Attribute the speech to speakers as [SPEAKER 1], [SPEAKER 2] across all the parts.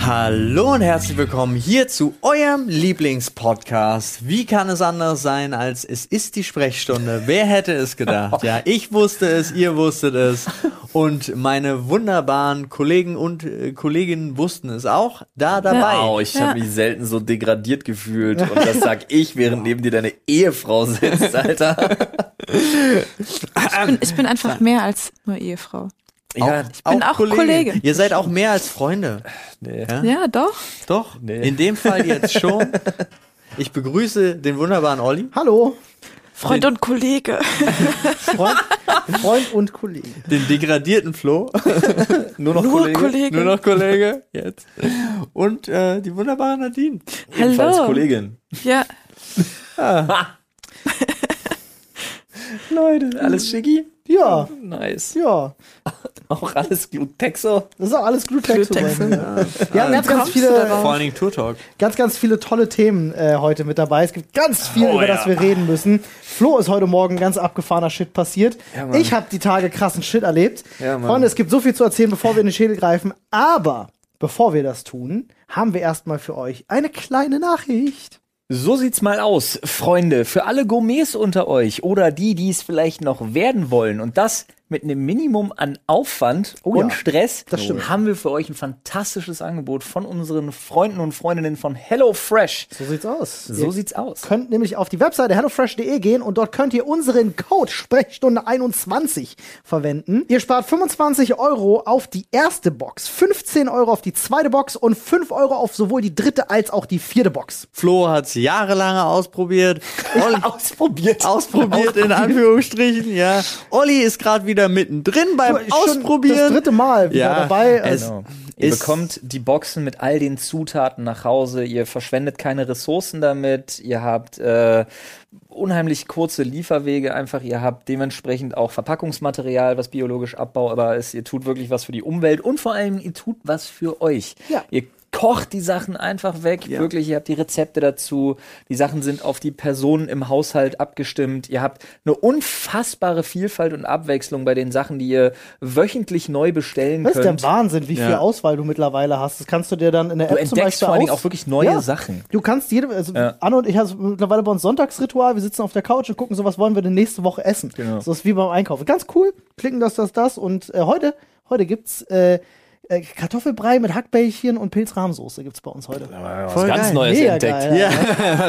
[SPEAKER 1] Hallo und herzlich willkommen hier zu eurem Lieblingspodcast. Wie kann es anders sein als es ist die Sprechstunde? Wer hätte es gedacht? Ja, ich wusste es, ihr wusstet es und meine wunderbaren Kollegen und äh, Kolleginnen wussten es auch da dabei.
[SPEAKER 2] Wow, ich habe mich selten so degradiert gefühlt. Und das sag ich, während neben dir deine Ehefrau sitzt, Alter.
[SPEAKER 3] Ich bin, ich bin einfach mehr als nur Ehefrau.
[SPEAKER 2] Ja,
[SPEAKER 1] ich
[SPEAKER 3] bin auch Kollegin.
[SPEAKER 1] Ihr seid auch mehr als Freunde.
[SPEAKER 2] nee.
[SPEAKER 4] Ah.
[SPEAKER 3] Ja, doch.
[SPEAKER 1] Doch,
[SPEAKER 2] Nee.
[SPEAKER 1] in dem Fall jetzt schon. Ich begrüße den wunderbaren Olli.
[SPEAKER 4] Hallo,
[SPEAKER 3] Freund und Kollege.
[SPEAKER 4] Freund, Freund und Kollege.
[SPEAKER 1] den degradierten Flo.
[SPEAKER 2] Nur noch
[SPEAKER 3] Nur
[SPEAKER 2] Kollege.
[SPEAKER 3] Kollege.
[SPEAKER 1] Nur noch Kollege jetzt. Und äh, die wunderbare Nadine.
[SPEAKER 2] Ebenfalls
[SPEAKER 3] Hallo.
[SPEAKER 2] Kollegin.
[SPEAKER 3] Ja,
[SPEAKER 2] Leute, alles schicki?
[SPEAKER 4] Ja,
[SPEAKER 2] Nice.
[SPEAKER 4] ja,
[SPEAKER 2] Auch alles Glutexo. Äh,
[SPEAKER 4] das ist auch alles Glutex.
[SPEAKER 3] Glutex.
[SPEAKER 4] Wir haben ganz, ganz
[SPEAKER 3] kommst du
[SPEAKER 4] viele,
[SPEAKER 3] darauf?
[SPEAKER 1] Vor allen Dingen Tour Talk.
[SPEAKER 4] ganz, ganz viele tolle Themen äh, heute mit dabei. Es gibt ganz viel,
[SPEAKER 2] Oh,
[SPEAKER 4] über
[SPEAKER 2] ja.
[SPEAKER 4] das wir reden müssen. Flo ist heute Morgen ganz abgefahrener Shit passiert.
[SPEAKER 2] Ja, Mann.
[SPEAKER 4] ich habe die Tage krassen Shit erlebt.
[SPEAKER 2] Ja, Mann.
[SPEAKER 4] Freunde, es gibt so viel zu erzählen, bevor wir in den Schädel greifen. Aber bevor wir das tun, haben wir erstmal für euch eine kleine Nachricht.
[SPEAKER 2] So sieht's mal aus, Freunde. Für alle Gourmets unter euch oder die, die es vielleicht noch werden wollen und das mit einem Minimum an Aufwand und
[SPEAKER 4] Oh ja,
[SPEAKER 2] Stress,
[SPEAKER 4] das stimmt.
[SPEAKER 2] haben wir für euch ein fantastisches Angebot von unseren Freunden und Freundinnen von HelloFresh.
[SPEAKER 4] So sieht's aus.
[SPEAKER 2] So
[SPEAKER 4] Ihr
[SPEAKER 2] sieht's aus.
[SPEAKER 4] könnt nämlich auf die Webseite hellofresh.de gehen und dort könnt ihr unseren Code Sprechstunde 21 verwenden. Ihr spart 25 Euro auf die erste Box, 15 Euro auf die zweite Box und 5 Euro auf sowohl die dritte als auch die vierte Box.
[SPEAKER 1] Flo hat's jahrelang ausprobiert. Olli
[SPEAKER 2] Ausprobiert.
[SPEAKER 1] ausprobiert in Anführungsstrichen, ja. Olli ist gerade wieder mittendrin beim
[SPEAKER 4] Schon
[SPEAKER 1] Ausprobieren.
[SPEAKER 4] Das dritte Mal wieder
[SPEAKER 1] ja,
[SPEAKER 4] dabei.
[SPEAKER 1] Es
[SPEAKER 2] Genau. Ihr
[SPEAKER 1] ist-
[SPEAKER 2] bekommt die Boxen mit all den Zutaten nach Hause. Ihr verschwendet keine Ressourcen damit. Ihr habt äh, unheimlich kurze Lieferwege einfach. Ihr habt dementsprechend auch Verpackungsmaterial, was biologisch abbaubar ist. Ihr tut wirklich was für die Umwelt und vor allem ihr tut was für euch.
[SPEAKER 4] Ja.
[SPEAKER 2] Ihr kocht die Sachen einfach weg.
[SPEAKER 1] Ja.
[SPEAKER 2] Wirklich, ihr habt die Rezepte dazu. Die Sachen sind auf die Personen im Haushalt abgestimmt. Ihr habt eine unfassbare Vielfalt und Abwechslung bei den Sachen, die ihr wöchentlich neu bestellen
[SPEAKER 4] das ist
[SPEAKER 2] könnt.
[SPEAKER 4] der Wahnsinn, wie viel
[SPEAKER 1] Ja.
[SPEAKER 4] Auswahl du mittlerweile hast. Das kannst du dir dann in der
[SPEAKER 2] Du
[SPEAKER 4] App zum
[SPEAKER 2] entdeckst
[SPEAKER 4] Beispiel
[SPEAKER 2] vor allen Dingen
[SPEAKER 4] aus-
[SPEAKER 2] auch wirklich neue
[SPEAKER 4] Ja.
[SPEAKER 2] Sachen.
[SPEAKER 4] Du kannst jede, also
[SPEAKER 2] Ja.
[SPEAKER 4] Anne und ich haben mittlerweile bei uns Sonntagsritual, wir sitzen auf der Couch und gucken, so was wollen wir denn nächste Woche essen.
[SPEAKER 2] Genau.
[SPEAKER 4] So ist wie beim Einkaufen. Ganz cool, klicken das, das, das und äh, heute, heute gibt's äh, äh, Kartoffelbrei mit Hackbällchen und Pilzrahmsoße gibt's bei uns heute.
[SPEAKER 2] Was
[SPEAKER 1] ganz geil.
[SPEAKER 2] Neues
[SPEAKER 4] Mega geil.
[SPEAKER 1] ja.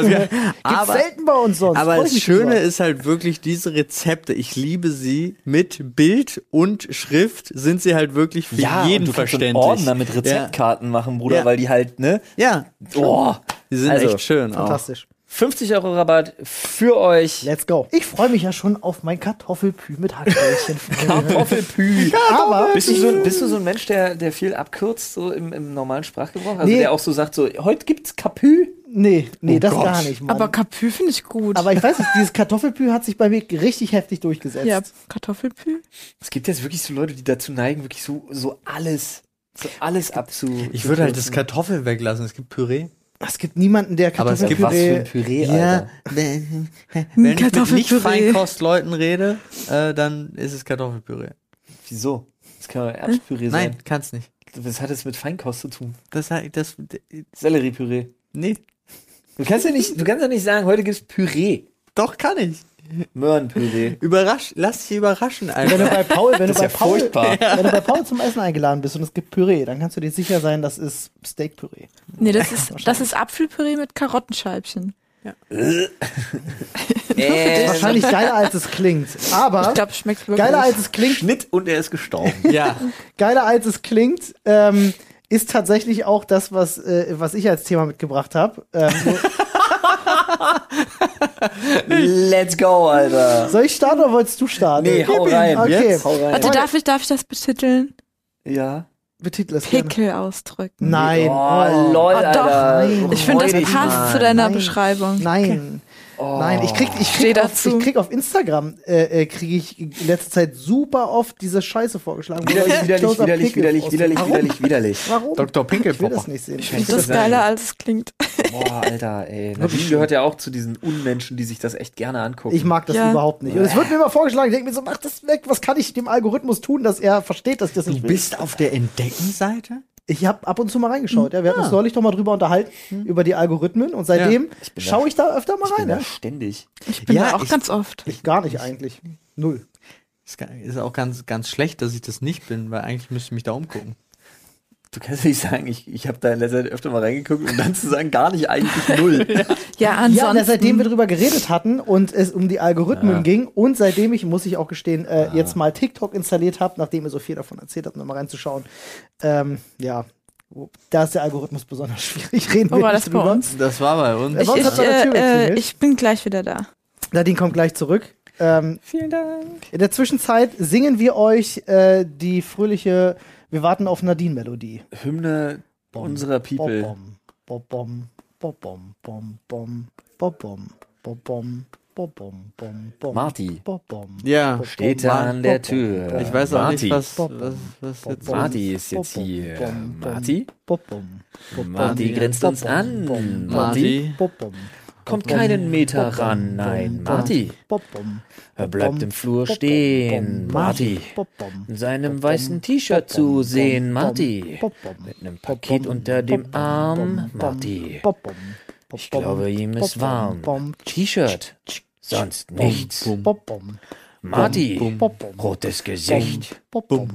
[SPEAKER 4] Gibt's
[SPEAKER 1] aber
[SPEAKER 4] selten bei uns sonst.
[SPEAKER 1] aber
[SPEAKER 4] Freu ich
[SPEAKER 1] das
[SPEAKER 4] mich
[SPEAKER 1] Schöne
[SPEAKER 4] drüber.
[SPEAKER 1] ist halt wirklich diese Rezepte. Ich liebe sie mit Bild und Schrift sind sie halt wirklich für
[SPEAKER 2] Ja,
[SPEAKER 1] jeden
[SPEAKER 2] und du kannst so einen
[SPEAKER 1] verständlich.
[SPEAKER 2] Ordner mit Rezeptkarten machen, Bruder,
[SPEAKER 1] Ja.
[SPEAKER 2] weil die halt, ne?
[SPEAKER 1] Ja, Oh,
[SPEAKER 2] Boah.
[SPEAKER 1] die sind
[SPEAKER 2] Also,
[SPEAKER 1] echt schön. Auch.
[SPEAKER 4] Fantastisch.
[SPEAKER 2] 50 Euro Rabatt für euch.
[SPEAKER 4] Let's go. Ich freue mich ja schon auf mein Kartoffelpü mit Hackbällchen.
[SPEAKER 2] Kartoffelpü.
[SPEAKER 4] aber
[SPEAKER 2] Bist du, so, bist du so ein Mensch, der, der viel abkürzt, so im, im normalen Sprachgebrauch? Also
[SPEAKER 4] Nee.
[SPEAKER 2] der auch so sagt, so, heute gibt's Kapü?
[SPEAKER 4] nee,
[SPEAKER 2] Oh
[SPEAKER 4] nee, das
[SPEAKER 1] Gott.
[SPEAKER 4] gar nicht, Mann.
[SPEAKER 3] aber Kapü finde ich gut.
[SPEAKER 4] aber ich weiß nicht, dieses Kartoffelpü hat sich bei mir richtig heftig durchgesetzt.
[SPEAKER 3] ja, Kartoffelpü.
[SPEAKER 2] Es gibt jetzt wirklich so Leute, die dazu neigen, wirklich so, so alles, so alles abzu.
[SPEAKER 1] Ich würde halt das Kartoffel weglassen. Es gibt Püree.
[SPEAKER 4] Es gibt niemanden, der
[SPEAKER 1] Aber es gibt
[SPEAKER 4] Kartoffelpüree
[SPEAKER 2] Was für ein Püree,
[SPEAKER 1] Ja,
[SPEAKER 2] Alter.
[SPEAKER 1] wenn, wenn ich mit
[SPEAKER 3] Hm, Kartoffelpüree.
[SPEAKER 1] nicht Feinkostleuten rede, äh, dann ist es Kartoffelpüree.
[SPEAKER 2] Wieso? Das kann doch Erbspüree
[SPEAKER 1] Nein, kann's nicht.
[SPEAKER 2] sein. Was hat das mit Feinkost zu tun?
[SPEAKER 1] Das, hat- das,
[SPEAKER 2] Selleriepüree.
[SPEAKER 1] nee,
[SPEAKER 2] Du kannst ja nicht, du kannst ja nicht sagen, heute gibt's Püree.
[SPEAKER 1] doch kann ich.
[SPEAKER 2] Möhrenpüree.
[SPEAKER 1] Überrasch, lass dich überraschen,
[SPEAKER 4] Wenn du
[SPEAKER 1] Alter.
[SPEAKER 4] bei Paul, wenn du
[SPEAKER 2] Das ist
[SPEAKER 4] bei
[SPEAKER 2] ja
[SPEAKER 4] Paul,
[SPEAKER 2] furchtbar.
[SPEAKER 4] wenn du bei Paul zum Essen eingeladen bist und es gibt Püree, dann kannst du dir sicher sein, das ist Steakpüree.
[SPEAKER 3] Nee, das ist, das ist Apfelpüree mit Karottenscheibchen.
[SPEAKER 2] Äh,
[SPEAKER 4] Wahrscheinlich geiler als es klingt,
[SPEAKER 3] Ich
[SPEAKER 4] aber
[SPEAKER 3] glaube, schmeckt wirklich.
[SPEAKER 4] geiler als es klingt,
[SPEAKER 2] Schnitt und er ist gestorben.
[SPEAKER 1] ja,
[SPEAKER 4] geiler als es klingt, ähm, ist tatsächlich auch das, was äh, was ich als Thema mitgebracht habe. Ähm,
[SPEAKER 2] Let's go, Alter.
[SPEAKER 4] soll ich starten oder wolltest du starten?
[SPEAKER 2] Ah, Nee, hau rein.
[SPEAKER 4] Okay.
[SPEAKER 2] Jetzt hau rein.
[SPEAKER 3] Warte, darf ich, darf ich das betiteln?
[SPEAKER 2] Ja.
[SPEAKER 4] Betitel es gerne.
[SPEAKER 3] Pickel ausdrücken.
[SPEAKER 4] Nein.
[SPEAKER 2] Oh, lol,
[SPEAKER 3] Ah, doch.
[SPEAKER 2] Alter.
[SPEAKER 4] Nein.
[SPEAKER 3] Ich finde,
[SPEAKER 2] Freu
[SPEAKER 3] das
[SPEAKER 2] dich Oh.
[SPEAKER 3] passt
[SPEAKER 2] mal.
[SPEAKER 3] zu deiner
[SPEAKER 4] Nein.
[SPEAKER 3] Beschreibung.
[SPEAKER 4] Nein. Nein, ich krieg, ich
[SPEAKER 3] Steh
[SPEAKER 4] krieg, auf,
[SPEAKER 3] dazu.
[SPEAKER 4] ich krieg auf Instagram äh, äh, kriege ich in letzter Zeit super oft diese Scheiße vorgeschlagen. wo Leute
[SPEAKER 2] Widerlich,
[SPEAKER 4] die Close-Up
[SPEAKER 2] widerlich, widerlich,
[SPEAKER 4] Pickles
[SPEAKER 2] widerlich, widerlich,
[SPEAKER 4] aussehen.
[SPEAKER 2] widerlich, widerlich.
[SPEAKER 4] Warum? Warum?
[SPEAKER 1] Dr.
[SPEAKER 4] Ich will das
[SPEAKER 1] Pinkelpopper.
[SPEAKER 4] nicht sehen.
[SPEAKER 3] Ich finde
[SPEAKER 2] Das
[SPEAKER 3] das
[SPEAKER 2] ist
[SPEAKER 3] geiler, als es klingt.
[SPEAKER 2] Boah, Alter, ey. Nadine gehört ja auch zu diesen Unmenschen, die sich das echt gerne angucken.
[SPEAKER 4] Ich mag das
[SPEAKER 3] Ja.
[SPEAKER 4] überhaupt nicht. Und es wird mir immer vorgeschlagen, ich denke mir so, mach das weg, was kann ich dem Algorithmus tun, dass er versteht, dass ich das
[SPEAKER 1] Du
[SPEAKER 4] nicht will.
[SPEAKER 1] bist auf der Entdeckenseite?
[SPEAKER 4] Ich habe ab und zu mal reingeschaut. Ja. Wir
[SPEAKER 3] Ah.
[SPEAKER 4] hatten uns neulich doch mal drüber unterhalten,
[SPEAKER 3] Hm.
[SPEAKER 4] über die Algorithmen. Und seitdem
[SPEAKER 2] bin
[SPEAKER 4] schaue
[SPEAKER 2] da-
[SPEAKER 4] ich da öfter mal
[SPEAKER 2] Ich
[SPEAKER 4] rein.
[SPEAKER 2] bin
[SPEAKER 4] Ja?
[SPEAKER 2] da ständig.
[SPEAKER 3] Ich bin
[SPEAKER 1] Ja,
[SPEAKER 3] da auch
[SPEAKER 1] ich-
[SPEAKER 3] ganz oft.
[SPEAKER 4] Ich gar nicht eigentlich. Null.
[SPEAKER 1] Ist ga- Ist auch ganz, ganz schlecht, dass ich das nicht bin, weil eigentlich müsste ich mich da umgucken.
[SPEAKER 2] Du kannst nicht sagen, ich, ich habe da in letzter Zeit öfter mal reingeguckt und dann zu sagen, gar nicht eigentlich null.
[SPEAKER 3] Ja,
[SPEAKER 4] Ja,
[SPEAKER 3] ansonsten.
[SPEAKER 4] und seitdem wir drüber geredet hatten und es um die Algorithmen ging und seitdem ich, muss ich auch gestehen, äh, jetzt mal TikTok installiert habe, nachdem ihr so viel davon erzählt habt, nochmal reinzuschauen. Ähm, ja, da ist der Algorithmus besonders schwierig. Reden
[SPEAKER 3] Wo
[SPEAKER 4] wir
[SPEAKER 3] war
[SPEAKER 4] nicht
[SPEAKER 3] das bei
[SPEAKER 4] drüber.
[SPEAKER 3] uns?
[SPEAKER 1] Das war bei uns.
[SPEAKER 4] Ja,
[SPEAKER 3] ich,
[SPEAKER 4] sonst
[SPEAKER 3] ich,
[SPEAKER 4] hat man natürlich
[SPEAKER 3] äh, äh,
[SPEAKER 4] geklingelt.
[SPEAKER 3] ich bin gleich wieder da.
[SPEAKER 4] Nadine kommt gleich zurück. Ähm,
[SPEAKER 2] Vielen Dank.
[SPEAKER 4] in der Zwischenzeit singen wir euch äh, die fröhliche Wir warten auf Nadine-Melodie.
[SPEAKER 2] Hymne unserer People.
[SPEAKER 4] Bom, bom, bom, bom, bom, bom, bom, bom, bom, bom, bom, bom, bom, bom, bom.
[SPEAKER 2] Marty.
[SPEAKER 4] Bom, bom,
[SPEAKER 1] Ja.
[SPEAKER 4] bom,
[SPEAKER 2] Steht
[SPEAKER 4] bom,
[SPEAKER 2] da an der
[SPEAKER 4] bom,
[SPEAKER 2] Tür.
[SPEAKER 4] bom,
[SPEAKER 1] Ich weiß auch
[SPEAKER 2] Äh, Marty.
[SPEAKER 1] nicht, was,
[SPEAKER 4] Bob,
[SPEAKER 1] was, was
[SPEAKER 4] Bob,
[SPEAKER 1] jetzt.
[SPEAKER 4] Bob.
[SPEAKER 2] Marty ist jetzt hier. Marty?
[SPEAKER 4] bom, bom, bom,
[SPEAKER 2] Marty
[SPEAKER 4] bom,
[SPEAKER 2] grenzt
[SPEAKER 4] bom,
[SPEAKER 2] uns
[SPEAKER 4] bom,
[SPEAKER 2] an.
[SPEAKER 4] bom,
[SPEAKER 1] Marty.
[SPEAKER 4] bom, bom,
[SPEAKER 2] Kommt
[SPEAKER 4] bom,
[SPEAKER 2] keinen Meter
[SPEAKER 4] bom,
[SPEAKER 2] ran.
[SPEAKER 4] bom,
[SPEAKER 2] Nein,
[SPEAKER 4] bom,
[SPEAKER 2] Marty.
[SPEAKER 4] bom, bom,
[SPEAKER 2] Er
[SPEAKER 4] bom,
[SPEAKER 2] bleibt
[SPEAKER 4] bom,
[SPEAKER 2] im Flur
[SPEAKER 4] bom,
[SPEAKER 2] stehen.
[SPEAKER 4] bom,
[SPEAKER 2] Marty.
[SPEAKER 4] bom, bom,
[SPEAKER 2] In seinem
[SPEAKER 4] bom,
[SPEAKER 2] weißen
[SPEAKER 4] bom,
[SPEAKER 2] T-Shirt
[SPEAKER 4] bom,
[SPEAKER 2] zu
[SPEAKER 4] bom,
[SPEAKER 2] sehen.
[SPEAKER 4] bom,
[SPEAKER 2] Marty.
[SPEAKER 4] bom, bom,
[SPEAKER 2] Mit einem
[SPEAKER 4] bom,
[SPEAKER 2] Paket
[SPEAKER 4] bom,
[SPEAKER 2] unter
[SPEAKER 4] bom,
[SPEAKER 2] dem
[SPEAKER 4] bom,
[SPEAKER 2] Arm.
[SPEAKER 4] bom,
[SPEAKER 2] Marty.
[SPEAKER 4] bom, bom, bom,
[SPEAKER 2] Ich
[SPEAKER 4] bom,
[SPEAKER 2] glaube, ihm
[SPEAKER 4] bom,
[SPEAKER 2] ist
[SPEAKER 4] bom,
[SPEAKER 2] warm.
[SPEAKER 4] bom,
[SPEAKER 2] T-Shirt. Sonst nichts.
[SPEAKER 1] Bum, bum.
[SPEAKER 4] bom, bom,
[SPEAKER 2] Marty.
[SPEAKER 4] bom, bom,
[SPEAKER 2] Rotes Gesicht.
[SPEAKER 4] bom, bom,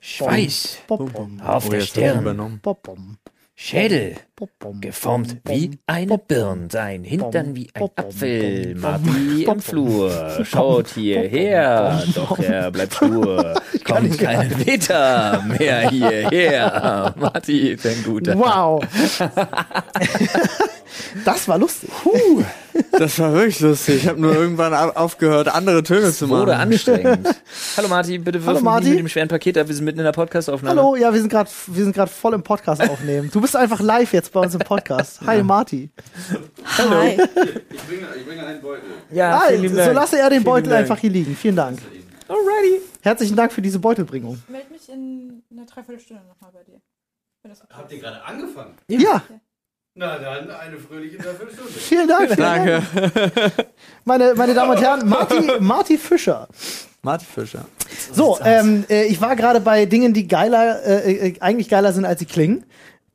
[SPEAKER 2] Schweiß.
[SPEAKER 4] bom, bom,
[SPEAKER 2] Auf
[SPEAKER 1] Oh,
[SPEAKER 2] der
[SPEAKER 1] jetzt hab ich
[SPEAKER 2] Stirn.
[SPEAKER 1] übernommen.
[SPEAKER 4] bom, bom,
[SPEAKER 2] Schädel.
[SPEAKER 4] bom, bom,
[SPEAKER 2] Geformt
[SPEAKER 4] bom,
[SPEAKER 2] wie
[SPEAKER 4] bom,
[SPEAKER 2] eine Birn, sein Hintern wie ein Apfel. Marty im Flur, schaut hierher, doch er bleibt stur. Kommt keinen Meter mehr hierher. Marty ist ein guter.
[SPEAKER 4] Wow. das war lustig.
[SPEAKER 1] Das war wirklich lustig. Ich habe nur irgendwann au- aufgehört, andere Töne zu machen.
[SPEAKER 2] Wurde anstrengend. Hallo Marty, bitte wirf
[SPEAKER 4] Hallo,
[SPEAKER 2] mich
[SPEAKER 4] Marty.
[SPEAKER 2] mit dem schweren Paket ab. Wir sind mitten in der Podcastaufnahme.
[SPEAKER 4] Hallo, ja, wir sind gerade wir sind gerade voll im Podcast aufnehmen. Du bist einfach live jetzt bei uns im Podcast. Hi Marty.
[SPEAKER 3] Hi.
[SPEAKER 5] Ich bringe, ich bringe einen Beutel.
[SPEAKER 2] Ja,
[SPEAKER 4] Ah,
[SPEAKER 2] vielen lieben
[SPEAKER 4] so
[SPEAKER 2] Dank.
[SPEAKER 4] lasse er den
[SPEAKER 2] Vielen
[SPEAKER 4] Beutel
[SPEAKER 2] Dank.
[SPEAKER 4] einfach hier liegen. Vielen Dank.
[SPEAKER 2] Alrighty.
[SPEAKER 4] Herzlichen Dank für diese Beutelbringung.
[SPEAKER 3] Ich melde mich in einer Dreiviertelstunde nochmal bei dir.
[SPEAKER 5] Habt ihr gerade angefangen?
[SPEAKER 4] Ja,
[SPEAKER 5] Na dann, eine fröhliche Dreiviertelstunde.
[SPEAKER 4] vielen Dank. Vielen Dank.
[SPEAKER 1] Danke.
[SPEAKER 4] Meine, meine Damen und Herren, Marty, Marty Fischer.
[SPEAKER 1] Marty Fischer.
[SPEAKER 4] So, ähm, äh, ich war gerade bei Dingen, die geiler, äh, äh, eigentlich geiler sind, als sie klingen.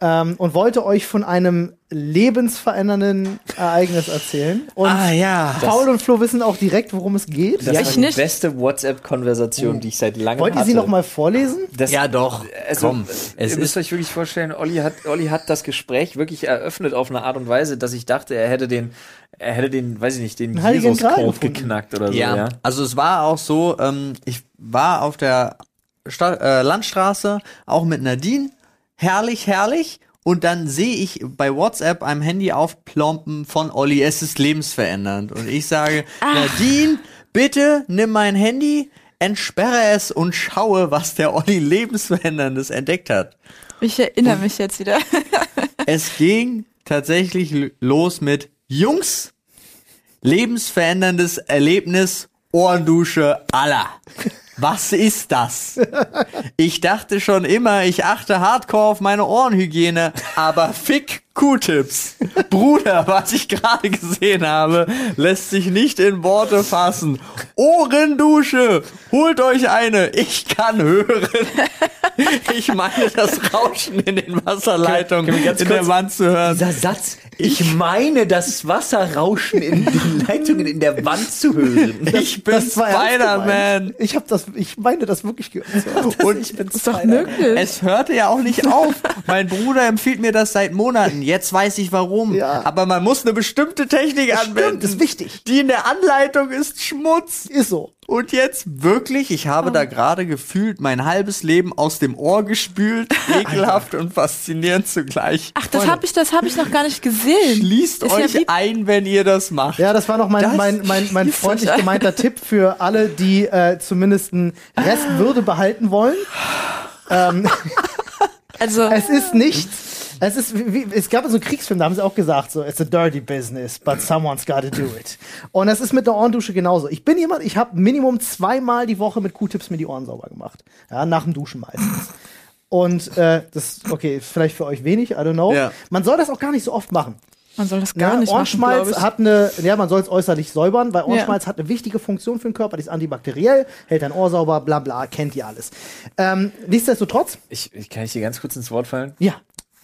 [SPEAKER 4] Ähm, und wollte euch von einem lebensverändernden Ereignis erzählen. Und
[SPEAKER 1] Ah,
[SPEAKER 2] Ah,
[SPEAKER 1] ja.
[SPEAKER 4] Paul und Flo wissen auch direkt, worum es geht.
[SPEAKER 2] Das
[SPEAKER 3] Ja,
[SPEAKER 2] war
[SPEAKER 3] ich
[SPEAKER 2] die
[SPEAKER 3] nicht.
[SPEAKER 2] beste WhatsApp-Konversation, die ich seit langem
[SPEAKER 4] Wollt ihr
[SPEAKER 2] hatte.
[SPEAKER 4] sie nochmal vorlesen?
[SPEAKER 2] Das,
[SPEAKER 1] Ja, doch.
[SPEAKER 2] Also,
[SPEAKER 1] Komm.
[SPEAKER 2] es
[SPEAKER 1] Es
[SPEAKER 2] ihr müsst
[SPEAKER 1] ist,
[SPEAKER 2] euch wirklich vorstellen, Olli hat, Olli hat das Gespräch wirklich eröffnet auf eine Art und Weise, dass ich dachte, er hätte den, er hätte den, weiß ich nicht, den
[SPEAKER 4] heiligen Gral
[SPEAKER 2] Jesus-Code
[SPEAKER 4] gefunden.
[SPEAKER 2] geknackt oder so, ja.
[SPEAKER 1] ja. Also, es war auch so, ähm, ich war auf der Sta äh, Landstraße, auch mit Nadine. Herrlich, herrlich. Und dann sehe ich bei WhatsApp einem Handy aufplompen von Olli, es ist lebensverändernd. Und ich sage, Nadine, bitte nimm mein Handy, entsperre es und schaue, was der Olli lebensveränderndes entdeckt hat.
[SPEAKER 3] Ich erinnere mich jetzt wieder.
[SPEAKER 1] Es ging tatsächlich l- los mit Jungs, lebensveränderndes Erlebnis, Ohrendusche aller. Was ist das? Ich dachte schon immer, ich achte hardcore auf meine Ohrenhygiene, aber fick Q-Tips. Bruder, was ich gerade gesehen habe, lässt sich nicht in Worte fassen. Ohrendusche, holt euch eine, ich kann hören. Ich meine das Rauschen in den Wasserleitungen in
[SPEAKER 2] Können wir- können wir ganz
[SPEAKER 1] der
[SPEAKER 2] kurz-
[SPEAKER 1] Wand zu hören.
[SPEAKER 2] Dieser Satz, ich meine, das Wasserrauschen in den Leitungen in der Wand zu hören.
[SPEAKER 1] Ich bin
[SPEAKER 4] Das war ernst
[SPEAKER 1] Spider-Man.
[SPEAKER 4] gemeint. Ich hab das, ich meine das wirklich gehört.
[SPEAKER 1] Und
[SPEAKER 3] ist doch möglich.
[SPEAKER 1] es hörte ja auch nicht auf. Mein Bruder empfiehlt mir das seit Monaten. Jetzt weiß ich warum.
[SPEAKER 4] Ja.
[SPEAKER 1] Aber man muss eine bestimmte Technik anwenden.
[SPEAKER 4] Stimmt, ist wichtig.
[SPEAKER 1] Die in der Anleitung ist Schmutz.
[SPEAKER 4] Ist so.
[SPEAKER 1] Und jetzt wirklich, ich
[SPEAKER 4] Oh.
[SPEAKER 1] habe da gerade gefühlt mein halbes Leben aus dem Ohr gespült. Ekelhaft und faszinierend zugleich.
[SPEAKER 3] Ach, das habe ich, das hab ich noch gar nicht gesehen.
[SPEAKER 1] Schließt
[SPEAKER 3] Ist ja
[SPEAKER 1] euch
[SPEAKER 3] wie-
[SPEAKER 1] ein, wenn ihr das macht.
[SPEAKER 4] Ja, das war noch mein,
[SPEAKER 1] Das
[SPEAKER 4] mein, mein, mein
[SPEAKER 1] ist
[SPEAKER 4] freundlich
[SPEAKER 1] so-
[SPEAKER 4] gemeinter Tipp für alle, die äh, zumindest einen Rest Würde behalten wollen. Ähm,
[SPEAKER 3] Also,
[SPEAKER 4] Es ist nicht. Es ist, wie, wie- es gab so einen Kriegsfilm, da haben sie auch gesagt, so, it's a dirty business, but someone's gotta do it. Und das ist mit der Ohrendusche genauso. Ich bin jemand, ich habe Minimum zweimal die Woche mit Q-Tips mir die Ohren sauber gemacht. Ja, nach dem Duschen meistens. Und äh, das, okay, vielleicht für euch wenig, I don't know.
[SPEAKER 1] Ja.
[SPEAKER 4] Man soll das auch gar nicht so oft machen.
[SPEAKER 3] Man soll das gar
[SPEAKER 4] Ja,
[SPEAKER 3] nicht machen, glaub
[SPEAKER 4] Ohrenschmalz
[SPEAKER 3] ich.
[SPEAKER 4] hat eine, ja, man soll es äußerlich säubern, weil Ohrenschmalz hat eine wichtige Funktion für den Körper, die ist antibakteriell, hält dein Ohr sauber, bla bla, kennt ihr alles. Ähm, nichtsdestotrotz,
[SPEAKER 2] Ich, ich kann ich dir ganz kurz ins Wort fallen,
[SPEAKER 4] ja,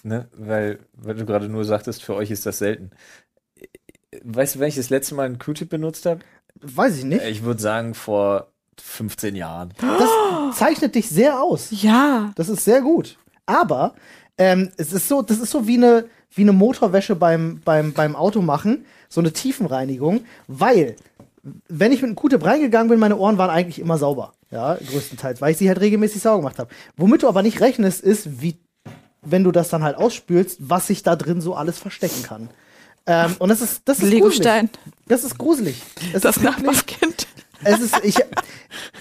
[SPEAKER 2] ne? weil, weil du gerade nur sagtest, für euch ist das selten. Weißt du, wenn ich das letzte Mal einen Q-Tip benutzt habe?
[SPEAKER 4] weiß ich nicht.
[SPEAKER 2] Ich würde sagen, vor 15 Jahren.
[SPEAKER 4] Das zeichnet dich sehr aus.
[SPEAKER 3] Ja.
[SPEAKER 4] Das ist sehr gut. Aber ähm, es ist so, das ist so wie eine, wie eine Motorwäsche beim, beim, beim Auto machen, so eine Tiefenreinigung, weil wenn ich mit einem Q-Tip reingegangen bin, meine Ohren waren eigentlich immer sauber. Ja, größtenteils, weil ich sie halt regelmäßig sauber gemacht habe. Womit du aber nicht rechnest, ist, wie, wenn du das dann halt ausspülst, was sich da drin so alles verstecken kann. Ähm, und das ist, das ist
[SPEAKER 3] Legostein.
[SPEAKER 4] gruselig. Das ist gruselig. Es
[SPEAKER 3] Das
[SPEAKER 4] ist wirklich-
[SPEAKER 3] Nachbarskind.
[SPEAKER 4] es ist, ich,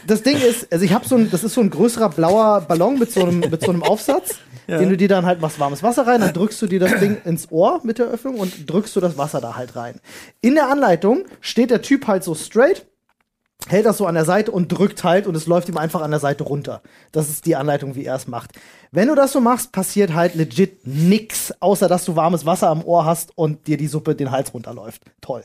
[SPEAKER 4] das Ding ist, also ich habe so ein, das ist so ein größerer blauer Ballon mit so einem, mit so einem Aufsatz, den du dir dann halt machst warmes Wasser rein, dann drückst du dir das Ding ins Ohr mit der Öffnung und drückst du das Wasser da halt rein. In der Anleitung steht der Typ halt so straight, hält das so an der Seite und drückt halt und es läuft ihm einfach an der Seite runter. Das ist die Anleitung, wie er es macht. Wenn du das so machst, passiert halt legit nix, außer dass du warmes Wasser am Ohr hast und dir die Suppe den Hals runterläuft. Toll.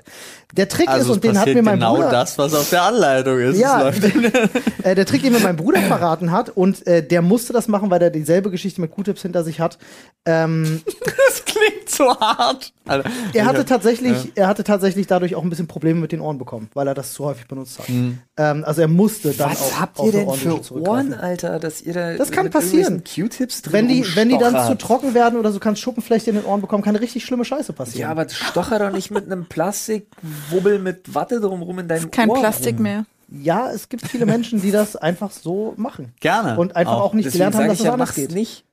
[SPEAKER 4] Der Trick ist,
[SPEAKER 1] Also es
[SPEAKER 4] und den hat
[SPEAKER 1] passiert
[SPEAKER 4] mir mein
[SPEAKER 1] genau
[SPEAKER 4] Bruder,
[SPEAKER 1] das, was auf der Anleitung ist.
[SPEAKER 4] Ja.
[SPEAKER 1] Es läuft
[SPEAKER 4] äh, der Trick, den mir mein Bruder verraten hat, und äh, der musste das machen, weil er dieselbe Geschichte mit Q-Tips hinter sich hat. Ähm,
[SPEAKER 1] Das klingt so hart. Alter.
[SPEAKER 4] er hatte tatsächlich, er hatte tatsächlich dadurch auch ein bisschen Probleme mit den Ohren bekommen, weil er das zu häufig benutzt hat.
[SPEAKER 2] Mhm.
[SPEAKER 4] Ähm, also er musste dann
[SPEAKER 2] Was
[SPEAKER 4] auch
[SPEAKER 2] habt
[SPEAKER 4] auf
[SPEAKER 2] ihr
[SPEAKER 4] eine
[SPEAKER 2] denn
[SPEAKER 4] Ohrendusche
[SPEAKER 2] für
[SPEAKER 4] zurückgreifen.
[SPEAKER 2] Ohren, Alter, dass ihr da
[SPEAKER 4] Das kann
[SPEAKER 2] mit
[SPEAKER 4] passieren.
[SPEAKER 2] irgendwelchen Q-Tips drin
[SPEAKER 4] Wenn die, wenn die dann zu
[SPEAKER 2] rumstochert?
[SPEAKER 4] trocken werden oder so, kann Schuppenflechte in den Ohren bekommen, kann richtig schlimme Scheiße passieren.
[SPEAKER 2] Ja, aber stocher doch nicht mit einem Plastikwubbel mit Watte drumrum in deinem
[SPEAKER 3] Kein
[SPEAKER 2] Ohr
[SPEAKER 3] Plastik
[SPEAKER 2] rum.
[SPEAKER 3] mehr.
[SPEAKER 4] Ja, es gibt viele Menschen, die das einfach so machen.
[SPEAKER 1] Gerne.
[SPEAKER 4] Und einfach auch, nicht
[SPEAKER 2] Deswegen
[SPEAKER 4] gelernt haben,
[SPEAKER 2] sag
[SPEAKER 4] dass
[SPEAKER 2] ich
[SPEAKER 4] es
[SPEAKER 2] ja,
[SPEAKER 4] anders
[SPEAKER 2] mach's
[SPEAKER 4] geht.
[SPEAKER 2] nicht.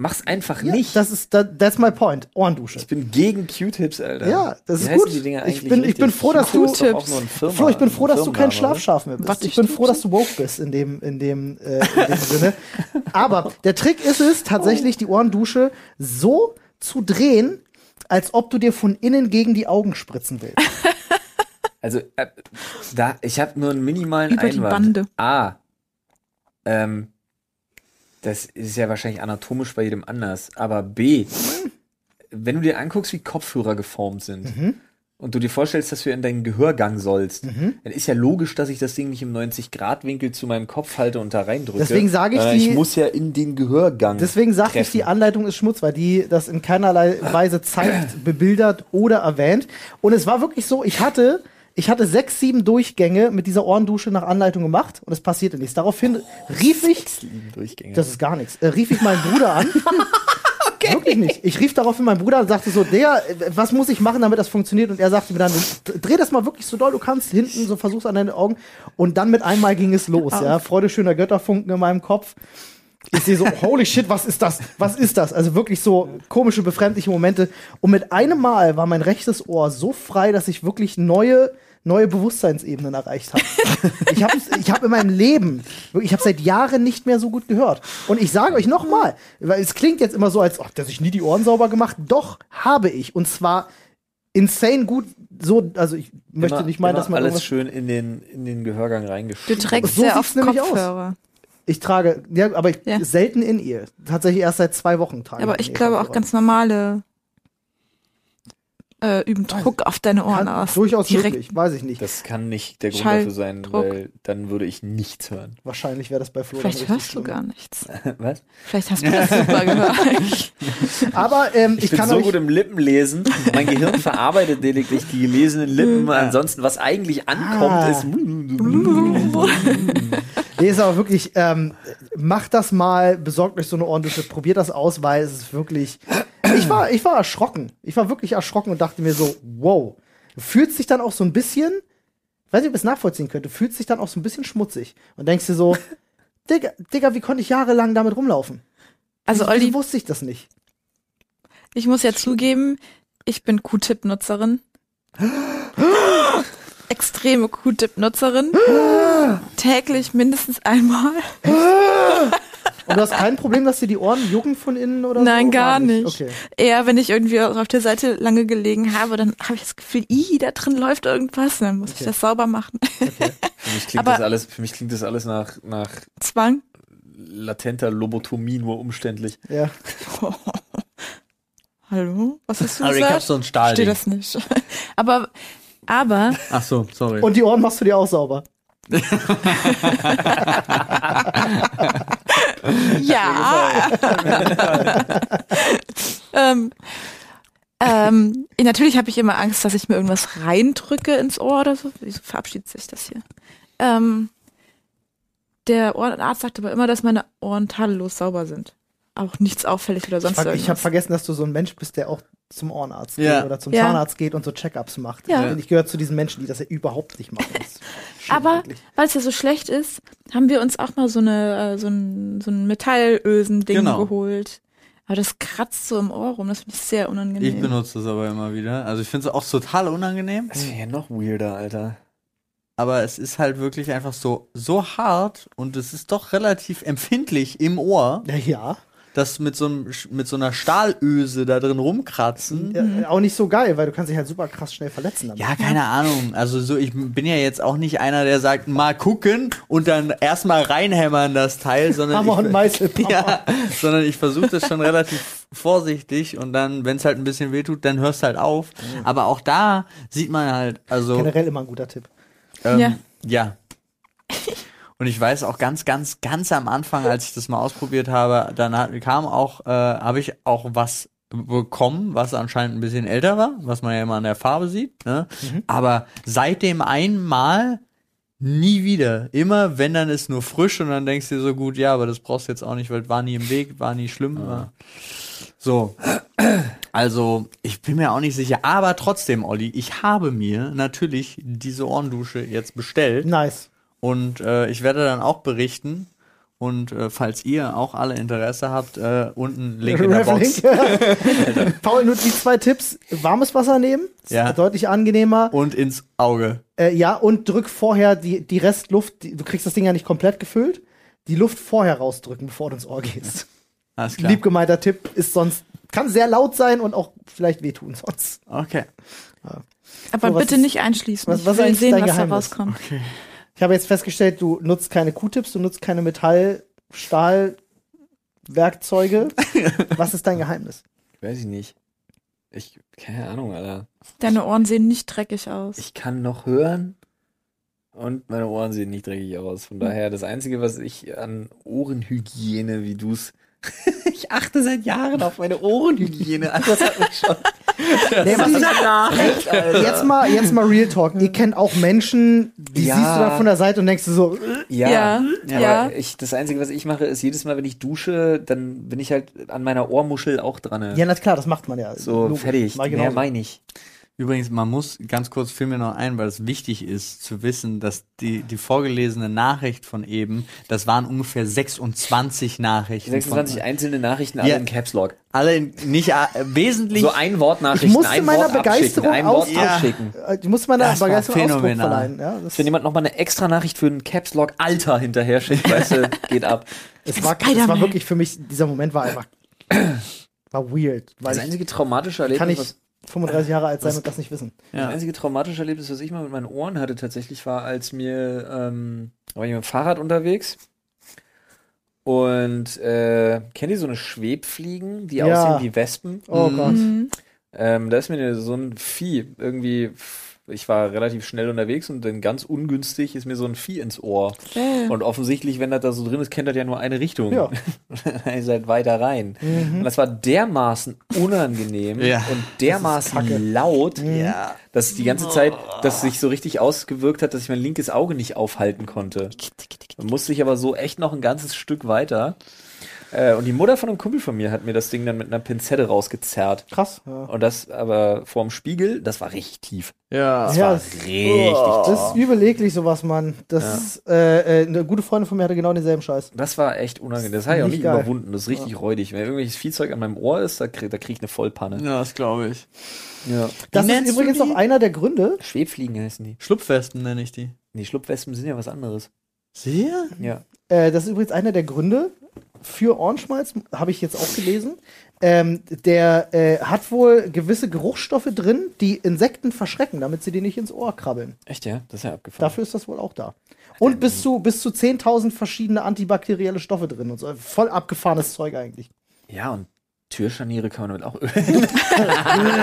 [SPEAKER 2] Mach's einfach
[SPEAKER 4] Ja,
[SPEAKER 2] nicht.
[SPEAKER 4] Das ist, that, that's my point. Ohrendusche.
[SPEAKER 2] ich bin gegen Q-Tips, Alter.
[SPEAKER 4] Ja, das
[SPEAKER 2] Wie
[SPEAKER 4] ist
[SPEAKER 2] heißen
[SPEAKER 4] gut.
[SPEAKER 2] Die Dinger
[SPEAKER 4] Ich
[SPEAKER 2] eigentlich
[SPEAKER 4] bin- ich bin
[SPEAKER 2] richtig?
[SPEAKER 4] froh, dass du-
[SPEAKER 2] Q-Tips ist doch auch
[SPEAKER 3] Q-Tips.
[SPEAKER 2] nur ein Firma-
[SPEAKER 4] Flo, ich bin froh, dass du kein
[SPEAKER 2] Firmenname, oder?
[SPEAKER 4] Schlafschaf mehr bist.
[SPEAKER 3] Warte,
[SPEAKER 4] Ich bin
[SPEAKER 3] ich
[SPEAKER 4] froh, dass du woke bist in dem, in dem, äh, in dem Sinne. Aber der Trick ist es, tatsächlich die Ohrendusche so zu drehen, als ob du dir von innen gegen die Augen spritzen willst.
[SPEAKER 2] Also, äh, da, ich habe nur einen minimalen
[SPEAKER 3] Über die
[SPEAKER 2] Einwand.
[SPEAKER 3] Bande.
[SPEAKER 2] A. Ähm, das ist ja wahrscheinlich anatomisch bei jedem anders. Aber B. Wenn du dir anguckst, wie Kopfhörer geformt sind
[SPEAKER 4] Mhm.
[SPEAKER 2] und du dir vorstellst, dass du in deinen Gehörgang sollst,
[SPEAKER 4] Mhm.
[SPEAKER 2] dann ist ja logisch, dass ich das Ding nicht im 90-Grad-Winkel zu meinem Kopf halte und da reindrücke.
[SPEAKER 4] Deswegen sage ich
[SPEAKER 2] Äh,
[SPEAKER 4] die-
[SPEAKER 2] Ich muss ja in den Gehörgang.
[SPEAKER 4] Deswegen sage ich,
[SPEAKER 2] treffen.
[SPEAKER 4] die Anleitung ist Schmutz, weil die das in keinerlei Weise zeigt, bebildert oder erwähnt. Und es war wirklich so, ich hatte, ich hatte sechs, sieben Durchgänge mit dieser Ohrendusche nach Anleitung gemacht und es passierte nichts. Daraufhin rief ich,
[SPEAKER 2] Lieben Durchgänge.
[SPEAKER 4] das ist gar nichts, äh, rief ich meinen Bruder an. Wirklich nicht. Ich rief daraufhin meinen Bruder und sagte so, der, äh, was muss ich machen, damit das funktioniert? Und er sagte mir dann, dreh das mal wirklich so doll du kannst, hinten, so versuch's an deine Augen. Und dann mit einmal ging es los, ja. Freude schöner Götterfunken in meinem Kopf. Ich sehe so, holy shit, was ist das? Was ist das? Also wirklich so komische, befremdliche Momente. Und mit einem Mal war mein rechtes Ohr so frei, dass ich wirklich neue, neue Bewusstseinsebenen erreicht habe. ich habe ich hab in meinem Leben, wirklich, ich habe seit Jahren nicht mehr so gut gehört. Und ich sage euch nochmal, weil es klingt jetzt immer so, als ob dass ich nie die Ohren sauber gemacht. Doch, habe ich. Und zwar insane gut. So, also ich möchte
[SPEAKER 2] Immer-
[SPEAKER 4] nicht meinen,
[SPEAKER 2] immer
[SPEAKER 4] dass man
[SPEAKER 2] alles
[SPEAKER 4] irgendwas
[SPEAKER 2] schön in den, in den Gehörgang
[SPEAKER 3] Du
[SPEAKER 2] reingeschickt.
[SPEAKER 3] trägst
[SPEAKER 4] So
[SPEAKER 3] ja
[SPEAKER 4] sieht's
[SPEAKER 3] auf
[SPEAKER 4] nämlich aus.
[SPEAKER 3] Kopfhörer.
[SPEAKER 4] Ich trage, ja, aber ich,
[SPEAKER 3] Ja.
[SPEAKER 4] selten in ihr. Tatsächlich erst seit zwei Wochen trage
[SPEAKER 3] Aber
[SPEAKER 4] in
[SPEAKER 3] ich
[SPEAKER 4] ihr
[SPEAKER 3] glaube auch
[SPEAKER 4] Kopfhörer.
[SPEAKER 3] ganz normale äh, üben Druck auf deine Ohren
[SPEAKER 4] Kann-
[SPEAKER 3] aus.
[SPEAKER 4] Durchaus
[SPEAKER 3] Direkt.
[SPEAKER 4] möglich, weiß ich nicht.
[SPEAKER 2] Das kann nicht der Grund
[SPEAKER 3] Schall,
[SPEAKER 2] dafür sein,
[SPEAKER 3] Druck.
[SPEAKER 2] weil dann würde ich nichts hören.
[SPEAKER 4] Wahrscheinlich wäre das bei Flo
[SPEAKER 3] Vielleicht
[SPEAKER 4] dann
[SPEAKER 3] hörst du
[SPEAKER 4] richtig
[SPEAKER 3] gar nichts.
[SPEAKER 2] Was?
[SPEAKER 3] Vielleicht hast du das super gehört.
[SPEAKER 4] schlimm. Aber ähm, ich,
[SPEAKER 2] Ich, bin
[SPEAKER 4] kann
[SPEAKER 2] so
[SPEAKER 4] euch,
[SPEAKER 2] gut im Lippenlesen. Mein Gehirn verarbeitet lediglich die gelesenen Lippen. Ansonsten, was eigentlich ankommt,
[SPEAKER 4] Ah.
[SPEAKER 2] ist.
[SPEAKER 4] nee, ist aber wirklich, ähm, macht das mal, besorgt euch so eine ordentliche, probiert das aus, weil es ist wirklich, ich war, ich war erschrocken. Ich war wirklich erschrocken und dachte mir so, wow. Du fühlst dich dann auch so ein bisschen, ich weiß nicht, ob ihr es nachvollziehen könnt, du fühlst dich dann auch so ein bisschen schmutzig und denkst dir so, Digga, Digga wie konnte ich jahrelang damit rumlaufen?
[SPEAKER 3] Also
[SPEAKER 4] Wieso
[SPEAKER 3] Olli,
[SPEAKER 4] wusste ich das nicht.
[SPEAKER 3] ich muss ja zugeben, ich bin Q-Tip-Nutzerin. Extreme Q-Tip-Nutzerin. Täglich mindestens einmal.
[SPEAKER 4] Und du hast kein Problem, dass dir die Ohren jucken von innen oder so?
[SPEAKER 3] Nein, gar nicht.
[SPEAKER 4] Okay.
[SPEAKER 3] Eher, wenn ich irgendwie auf der Seite lange gelegen habe, dann habe ich das Gefühl, ih, da drin läuft irgendwas. Dann muss ich das sauber machen.
[SPEAKER 2] Für mich klingt,
[SPEAKER 3] Aber-
[SPEAKER 2] das, alles, für mich klingt das alles nach, nach
[SPEAKER 3] Zwang.
[SPEAKER 2] latenter Lobotomie, nur umständlich.
[SPEAKER 4] Ja.
[SPEAKER 3] Hallo? Was hast du
[SPEAKER 1] Also ich
[SPEAKER 3] gesagt?
[SPEAKER 1] hab so ein Stahl.
[SPEAKER 3] Steht das nicht. aber, aber,
[SPEAKER 1] Ach so, sorry.
[SPEAKER 4] Und die Ohren machst du dir auch sauber.
[SPEAKER 3] ja. ähm, ähm, natürlich habe ich immer Angst, dass ich mir irgendwas reindrücke ins Ohr oder so. Wieso verabschiedet sich das hier? Ähm, der Ohrenarzt sagt aber immer, dass meine Ohren tadellos sauber sind. Auch nichts auffällig oder sonst
[SPEAKER 4] Ich, ver- ich habe
[SPEAKER 3] irgendwas.
[SPEAKER 4] vergessen, dass du so ein Mensch bist, der auch zum Ohrenarzt
[SPEAKER 1] Ja.
[SPEAKER 4] geht oder zum
[SPEAKER 3] Ja.
[SPEAKER 4] Zahnarzt geht und so Check-ups macht.
[SPEAKER 3] Ja.
[SPEAKER 4] Und ich gehöre zu diesen Menschen, die das ja überhaupt nicht machen. Das ist schlimm,
[SPEAKER 3] Aber
[SPEAKER 4] wirklich.
[SPEAKER 3] weil es ja so schlecht ist, haben wir uns auch mal so eine äh, so ein, so ein Metallösen-Ding
[SPEAKER 1] Genau.
[SPEAKER 3] geholt. Aber das kratzt so im Ohr rum, das finde ich sehr unangenehm.
[SPEAKER 1] Ich benutze das aber immer wieder. Also ich finde es auch total unangenehm,
[SPEAKER 2] Das wäre ja noch weirder, Alter.
[SPEAKER 1] aber es ist halt wirklich einfach so, so hart und es ist doch relativ empfindlich im Ohr,
[SPEAKER 4] Ja, ja.
[SPEAKER 1] dass mit so, einem, Sch- mit so einer Stahlöse da drin rumkratzen.
[SPEAKER 4] ja auch nicht so geil, weil du kannst dich halt super krass schnell verletzen. Damit.
[SPEAKER 1] Ja, keine Ahnung. Also so, ich bin ja jetzt auch nicht einer, der sagt, mal gucken und dann erstmal reinhämmern das Teil, sondern
[SPEAKER 4] Hammer
[SPEAKER 1] ich,
[SPEAKER 4] und Meißel.
[SPEAKER 1] ja, sondern ich versuche das schon relativ vorsichtig und dann, wenn es halt ein bisschen wehtut, dann hörst halt auf. Aber auch da sieht man halt, also
[SPEAKER 4] Generell immer ein guter Tipp.
[SPEAKER 1] ähm,
[SPEAKER 3] Ja.
[SPEAKER 1] ja. Und ich weiß auch ganz, ganz, ganz am Anfang, als ich das mal ausprobiert habe, dann hat, kam auch, äh, habe ich auch was bekommen, was anscheinend ein bisschen älter war, was man ja immer an der Farbe sieht. Ne? Aber seit dem einmal nie wieder. Immer, wenn, dann ist nur frisch und dann denkst du dir so gut, ja, aber das brauchst du jetzt auch nicht, weil war nie im Weg, war nie schlimm. War. So. Also, ich bin mir auch nicht sicher, aber trotzdem, Olli, ich habe mir natürlich diese Ohrendusche jetzt bestellt
[SPEAKER 4] Nice.
[SPEAKER 1] und äh, ich werde dann auch berichten. Und äh, falls ihr auch alle Interesse habt, äh, unten Link in der Box.
[SPEAKER 4] Link. Paul, nur die zwei Tipps. Warmes Wasser nehmen. Ist
[SPEAKER 1] Ja.
[SPEAKER 4] Deutlich angenehmer.
[SPEAKER 1] Und ins Auge.
[SPEAKER 4] Äh, ja, und drück vorher die, die Restluft. Die, du kriegst das Ding ja nicht komplett gefüllt. Die Luft vorher rausdrücken, bevor du ins Ohr gehst.
[SPEAKER 1] Alles klar.
[SPEAKER 4] Lieb gemeinter Tipp ist sonst, kann sehr laut sein und auch vielleicht wehtun sonst.
[SPEAKER 1] Okay.
[SPEAKER 3] Aber
[SPEAKER 4] So, was
[SPEAKER 3] bitte
[SPEAKER 4] ist-
[SPEAKER 3] nicht einschließen.
[SPEAKER 4] was-
[SPEAKER 3] ich
[SPEAKER 4] was
[SPEAKER 3] will
[SPEAKER 4] eigentlich
[SPEAKER 3] sehen,
[SPEAKER 4] dein
[SPEAKER 3] was da
[SPEAKER 4] Geheimnis?
[SPEAKER 3] rauskommt.
[SPEAKER 4] Ich habe jetzt festgestellt, du nutzt keine Q-Tips, du nutzt keine Metall, Stahl, Werkzeuge. Was ist dein Geheimnis?
[SPEAKER 2] Weiß ich nicht. Ich, keine Ahnung, Alter.
[SPEAKER 3] Deine Ohren sehen nicht dreckig aus.
[SPEAKER 2] Ich kann noch hören und meine Ohren sehen nicht dreckig aus. Von daher, das Einzige, was ich an Ohrenhygiene, wie du es. ich achte seit Jahren auf meine Ohrenhygiene. Also das hat mich schon.
[SPEAKER 4] Nee, was ich,
[SPEAKER 2] Nachricht, Alter.
[SPEAKER 4] jetzt, mal, jetzt mal Real Talk. Ihr kennt auch Menschen, die
[SPEAKER 2] Ja.
[SPEAKER 4] siehst du da von der Seite und denkst du so,
[SPEAKER 2] Ja.
[SPEAKER 3] Ja, ja.
[SPEAKER 2] Aber ich, das Einzige, was ich mache, ist jedes Mal, wenn ich dusche, dann bin ich halt an meiner Ohrmuschel auch dran. ne?
[SPEAKER 4] ja, na klar, das macht man ja.
[SPEAKER 2] so,
[SPEAKER 4] Logisch.
[SPEAKER 2] fertig.
[SPEAKER 4] Mal
[SPEAKER 2] Mehr
[SPEAKER 4] genau.
[SPEAKER 2] meine ich.
[SPEAKER 1] Übrigens, man muss ganz kurz fiel mir noch ein, weil es wichtig ist zu wissen, dass die, die vorgelesene Nachricht von eben, das waren ungefähr 26 Nachrichten.
[SPEAKER 2] 26 einzelne Nachrichten, alle
[SPEAKER 1] Ja.
[SPEAKER 2] in Caps Lock.
[SPEAKER 1] Von, alle in, nicht äh, wesentlich.
[SPEAKER 2] So ein Wort Nachrichten,
[SPEAKER 4] Ich musste
[SPEAKER 2] ein
[SPEAKER 4] meiner
[SPEAKER 2] Wort
[SPEAKER 4] Begeisterung
[SPEAKER 2] abschicken, ein Wort
[SPEAKER 4] Ausdruck-
[SPEAKER 2] abschicken.
[SPEAKER 4] Äh, Du musst meiner
[SPEAKER 1] Das war
[SPEAKER 4] Begeisterung Ausdruck
[SPEAKER 1] phänomenal.
[SPEAKER 4] verleihen. Ja, das,
[SPEAKER 2] Wenn jemand nochmal eine extra Nachricht für einen Caps Lock Alter hinterher schickt, weißt du, geht ab.
[SPEAKER 4] es, war, es
[SPEAKER 3] Spider-Man.
[SPEAKER 4] war wirklich für mich, dieser Moment war einfach war weird. Weil
[SPEAKER 2] Das
[SPEAKER 4] ich-
[SPEAKER 2] einzige traumatische
[SPEAKER 4] kann ich
[SPEAKER 2] Erlebnis, was,
[SPEAKER 4] 35 Jahre alt sein und das nicht wissen.
[SPEAKER 2] das einzige traumatische Erlebnis, was ich mal mit meinen Ohren hatte, tatsächlich war, als mir, ähm, da war ich mit dem Fahrrad unterwegs und äh, kennt ihr so eine Schwebfliegen, die
[SPEAKER 4] Ja.
[SPEAKER 2] aussehen wie Wespen?
[SPEAKER 4] Oh
[SPEAKER 1] Mhm.
[SPEAKER 4] Gott.
[SPEAKER 3] Mhm.
[SPEAKER 2] Ähm, da ist mir eine- so ein Vieh irgendwie, ich war relativ schnell unterwegs und dann ganz ungünstig ist mir so ein Vieh ins Ohr.
[SPEAKER 3] Äh.
[SPEAKER 2] Und offensichtlich, wenn das da so drin ist, kennt das ja nur eine Richtung.
[SPEAKER 4] Ja.
[SPEAKER 2] Ihr seid weiter rein. Und das war dermaßen unangenehm
[SPEAKER 1] Mhm. Ja.
[SPEAKER 2] und dermaßen laut,
[SPEAKER 1] Mhm. Ja.
[SPEAKER 2] dass die ganze Zeit das sich so richtig ausgewirkt hat, dass ich mein linkes Auge nicht aufhalten konnte. Dann musste ich aber so echt noch ein ganzes Stück weiter. Äh, Und die Mutter von einem Kumpel von mir hat mir das Ding dann mit einer Pinzette rausgezerrt.
[SPEAKER 4] Krass. Ja.
[SPEAKER 2] Und das aber vorm Spiegel, das war richtig tief.
[SPEAKER 1] Ja.
[SPEAKER 4] Ja,
[SPEAKER 2] war
[SPEAKER 4] das-
[SPEAKER 2] richtig
[SPEAKER 4] Das ist überleglich, sowas, Mann. Das, äh, äh, eine gute Freundin von mir hatte genau denselben Scheiß.
[SPEAKER 2] Das war echt unangenehm. Das habe ich auch
[SPEAKER 4] Nicht
[SPEAKER 2] nicht
[SPEAKER 4] geil.
[SPEAKER 2] überwunden. Das ist richtig räudig. Wenn irgendwelches Viehzeug an meinem Ohr ist, da kriege da krieg ich eine Vollpanne.
[SPEAKER 1] Ja, das glaube ich.
[SPEAKER 2] Ja.
[SPEAKER 4] Das
[SPEAKER 1] nennst
[SPEAKER 4] ist
[SPEAKER 1] du
[SPEAKER 4] übrigens
[SPEAKER 1] die?
[SPEAKER 4] auch einer der Gründe.
[SPEAKER 2] Schwebfliegen heißen die.
[SPEAKER 1] Schlupfwespen nenne ich die.
[SPEAKER 2] Nee, Schlupfwespen sind ja was anderes.
[SPEAKER 1] Sehr?
[SPEAKER 2] Ja.
[SPEAKER 4] Äh, das ist übrigens einer der Gründe für Ohrenschmalz, habe ich jetzt auch gelesen. Ähm, der äh, hat wohl gewisse Geruchsstoffe drin, die Insekten verschrecken, damit sie dir nicht ins Ohr krabbeln.
[SPEAKER 2] Echt, ja? Das ist ja abgefahren.
[SPEAKER 4] Dafür ist das wohl auch da. Und bis zu, bis zu 10.000 verschiedene antibakterielle Stoffe drin und so. Voll abgefahrenes Zeug eigentlich.
[SPEAKER 2] Ja, und Türscharniere kann man damit auch ölen.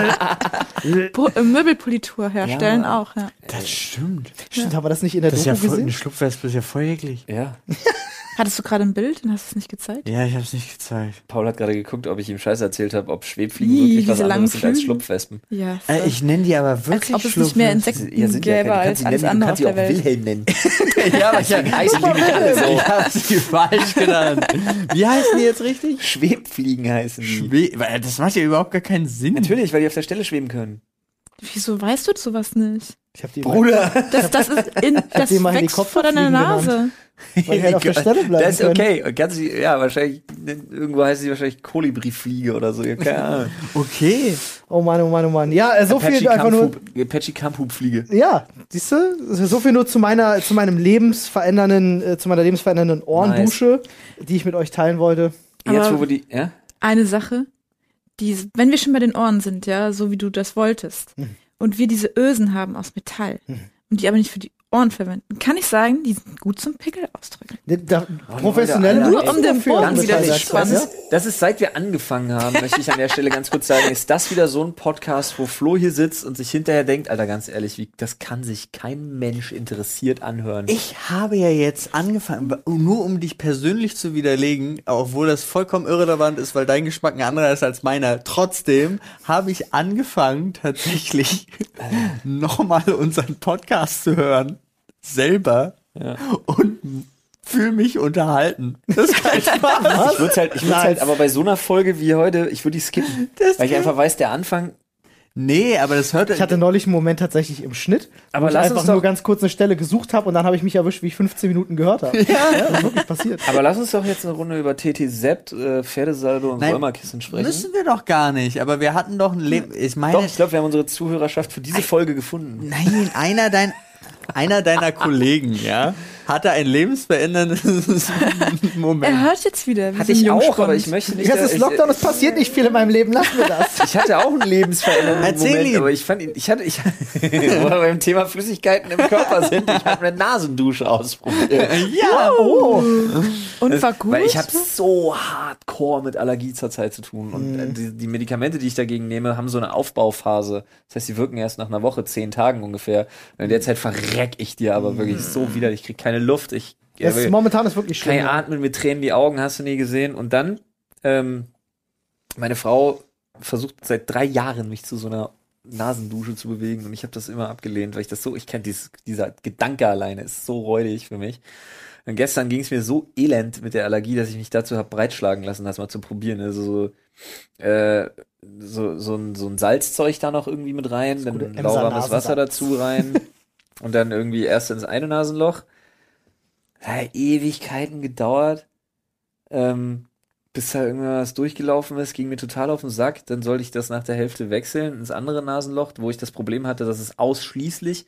[SPEAKER 3] Po- äh, Möbelpolitur herstellen
[SPEAKER 2] Ja.
[SPEAKER 3] auch, ja.
[SPEAKER 1] Das stimmt.
[SPEAKER 4] Stimmt, haben wir das nicht in der
[SPEAKER 1] Das ist ja
[SPEAKER 4] Doku
[SPEAKER 1] voll,
[SPEAKER 4] gesehen?
[SPEAKER 1] ein Schlupfwespe ist ja voll eklig.
[SPEAKER 2] ja.
[SPEAKER 3] Hattest du gerade ein Bild und hast es nicht gezeigt?
[SPEAKER 1] Ja, ich hab's nicht gezeigt.
[SPEAKER 2] Paul hat gerade geguckt, ob ich ihm Scheiße erzählt habe, ob Schwebfliegen
[SPEAKER 3] Ih,
[SPEAKER 2] wirklich was
[SPEAKER 3] diese
[SPEAKER 2] anderes
[SPEAKER 3] langen
[SPEAKER 2] sind als
[SPEAKER 3] Flügel.
[SPEAKER 2] Schlupfwespen.
[SPEAKER 3] Ja.
[SPEAKER 1] Äh, ich nenne die aber
[SPEAKER 3] als
[SPEAKER 1] wirklich
[SPEAKER 3] ob es nicht mehr
[SPEAKER 1] Schlupfwespen.
[SPEAKER 3] Insekten gäbe als alles andere auf der Welt.
[SPEAKER 2] Wilhelm nennen. ja, aber ich heißen die nicht alle so.
[SPEAKER 1] Ich hab sie falsch genannt. Wie heißen die jetzt richtig?
[SPEAKER 2] Schwebfliegen heißen die.
[SPEAKER 1] Schwe weil das macht ja überhaupt gar keinen Sinn.
[SPEAKER 2] Natürlich, weil die auf der Stelle schweben können.
[SPEAKER 3] Wieso weißt du sowas nicht?
[SPEAKER 4] Ich hab die
[SPEAKER 2] Bruder,
[SPEAKER 3] Das, das ist in, das
[SPEAKER 4] die mal
[SPEAKER 3] wächst vor
[SPEAKER 4] Helikopterfliegen
[SPEAKER 3] deiner
[SPEAKER 4] genannt.
[SPEAKER 3] Nase.
[SPEAKER 4] Weil die halt auf der Stelle bleiben
[SPEAKER 2] das ist
[SPEAKER 4] können.
[SPEAKER 2] okay. Und Ganz, ja, wahrscheinlich, irgendwo heißt sie wahrscheinlich Kolibrifliege oder so. Ja, Keine Ahnung.
[SPEAKER 1] Okay.
[SPEAKER 4] Oh Mann, oh Mann, oh Mann. Ja, äh, so viel einfach nur.
[SPEAKER 2] Apache Kampfhubfliege.
[SPEAKER 4] Ja, siehst du, so viel nur zu meiner, zu meinem lebensverändernden, äh, zu meiner lebensverändernden Ohrendusche, die ich mit euch teilen wollte.
[SPEAKER 2] Jetzt,
[SPEAKER 3] Aber-
[SPEAKER 2] wo wir die, ja?
[SPEAKER 3] Eine Sache, die, wenn wir schon bei den Ohren sind, ja, so wie du das wolltest,
[SPEAKER 4] Hm.
[SPEAKER 3] und wir diese Ösen haben aus Metall und die aber nicht für die Ohren verwenden, kann ich sagen, die sind gut zum Pickel ausdrücken.
[SPEAKER 4] Da- Da, professionelle
[SPEAKER 2] Leute,
[SPEAKER 4] Nutzen
[SPEAKER 3] Nur um den
[SPEAKER 4] dafür,
[SPEAKER 3] Bogen
[SPEAKER 4] haben wir
[SPEAKER 3] wieder zu
[SPEAKER 4] teilweise
[SPEAKER 3] spannen.
[SPEAKER 4] schon,
[SPEAKER 2] Das ist, das ist, seit wir angefangen haben, möchte ich an der Stelle ganz kurz sagen, ist das wieder so ein Podcast, wo Flo hier sitzt und sich hinterher denkt, Alter, ganz ehrlich, wie, das kann sich kein Mensch interessiert anhören.
[SPEAKER 1] Ich habe ja jetzt angefangen, nur um dich persönlich zu widerlegen, obwohl das vollkommen irrelevant ist, weil dein Geschmack ein anderer ist als meiner. Trotzdem habe ich angefangen, tatsächlich nochmal unseren Podcast zu hören. Selber. Und fühle mich unterhalten. Das ist kein Spaß.
[SPEAKER 2] Ich würde halt, ich würd's halt, aber bei so einer Folge wie heute, ich würde die skippen, weil ich einfach weiß, der Anfang.
[SPEAKER 1] nee, aber das hört
[SPEAKER 4] Ich hatte neulich einen Moment tatsächlich im Schnitt,
[SPEAKER 2] Aber
[SPEAKER 4] wo ich
[SPEAKER 2] lass
[SPEAKER 4] einfach
[SPEAKER 2] uns doch-
[SPEAKER 4] nur ganz kurz eine Stelle gesucht habe und dann habe ich mich erwischt, wie ich 15 Minuten gehört habe. Ja. das ist wirklich passiert.
[SPEAKER 2] Aber lass uns doch jetzt eine Runde über TT Sept, äh, Pferdesalbe und
[SPEAKER 1] Nein,
[SPEAKER 2] Römerkissen sprechen.
[SPEAKER 1] Müssen wir doch gar nicht, aber wir hatten Hm. doch ein Leben. Ich meine,
[SPEAKER 2] Doch, ich glaube, wir haben unsere Zuhörerschaft für diese Folge gefunden.
[SPEAKER 1] Nein, einer, dein, einer deiner Kollegen, ja, hatte einen lebensveränderndes
[SPEAKER 3] Er
[SPEAKER 1] Moment.
[SPEAKER 3] hört jetzt wieder. wie
[SPEAKER 2] Hatte
[SPEAKER 3] so ein
[SPEAKER 2] ich auch,
[SPEAKER 3] Jungspund.
[SPEAKER 2] aber ich äh, möchte nicht.
[SPEAKER 4] Das
[SPEAKER 2] dass-
[SPEAKER 4] ist Lockdown, es passiert nicht viel in meinem Leben, lass mir das.
[SPEAKER 2] Ich hatte auch einen lebensverändernden
[SPEAKER 1] Erzähl
[SPEAKER 2] Moment,
[SPEAKER 1] ihn.
[SPEAKER 2] aber ich fand ihn, ich hatte, ich, wo wir beim Thema Flüssigkeiten im Körper sind, ich habe eine Nasendusche ausprobiert.
[SPEAKER 1] Ja,
[SPEAKER 4] Oh,
[SPEAKER 3] Und war gut.
[SPEAKER 2] Weil ich habe so hardcore mit Allergie zurzeit zu tun und äh, die, die Medikamente, die ich dagegen nehme, haben so eine Aufbauphase. Das heißt, die wirken erst nach einer Woche, zehn Tagen ungefähr. Und in der Zeit verreck ich dir aber wirklich so wieder. Ich krieg keine Luft, ich äh,
[SPEAKER 4] das ist, momentan ist wirklich schlimm.
[SPEAKER 2] kein Atmen, mit Tränen die Augen, hast du nie gesehen. Und dann, ähm, meine Frau versucht seit drei Jahren, mich zu so einer Nasendusche zu bewegen und ich habe das immer abgelehnt, weil ich das so, ich kenne dieses, dieser Gedanke alleine, ist so räudig für mich. Und gestern ging es mir so elend mit der Allergie, dass ich mich dazu habe breitschlagen lassen, das mal zu probieren. Also so, äh, so, so, ein, so ein Salzzeug da noch irgendwie mit rein, dann
[SPEAKER 4] gute
[SPEAKER 2] lauwarmes Wasser
[SPEAKER 4] Emser-Nasensalz.
[SPEAKER 2] dazu rein und dann irgendwie erst ins eine Nasenloch. Hat Ewigkeiten gedauert. Ähm, bis da irgendwas durchgelaufen ist, ging mir total auf den Sack. Dann sollte ich das nach der Hälfte wechseln ins andere Nasenloch, wo ich das Problem hatte, dass es ausschließlich,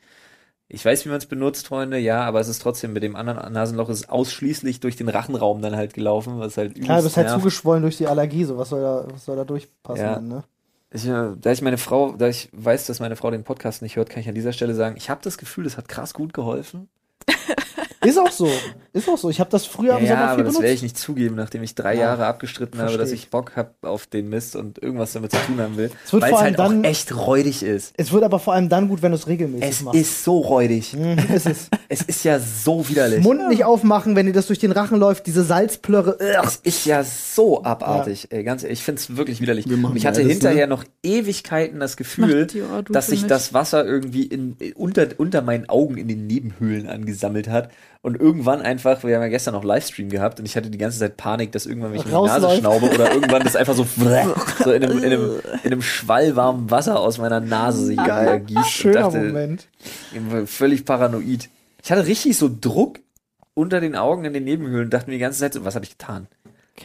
[SPEAKER 2] ich weiß, wie man es benutzt, Freunde, ja, aber es ist trotzdem mit dem anderen Nasenloch ist es ausschließlich durch den Rachenraum dann halt gelaufen, was halt
[SPEAKER 4] Klar, du bist
[SPEAKER 2] übelst
[SPEAKER 4] halt
[SPEAKER 2] nervt.
[SPEAKER 4] zugeschwollen durch die Allergie, so was soll da, was soll da durchpassen?
[SPEAKER 2] Ja.
[SPEAKER 4] Ne?
[SPEAKER 2] Ich, äh, da ich meine Frau, da ich weiß, dass meine Frau den Podcast nicht hört, kann ich an dieser Stelle sagen, ich habe das Gefühl, das hat krass gut geholfen.
[SPEAKER 4] Ist auch so, ist auch so. Ich habe das früher
[SPEAKER 2] Ja,
[SPEAKER 4] am Sommer
[SPEAKER 2] aber
[SPEAKER 4] viel
[SPEAKER 2] das
[SPEAKER 4] benutzt.
[SPEAKER 2] werde ich nicht zugeben, nachdem ich drei
[SPEAKER 4] Ja,
[SPEAKER 2] Jahre abgestritten habe, dass
[SPEAKER 4] versteh ich.
[SPEAKER 2] ich Bock habe auf den Mist und irgendwas damit zu tun haben will,
[SPEAKER 4] Es wird
[SPEAKER 2] weil es
[SPEAKER 4] vor allem
[SPEAKER 2] halt auch
[SPEAKER 4] dann-
[SPEAKER 2] echt räudig ist.
[SPEAKER 4] Es wird aber vor allem dann gut, wenn du es regelmäßig
[SPEAKER 2] Es
[SPEAKER 4] machst.
[SPEAKER 2] ist so räudig.
[SPEAKER 4] ist es.
[SPEAKER 2] Es ist ja so widerlich.
[SPEAKER 4] Mund nicht aufmachen, wenn dir das durch den Rachen läuft, diese Salzplörre. Ugh.
[SPEAKER 2] es ist ja so abartig. Ey, ganz ehrlich, ich finde es wirklich widerlich. Und ich hatte hinterher noch Ewigkeiten das Gefühl,
[SPEAKER 3] Macht die Ohrdufe
[SPEAKER 2] dass sich
[SPEAKER 3] mit.
[SPEAKER 2] das Wasser irgendwie in, unter, unter meinen Augen in den Nebenhöhlen angesammelt hat. Und irgendwann einfach, wir haben ja gestern noch Livestream gehabt und ich hatte die ganze Zeit Panik, dass irgendwann, wenn ich in die Nase
[SPEAKER 4] Rausläuft.
[SPEAKER 2] schnaube oder irgendwann das einfach so, so in, einem, in, einem, in einem Schwall warmem Wasser aus meiner Nase sich ergießt.
[SPEAKER 4] Schöner Moment.
[SPEAKER 2] Völlig paranoid. Ich hatte richtig so Druck unter den Augen in den Nebenhöhlen, dachte mir die ganze Zeit so, was habe ich getan?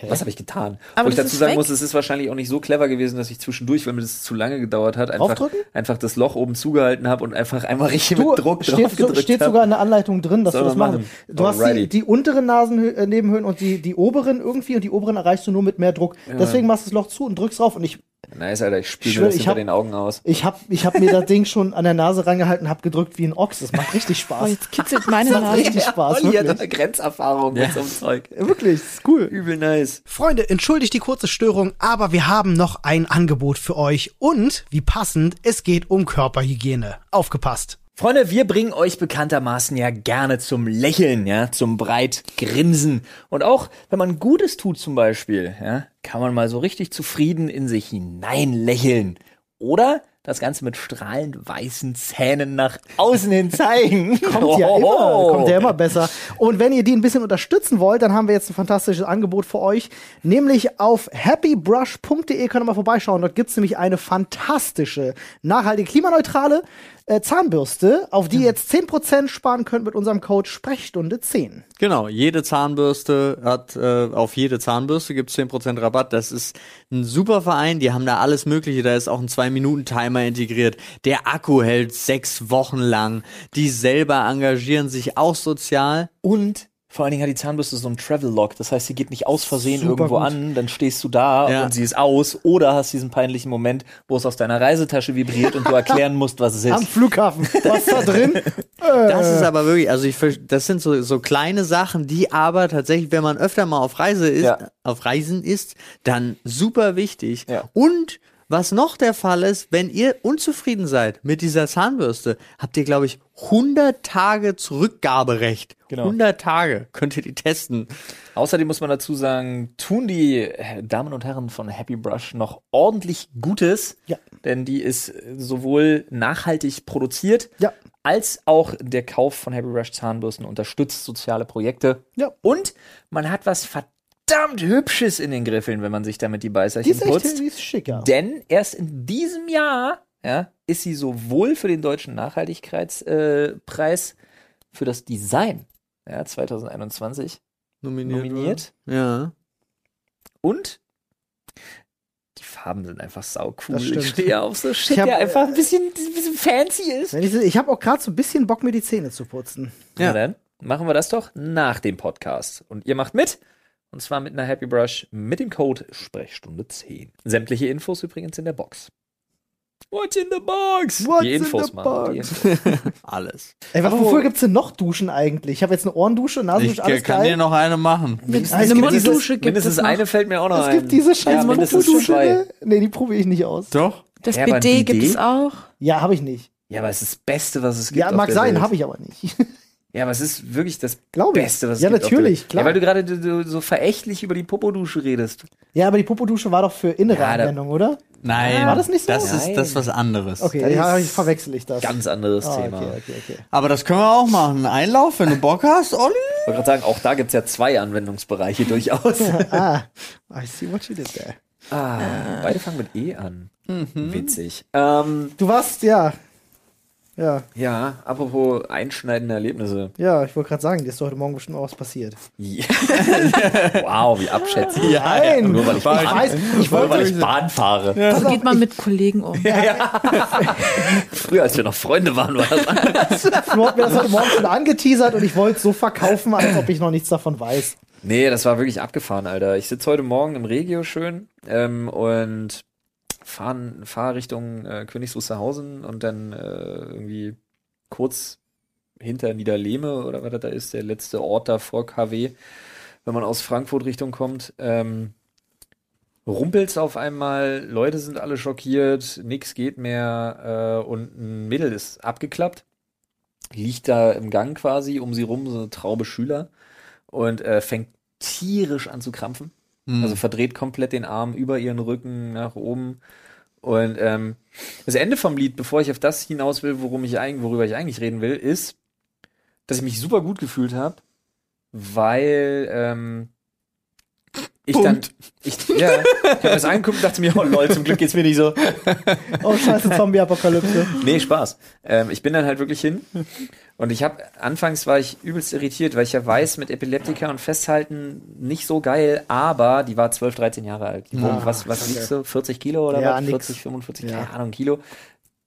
[SPEAKER 2] Was habe ich getan?
[SPEAKER 3] Aber
[SPEAKER 2] Wo ich
[SPEAKER 3] das
[SPEAKER 2] dazu
[SPEAKER 3] ist
[SPEAKER 2] sagen
[SPEAKER 3] weg.
[SPEAKER 2] muss, es ist wahrscheinlich auch nicht so clever gewesen, dass ich zwischendurch, weil mir das zu lange gedauert hat, einfach,
[SPEAKER 4] Draufdrücken?
[SPEAKER 2] einfach das Loch oben zugehalten habe und einfach einmal richtig
[SPEAKER 4] Du,
[SPEAKER 2] mit Druck
[SPEAKER 4] steht,
[SPEAKER 2] drauf
[SPEAKER 4] so,
[SPEAKER 2] gedrückt
[SPEAKER 4] steht
[SPEAKER 2] habe.
[SPEAKER 4] sogar in der Anleitung drin, dass
[SPEAKER 2] Soll
[SPEAKER 4] du das
[SPEAKER 2] man
[SPEAKER 4] machen.
[SPEAKER 2] machen.
[SPEAKER 4] Du hast die,
[SPEAKER 2] Alrighty.
[SPEAKER 4] die unteren Nasenhö- äh, Nebenhöhlen und die, die oberen irgendwie und die oberen erreichst du nur mit mehr Druck. Deswegen machst du das Loch zu und drückst drauf und ich
[SPEAKER 2] Nice, Alter, ich
[SPEAKER 4] Ich
[SPEAKER 2] spüle
[SPEAKER 4] schwör,
[SPEAKER 2] mir das
[SPEAKER 4] ich
[SPEAKER 2] hinter
[SPEAKER 4] hab-
[SPEAKER 2] den Augen aus.
[SPEAKER 4] Ich hab, ich hab mir das Ding schon an der Nase rangehalten, hab gedrückt wie ein Ochs. Das macht richtig
[SPEAKER 3] Oh,
[SPEAKER 4] Spaß.
[SPEAKER 3] jetzt kitzelt meine Nase.
[SPEAKER 4] richtig Spaß,
[SPEAKER 2] Olli hat
[SPEAKER 4] wirklich.
[SPEAKER 2] eine Grenzerfahrung mit so einem Zeug.
[SPEAKER 4] Wirklich, das ist cool.
[SPEAKER 2] Übel nice.
[SPEAKER 6] Freunde, entschuldigt die kurze Störung, aber wir haben noch ein Angebot für euch. Und, wie passend, es geht um Körperhygiene. Aufgepasst.
[SPEAKER 2] Freunde, wir bringen euch bekanntermaßen ja gerne zum Lächeln, ja, zum breit Grinsen. Und auch, wenn man Gutes tut zum Beispiel, ja, kann man mal so richtig zufrieden in sich hinein lächeln. Oder das Ganze mit strahlend weißen Zähnen nach außen hin zeigen.
[SPEAKER 4] Kommt ja, immer,
[SPEAKER 1] Oh.
[SPEAKER 2] Ohoho.
[SPEAKER 4] kommt ja immer besser. Und wenn ihr die ein bisschen unterstützen wollt, dann haben wir jetzt ein fantastisches Angebot für euch. Nämlich auf happybrush.de könnt ihr mal vorbeischauen. Dort gibt's nämlich eine fantastische, nachhaltige, klimaneutrale äh, Zahnbürste, auf die ihr jetzt 10% sparen könnt mit unserem Code Sprechstunde 10.
[SPEAKER 1] Genau, jede Zahnbürste hat, äh, auf jede Zahnbürste gibt's 10% Rabatt. Das ist ein super Verein, die haben da alles Mögliche. Da ist auch ein 2-Minuten-Timer integriert. Der Akku hält sechs Wochen lang. Die selber engagieren sich auch sozial.
[SPEAKER 2] Und vor allen Dingen hat die Zahnbürste so einen Travel-Lock. Das heißt, sie geht nicht aus Versehen
[SPEAKER 4] Super
[SPEAKER 2] irgendwo
[SPEAKER 4] gut.
[SPEAKER 2] an, dann stehst du da
[SPEAKER 1] Ja.
[SPEAKER 2] und sie ist aus. Oder hast diesen peinlichen Moment, wo es aus deiner Reisetasche vibriert und du erklären musst, was es ist.
[SPEAKER 4] Am Flughafen. Was da drin?
[SPEAKER 1] Das
[SPEAKER 4] Äh.
[SPEAKER 1] ist aber wirklich, also ich, ver- das sind so, so kleine Sachen, die aber tatsächlich, wenn man öfter mal auf Reise ist,
[SPEAKER 2] Ja.
[SPEAKER 1] auf Reisen ist, dann super wichtig.
[SPEAKER 2] Ja.
[SPEAKER 1] Und was noch der Fall ist, wenn ihr unzufrieden seid mit dieser Zahnbürste, habt ihr, glaube ich, 100 Tage Zurückgaberecht.
[SPEAKER 2] Genau.
[SPEAKER 1] 100 Tage könnt ihr die testen.
[SPEAKER 2] Außerdem muss man dazu sagen, tun die Damen und Herren von Happy Brush noch ordentlich Gutes,
[SPEAKER 4] Ja.
[SPEAKER 2] denn die ist sowohl nachhaltig produziert,
[SPEAKER 4] Ja.
[SPEAKER 2] als auch der Kauf von Happy Brush Zahnbürsten unterstützt soziale Projekte.
[SPEAKER 4] Ja.
[SPEAKER 2] Und man hat was verdammt Hübsches in den Griffeln, wenn man sich damit die
[SPEAKER 4] Die
[SPEAKER 2] Beißerchen
[SPEAKER 4] ist echt
[SPEAKER 2] putzt.
[SPEAKER 4] die ist schick, ja.
[SPEAKER 2] Denn erst in diesem Jahr ja, ist sie sowohl für den deutschen Nachhaltigkeitspreis äh, Preis für das Design ja, 2021
[SPEAKER 1] Nominiert.
[SPEAKER 2] nominiert.
[SPEAKER 1] Ja.
[SPEAKER 2] Und die Farben sind einfach sau cool.
[SPEAKER 4] Das stimmt.
[SPEAKER 2] Ich stehe auf so Shit,
[SPEAKER 4] Ich hab-
[SPEAKER 2] der einfach ein bisschen, ein bisschen fancy ist.
[SPEAKER 4] Wenn Ich, ich habe auch gerade so ein bisschen Bock, mir die Zähne zu putzen.
[SPEAKER 1] Ja.
[SPEAKER 2] Na dann machen wir das doch nach dem Podcast. Und ihr macht mit. Und zwar mit einer Happy Brush mit dem Code Sprechstunde 10. Sämtliche Infos übrigens in der Box. What's in the box?
[SPEAKER 4] What's
[SPEAKER 2] die
[SPEAKER 4] in
[SPEAKER 2] Infos,
[SPEAKER 4] the
[SPEAKER 2] Mann. Die
[SPEAKER 4] box?
[SPEAKER 2] Infos.
[SPEAKER 1] Alles.
[SPEAKER 4] Ey, was,
[SPEAKER 2] Aber-
[SPEAKER 4] wofür gibt's denn noch Duschen eigentlich? Ich habe jetzt eine Ohrendusche,
[SPEAKER 1] Oh. Ich äh,
[SPEAKER 4] Nasendusche, Also alles
[SPEAKER 1] kann
[SPEAKER 4] geil.
[SPEAKER 1] dir noch eine machen.
[SPEAKER 3] Mit
[SPEAKER 4] Ah, es
[SPEAKER 3] einer
[SPEAKER 4] gibt dieses-
[SPEAKER 3] Munddusche gibt es
[SPEAKER 2] Mindestens
[SPEAKER 3] noch.
[SPEAKER 2] eine fällt mir auch noch
[SPEAKER 4] es
[SPEAKER 2] ein.
[SPEAKER 4] gibt diese scheiß
[SPEAKER 2] Ja, mindestens
[SPEAKER 4] Mokko-Dusche,
[SPEAKER 2] zwei.
[SPEAKER 4] ne? Nee, die probiere ich nicht aus.
[SPEAKER 1] Doch.
[SPEAKER 3] Das
[SPEAKER 2] Ja, aber ein
[SPEAKER 3] Bidet gibt es
[SPEAKER 2] Bidet?
[SPEAKER 3] auch.
[SPEAKER 4] Ja, habe ich nicht.
[SPEAKER 2] Ja, aber es ist das Beste, was es gibt.
[SPEAKER 4] Ja,
[SPEAKER 2] auf
[SPEAKER 4] mag
[SPEAKER 2] der
[SPEAKER 4] sein,
[SPEAKER 2] Welt.
[SPEAKER 4] habe ich aber nicht.
[SPEAKER 2] Ja, aber es ist wirklich das
[SPEAKER 4] Glaube ich.
[SPEAKER 2] Beste, was es
[SPEAKER 4] Ja,
[SPEAKER 2] gibt auf der
[SPEAKER 4] natürlich,
[SPEAKER 2] Welt.
[SPEAKER 4] klar.
[SPEAKER 2] Ja, weil du gerade so- so, so verächtlich über die Popodusche redest.
[SPEAKER 4] Ja, aber die Popodusche war doch für innere
[SPEAKER 2] Ja, da-
[SPEAKER 4] Anwendung, oder?
[SPEAKER 1] Nein.
[SPEAKER 4] War das nicht so?
[SPEAKER 1] Das ist
[SPEAKER 2] Nein.
[SPEAKER 1] das ist was anderes.
[SPEAKER 4] Okay, ja, ich verwechsel ich das.
[SPEAKER 2] Ganz anderes
[SPEAKER 4] ah,
[SPEAKER 2] Thema.
[SPEAKER 4] okay, okay, okay.
[SPEAKER 1] Aber das können wir auch machen. Einlauf, wenn du Bock hast, Olli.
[SPEAKER 2] Ich wollte gerade sagen, auch da gibt es ja zwei Anwendungsbereiche durchaus.
[SPEAKER 4] Ah, I see what you did there.
[SPEAKER 2] ah, beide fangen mit E an.
[SPEAKER 4] Mhm.
[SPEAKER 2] Witzig. Ähm,
[SPEAKER 4] Du warst, ja. Ja,
[SPEAKER 2] ja, apropos einschneidende Erlebnisse.
[SPEAKER 4] ja, ich wollte gerade sagen, dir ist doch heute Morgen bestimmt auch was passiert.
[SPEAKER 2] Ja. wow, wie abschätzend.
[SPEAKER 4] Nein!
[SPEAKER 2] Nur weil ich,
[SPEAKER 4] ich
[SPEAKER 2] Bahn,
[SPEAKER 4] weiß, ich
[SPEAKER 2] nur weil
[SPEAKER 4] wollte.
[SPEAKER 2] ich Bahn fahre.
[SPEAKER 3] So geht man mit Kollegen um.
[SPEAKER 2] Früher, als wir noch Freunde waren, war das anders.
[SPEAKER 4] Flo hat mir das heute Morgen schon angeteasert und ich wollte es so verkaufen, als ob ich noch nichts davon weiß.
[SPEAKER 2] Nee, das war wirklich abgefahren, Alter. Ich sitze heute Morgen im Regio schön ähm, und fahre fahr Richtung äh, Königs Wusterhausen und dann äh, irgendwie kurz hinter Niederlehme oder was das da ist, der letzte Ort da vor KW, wenn man aus Frankfurt Richtung kommt. Ähm, Rumpelt's auf einmal, Leute sind alle schockiert, nix geht mehr äh, und ein Mädel ist abgeklappt, liegt da im Gang quasi, um sie rum so eine Traube Schüler und äh, fängt tierisch an zu krampfen. Also verdreht komplett den Arm über ihren Rücken nach oben. Und ähm, das Ende vom Lied, bevor ich auf das hinaus will, worum ich eigentlich, worüber ich eigentlich reden will, ist, dass ich mich super gut gefühlt habe, weil ähm, ich dann, ich, ja, ich habe das angeguckt und dachte mir, oh lol, zum Glück geht's mir nicht so.
[SPEAKER 4] Oh, scheiße, Zombie-Apokalypse.
[SPEAKER 2] Nee, Spaß. Ähm, ich bin dann halt wirklich hin. Und ich habe, anfangs war ich übelst irritiert, weil ich ja weiß, mit Epileptika und Festhalten nicht so geil, aber die war 12, 13 Jahre alt. Die wog, was was wiegst du? 40 Kilo oder
[SPEAKER 4] Ah, Ja,
[SPEAKER 2] was?
[SPEAKER 4] nix.
[SPEAKER 2] 40, 45,
[SPEAKER 4] Ja.
[SPEAKER 2] keine Ahnung, Kilo.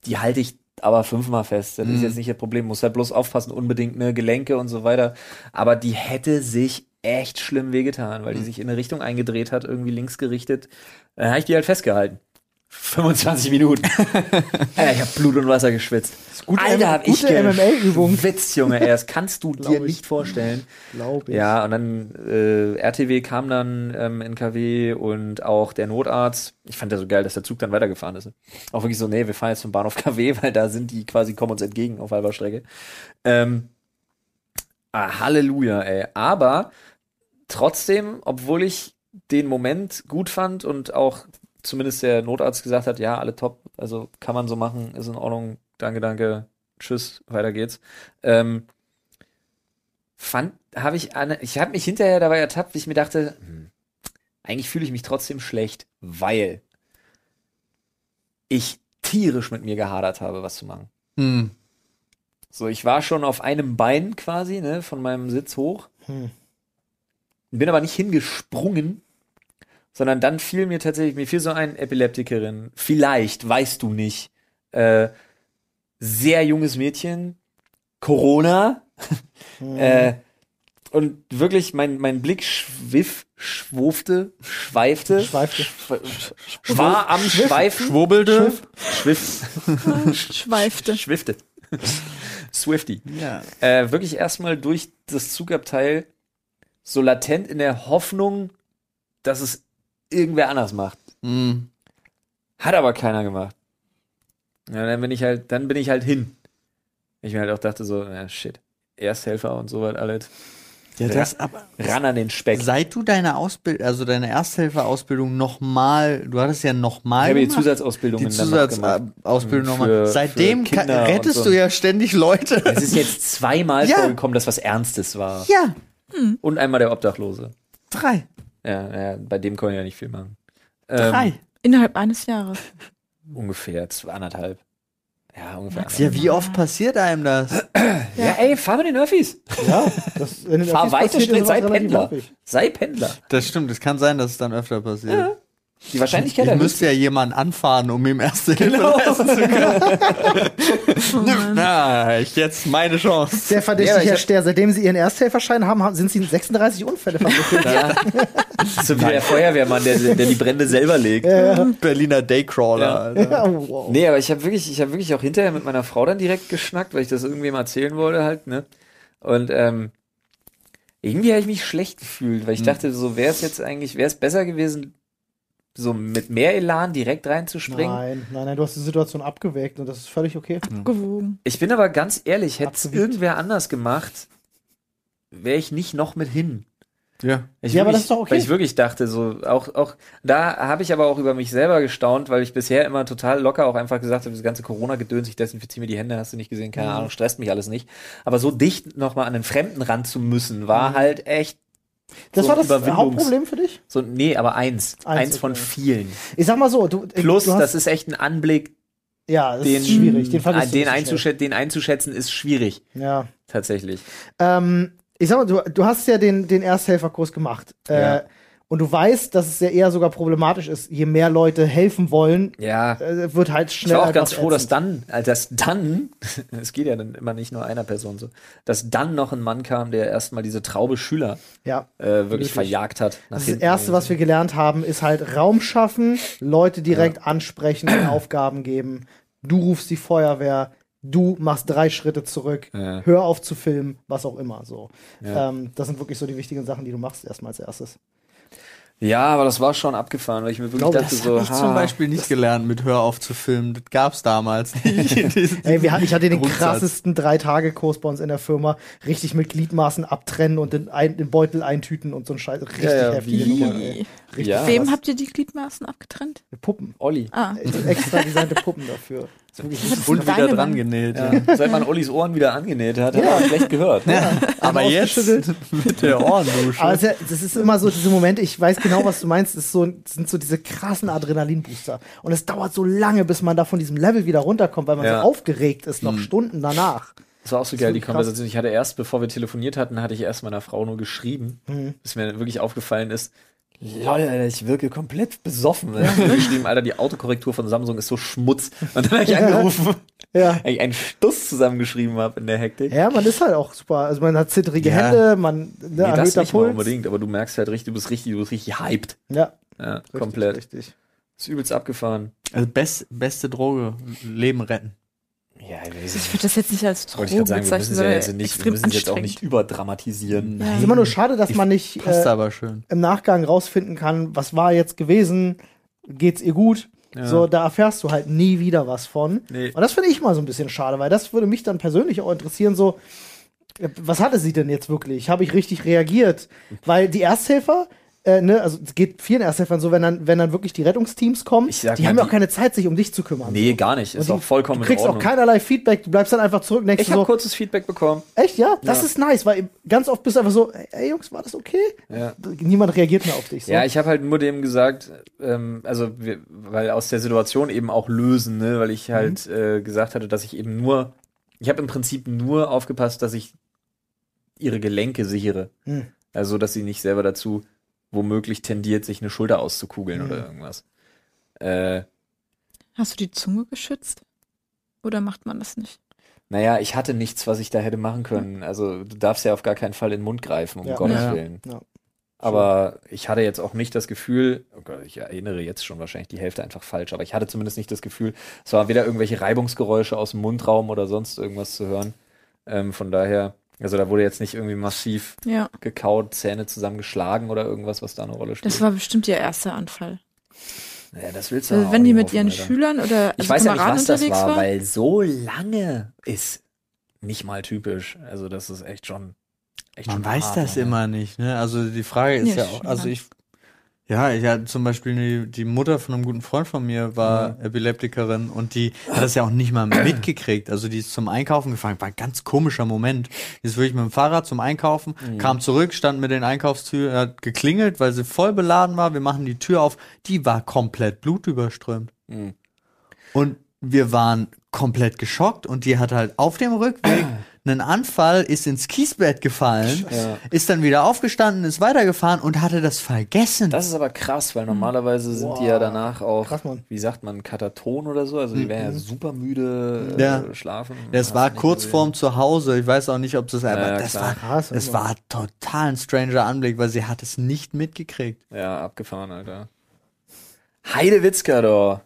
[SPEAKER 2] Die halte ich aber fünfmal fest.
[SPEAKER 4] Mhm.
[SPEAKER 2] Das ist jetzt nicht das Problem. Muss halt bloß aufpassen, unbedingt, ne, Gelenke und so weiter. Aber die hätte sich echt
[SPEAKER 4] Mhm.
[SPEAKER 2] schlimm wehgetan, weil die sich in eine Richtung eingedreht hat, irgendwie links gerichtet. Dann habe ich die halt festgehalten. 25 Minuten. Alter, ich habe Blut und Wasser geschwitzt.
[SPEAKER 4] gute M-
[SPEAKER 2] Alter, hab ich
[SPEAKER 4] gute MMA-Übung.
[SPEAKER 2] geschwitzt, Junge. ey, Das kannst du dir
[SPEAKER 4] ich.
[SPEAKER 2] nicht vorstellen.
[SPEAKER 4] Glaub ich.
[SPEAKER 2] Ja, und dann äh, RTW kam dann ähm, in KW und auch der Notarzt. Ich fand ja so geil, dass der Zug dann weitergefahren ist. Auch wirklich so, nee, wir fahren jetzt zum Bahnhof KW, weil da sind die quasi, kommen uns entgegen auf halber Strecke. Ähm, ah, Halleluja, ey. Aber trotzdem, obwohl ich den Moment gut fand und auch zumindest der Notarzt gesagt hat, ja, alle top, also kann man so machen, ist in Ordnung, danke, danke, tschüss, weiter geht's. Ähm, fand, habe ich, eine, ich habe mich hinterher dabei ertappt, wie ich mir dachte, hm, eigentlich fühle ich mich trotzdem schlecht, weil ich tierisch mit mir gehadert habe, was zu machen.
[SPEAKER 1] Hm.
[SPEAKER 2] So, ich war schon auf einem Bein quasi, ne, von meinem Sitz hoch.
[SPEAKER 4] Hm.
[SPEAKER 2] Bin aber nicht hingesprungen, sondern dann fiel mir tatsächlich, mir fiel so ein Epileptikerin, vielleicht, weißt du nicht, äh, sehr junges Mädchen, Corona,
[SPEAKER 4] Hm.
[SPEAKER 2] äh, und wirklich mein, mein Blick schwiff, schwurfte, schweifte,
[SPEAKER 4] Schweifte.
[SPEAKER 2] schw- sch- war am Schweifen,
[SPEAKER 1] Schwurbelte.
[SPEAKER 2] schwiff,
[SPEAKER 3] Schweifte.
[SPEAKER 2] schwifte, Swifty
[SPEAKER 1] Ja.
[SPEAKER 2] äh, wirklich erstmal durch das Zugabteil so latent in der Hoffnung, dass es irgendwer anders macht.
[SPEAKER 1] Hm.
[SPEAKER 2] Hat aber keiner gemacht. Ja, dann bin ich halt, dann bin ich halt hin. Ich mir halt auch dachte so, na shit, Ersthelfer und so weit alles.
[SPEAKER 1] Ja, das aber.
[SPEAKER 2] Ran an den Speck.
[SPEAKER 1] Seit du deine Ausbildung, also deine Ersthelferausbildung nochmal, du hattest ja
[SPEAKER 2] Ich
[SPEAKER 1] nochmal
[SPEAKER 2] habe die
[SPEAKER 1] gemacht.
[SPEAKER 2] Zusatzausbildung
[SPEAKER 1] die
[SPEAKER 2] in der Nacht gemacht.
[SPEAKER 1] Zusatzausbildung
[SPEAKER 2] Für-
[SPEAKER 1] nochmal.
[SPEAKER 2] für
[SPEAKER 1] Seitdem ka-
[SPEAKER 2] Kinder und
[SPEAKER 1] rettest
[SPEAKER 2] so.
[SPEAKER 1] du ja ständig Leute.
[SPEAKER 2] Es ist jetzt zweimal
[SPEAKER 1] Ah. Ja.
[SPEAKER 2] vorgekommen, dass was Ernstes war.
[SPEAKER 1] Ja,
[SPEAKER 2] Und einmal der Obdachlose.
[SPEAKER 1] drei.
[SPEAKER 2] Ja, ja bei dem konnte ich ja nicht viel machen. Ähm,
[SPEAKER 1] Drei.
[SPEAKER 3] Innerhalb eines Jahres.
[SPEAKER 2] Ungefähr, zwei- anderthalb. Ja, ungefähr.
[SPEAKER 1] ja, wie oft passiert einem das?
[SPEAKER 2] Ja, ey, fahr mit den Öffis.
[SPEAKER 4] Ja, das, wenn in der
[SPEAKER 2] Fahr
[SPEAKER 4] Office
[SPEAKER 2] weiter,
[SPEAKER 4] passiert, ist
[SPEAKER 2] schnell,
[SPEAKER 4] sowas
[SPEAKER 2] sei
[SPEAKER 4] relativ
[SPEAKER 2] Pendler.
[SPEAKER 4] häufig.
[SPEAKER 2] Sei Pendler.
[SPEAKER 1] Das stimmt, es kann sein, dass es dann öfter passiert.
[SPEAKER 2] Die Wahrscheinlichkeit
[SPEAKER 1] Ich
[SPEAKER 2] erhöht
[SPEAKER 1] müsste ja jemanden anfahren, um ihm erste Hilfe
[SPEAKER 2] Genau.
[SPEAKER 1] leisten zu können. Na, ich jetzt meine Chance.
[SPEAKER 4] Sehr
[SPEAKER 2] Ja,
[SPEAKER 4] verdächtig,
[SPEAKER 2] ich
[SPEAKER 4] Herr
[SPEAKER 2] hab-
[SPEAKER 4] Ster. Seitdem Sie Ihren Ersthelferschein haben, haben- sind Sie in 36 Unfälle verwickelt.
[SPEAKER 2] sich. so wie der Feuerwehrmann, der, der die Brände selber legt.
[SPEAKER 1] Berliner Daycrawler.
[SPEAKER 2] Ja.
[SPEAKER 1] Alter.
[SPEAKER 4] Ja, wow.
[SPEAKER 2] Nee, aber ich habe wirklich, ich habe wirklich auch hinterher mit meiner Frau dann direkt geschnackt, weil ich das irgendwem erzählen wollte halt, ne? Und ähm, irgendwie habe ich mich schlecht gefühlt, weil ich dachte, so wäre es jetzt eigentlich, wäre es besser gewesen, so mit mehr Elan direkt reinzuspringen.
[SPEAKER 4] Nein, nein, nein, du hast die Situation abgewägt und das ist völlig okay.
[SPEAKER 3] Gewogen.
[SPEAKER 2] Ich bin aber ganz ehrlich, hätte es
[SPEAKER 4] Abgewiegt.
[SPEAKER 2] irgendwer anders gemacht, wäre ich nicht noch mit hin.
[SPEAKER 1] Ja.
[SPEAKER 2] Ich
[SPEAKER 4] Ja, aber
[SPEAKER 2] wirklich-
[SPEAKER 4] das ist doch okay.
[SPEAKER 2] Weil ich wirklich dachte, so auch, auch da habe ich aber auch über mich selber gestaunt, weil ich bisher immer total locker auch einfach gesagt habe, das ganze Corona-Gedöns, ich desinfiziere mir die Hände, hast du nicht gesehen,
[SPEAKER 4] Mhm.
[SPEAKER 2] keine Ahnung, stresst mich alles nicht. Aber so dicht nochmal an den Fremden ran zu müssen,
[SPEAKER 4] Mhm.
[SPEAKER 2] war halt echt
[SPEAKER 4] Das
[SPEAKER 2] So
[SPEAKER 4] war das
[SPEAKER 2] Überwindungs-
[SPEAKER 4] Hauptproblem für dich?
[SPEAKER 2] so, nee, aber eins. Eins,
[SPEAKER 4] Eins,
[SPEAKER 2] von
[SPEAKER 4] okay.
[SPEAKER 2] vielen.
[SPEAKER 4] Ich sag mal so, du. äh,
[SPEAKER 2] Plus,
[SPEAKER 4] du hast,
[SPEAKER 2] das ist echt ein Anblick,
[SPEAKER 4] ja, das
[SPEAKER 2] den,
[SPEAKER 4] ist schwierig. Den,
[SPEAKER 2] äh,
[SPEAKER 4] vergisst du
[SPEAKER 2] den,
[SPEAKER 4] nicht so
[SPEAKER 2] einzuschä den einzuschätzen, ist schwierig,
[SPEAKER 4] schnell. Ja.
[SPEAKER 2] tatsächlich.
[SPEAKER 4] Ähm, ich sag mal, du, du hast ja den, den Ersthelferkurs gemacht. Äh,
[SPEAKER 2] Ja.
[SPEAKER 4] Und du weißt, dass es ja eher sogar problematisch ist, je mehr Leute helfen wollen,
[SPEAKER 2] Ja.
[SPEAKER 4] äh, wird halt
[SPEAKER 2] Ich
[SPEAKER 4] schneller.
[SPEAKER 2] war auch ganz froh, dass
[SPEAKER 4] das
[SPEAKER 2] dann, äh, dass dann, es geht ja dann immer nicht nur einer Person so, dass dann noch ein Mann kam, der erstmal diese Traube Schüler
[SPEAKER 4] Ja.
[SPEAKER 2] äh, wirklich
[SPEAKER 4] Wirklich.
[SPEAKER 2] verjagt hat. nach
[SPEAKER 4] Das, ist
[SPEAKER 2] hinten.
[SPEAKER 4] das Erste, was wir gelernt haben, ist halt Raum schaffen, Leute direkt ansprechen und Aufgaben geben. Du rufst die Feuerwehr, du machst drei Schritte zurück,
[SPEAKER 2] Ja.
[SPEAKER 4] hör auf zu filmen, was auch immer. So.
[SPEAKER 2] Ja.
[SPEAKER 4] Ähm, das sind wirklich so die wichtigen Sachen, die du machst erstmal als erstes.
[SPEAKER 2] Ja, aber das war schon abgefahren, weil ich mir wirklich
[SPEAKER 4] Glaube,
[SPEAKER 2] dachte
[SPEAKER 4] das
[SPEAKER 2] so,
[SPEAKER 1] Ich zum
[SPEAKER 2] ha,
[SPEAKER 1] Beispiel nicht gelernt, mit Hör auf zu filmen. Das gab's damals nicht.
[SPEAKER 4] Ey, wir hatten, ich hatte den
[SPEAKER 1] Grundsatz.
[SPEAKER 4] krassesten Drei-Tage-Kurs bei uns in der Firma. Richtig mit Gliedmaßen abtrennen und den, ein, den Beutel eintüten und so ein Scheiß. Richtig
[SPEAKER 2] ja,
[SPEAKER 4] heftige
[SPEAKER 2] wie?
[SPEAKER 4] Nummer. Ey. Richtig
[SPEAKER 2] Ja. Äh,
[SPEAKER 4] krass.
[SPEAKER 3] Wem habt ihr die Gliedmaßen abgetrennt?
[SPEAKER 4] Puppen.
[SPEAKER 2] Olli.
[SPEAKER 3] Ah.
[SPEAKER 4] Ey, so Extra designte Puppen dafür.
[SPEAKER 1] Und wieder
[SPEAKER 3] Deine
[SPEAKER 1] dran
[SPEAKER 3] Mann.
[SPEAKER 1] genäht. Ja.
[SPEAKER 2] Seit man Ollis Ohren wieder angenäht hat, hat er schlecht gehört.
[SPEAKER 1] Aber jetzt mit der Ohrendusche.
[SPEAKER 4] Aber es ist ja- das ist immer so diese Momente, ich weiß genau, was du meinst, es ist so, es sind so diese krassen Adrenalinbooster. Und es dauert so lange, bis man da von diesem Level wieder runterkommt, weil man
[SPEAKER 2] Ja. Hm.
[SPEAKER 4] so aufgeregt ist, noch Stunden danach.
[SPEAKER 2] Das war auch so geil, die
[SPEAKER 4] wirklich krass.
[SPEAKER 2] Konversation. Ich hatte erst, bevor wir telefoniert hatten, hatte ich erst meiner Frau nur geschrieben,
[SPEAKER 4] Mhm.
[SPEAKER 2] bis mir dann wirklich aufgefallen ist, lol, Alter, ich wirke komplett besoffen. Dann hab ich mir geschrieben, Alter, die Autokorrektur von Samsung ist so Schmutz. Und dann habe ich angerufen,
[SPEAKER 4] Ja.
[SPEAKER 2] weil ich einen Stuss zusammengeschrieben habe in der Hektik.
[SPEAKER 4] Ja, man ist halt auch super. Also man hat zittrige
[SPEAKER 1] Ja.
[SPEAKER 4] Hände, man ne,
[SPEAKER 2] nee, das
[SPEAKER 4] erhöhter
[SPEAKER 2] nicht mal
[SPEAKER 4] Puls.
[SPEAKER 2] unbedingt, aber du merkst halt richtig, du bist richtig, du bist richtig hyped.
[SPEAKER 4] Ja,
[SPEAKER 2] Ja,
[SPEAKER 4] richtig,
[SPEAKER 2] komplett.
[SPEAKER 4] Richtig.
[SPEAKER 2] Ist übelst abgefahren.
[SPEAKER 1] Also best, beste Droge, Leben retten.
[SPEAKER 2] Ja,
[SPEAKER 3] Ich würde das jetzt nicht als Droge
[SPEAKER 2] wollte ich gerade sagen, wir
[SPEAKER 3] bezeichnen,
[SPEAKER 2] müssen es ja
[SPEAKER 3] sondern
[SPEAKER 2] jetzt nicht, wir
[SPEAKER 3] extrem
[SPEAKER 2] müssen es jetzt auch
[SPEAKER 3] anstrengend.
[SPEAKER 2] nicht überdramatisieren.
[SPEAKER 4] Es ist immer nur schade, dass
[SPEAKER 1] Ich-
[SPEAKER 4] man nicht
[SPEAKER 1] Passt
[SPEAKER 4] äh,
[SPEAKER 1] aber schön.
[SPEAKER 4] im Nachgang rausfinden kann, was war jetzt gewesen, geht's ihr gut. So, da erfährst du halt nie wieder was von.
[SPEAKER 1] Nee.
[SPEAKER 4] Und das finde ich mal so ein bisschen schade, weil das würde mich dann persönlich auch interessieren, so, äh, was hatte sie denn jetzt wirklich? Habe ich richtig reagiert? Weil die Ersthelfer, äh, ne, also es geht vielen Ersthelfern so, wenn dann, wenn dann wirklich die Rettungsteams kommen,
[SPEAKER 2] Ich sag
[SPEAKER 4] die
[SPEAKER 2] mal,
[SPEAKER 4] haben ja
[SPEAKER 2] die-
[SPEAKER 4] auch keine Zeit, sich um dich zu kümmern.
[SPEAKER 2] Nee, gar nicht. Ist
[SPEAKER 4] Und
[SPEAKER 2] auch vollkommen
[SPEAKER 4] Du kriegst
[SPEAKER 2] in
[SPEAKER 4] auch
[SPEAKER 2] Ordnung.
[SPEAKER 4] keinerlei Feedback, du bleibst dann einfach zurück und denkst
[SPEAKER 2] ich
[SPEAKER 4] dir
[SPEAKER 2] habe
[SPEAKER 4] so,
[SPEAKER 2] kurzes Feedback bekommen.
[SPEAKER 4] echt, ja? Das
[SPEAKER 2] Ja.
[SPEAKER 4] ist nice, weil ganz oft bist du einfach so, ey Jungs, war das okay?
[SPEAKER 2] Ja.
[SPEAKER 4] Niemand reagiert mehr auf dich. So.
[SPEAKER 2] Ja, ich habe halt nur dem gesagt, ähm, also wir, weil aus der Situation eben auch lösen, ne, weil
[SPEAKER 4] Mhm.
[SPEAKER 2] ich halt äh, gesagt hatte, dass ich eben nur, ich habe im Prinzip nur aufgepasst, dass ich ihre Gelenke sichere,
[SPEAKER 4] Hm.
[SPEAKER 2] also dass sie nicht selber dazu womöglich tendiert, sich eine Schulter auszukugeln oder irgendwas. Äh,
[SPEAKER 3] Hast du die Zunge geschützt? Oder macht man das nicht?
[SPEAKER 2] naja, ich hatte nichts, was ich da hätte machen können. Also du darfst ja auf gar keinen Fall in den Mund greifen, um
[SPEAKER 4] Ja.
[SPEAKER 2] Gottes
[SPEAKER 1] Ja.
[SPEAKER 2] Willen.
[SPEAKER 4] Ja.
[SPEAKER 2] Aber ich hatte jetzt auch nicht das Gefühl, oh Gott, ich erinnere jetzt schon wahrscheinlich die Hälfte einfach falsch, aber ich hatte zumindest nicht das Gefühl, es waren weder irgendwelche Reibungsgeräusche aus dem Mundraum oder sonst irgendwas zu hören. Ähm, von daher, also da wurde jetzt nicht irgendwie massiv
[SPEAKER 3] Ja,
[SPEAKER 2] gekaut, Zähne zusammengeschlagen oder irgendwas, was da eine Rolle spielt.
[SPEAKER 3] das war bestimmt ihr erster Anfall.
[SPEAKER 2] ja, das willst du
[SPEAKER 3] Also
[SPEAKER 2] aber auch
[SPEAKER 3] wenn die
[SPEAKER 2] nicht
[SPEAKER 3] mit ihren
[SPEAKER 2] hoffen, Alter.
[SPEAKER 3] Schülern oder
[SPEAKER 2] Ich
[SPEAKER 3] also
[SPEAKER 2] weiß ja nicht,
[SPEAKER 3] Kameraden
[SPEAKER 2] was das
[SPEAKER 3] unterwegs
[SPEAKER 2] war,
[SPEAKER 3] war.
[SPEAKER 2] weil so lange ist nicht mal typisch. Also das ist echt schon. Echt
[SPEAKER 1] Man
[SPEAKER 2] schon
[SPEAKER 1] weiß
[SPEAKER 2] hart,
[SPEAKER 1] das
[SPEAKER 2] Alter.
[SPEAKER 1] immer nicht, ne? Also die Frage ist
[SPEAKER 3] Ja,
[SPEAKER 1] ja,
[SPEAKER 3] schon
[SPEAKER 1] auch, also
[SPEAKER 3] lang.
[SPEAKER 1] ich, ja, ich hatte zum Beispiel die, die Mutter von einem guten Freund von mir war Epileptikerin und die hat das ja auch nicht mal mitgekriegt. Also die ist zum Einkaufen gefahren, war ein ganz komischer Moment. Die ist wirklich mit dem Fahrrad zum Einkaufen,
[SPEAKER 2] Mhm.
[SPEAKER 1] kam zurück, stand mit den Einkaufstüren, hat geklingelt, weil sie voll beladen war. Wir machen die Tür auf, die war komplett blutüberströmt.
[SPEAKER 2] Hm.
[SPEAKER 1] Und wir waren komplett geschockt und die hat halt auf dem Rückweg einen Anfall, ist ins Kiesbett gefallen, ist dann wieder aufgestanden, ist weitergefahren und hatte das vergessen.
[SPEAKER 2] Das ist aber krass, weil normalerweise sind die ja danach auch,
[SPEAKER 4] Krass, Mann.
[SPEAKER 2] wie sagt man, kataton oder so. Also die wären ja super müde, äh,
[SPEAKER 1] Hm, Ja.
[SPEAKER 2] schlafen.
[SPEAKER 1] das
[SPEAKER 2] hast
[SPEAKER 1] war
[SPEAKER 2] du nicht
[SPEAKER 1] kurz
[SPEAKER 2] gesehen.
[SPEAKER 1] vorm Zuhause. Ich weiß auch nicht, ob das aber
[SPEAKER 2] ja,
[SPEAKER 1] das
[SPEAKER 2] klar.
[SPEAKER 1] war
[SPEAKER 4] Krass,
[SPEAKER 1] das
[SPEAKER 4] Mann.
[SPEAKER 1] war total ein stranger Anblick, weil sie hat es nicht mitgekriegt.
[SPEAKER 2] Ja, abgefahren, Alter. Heidewitzka, doch.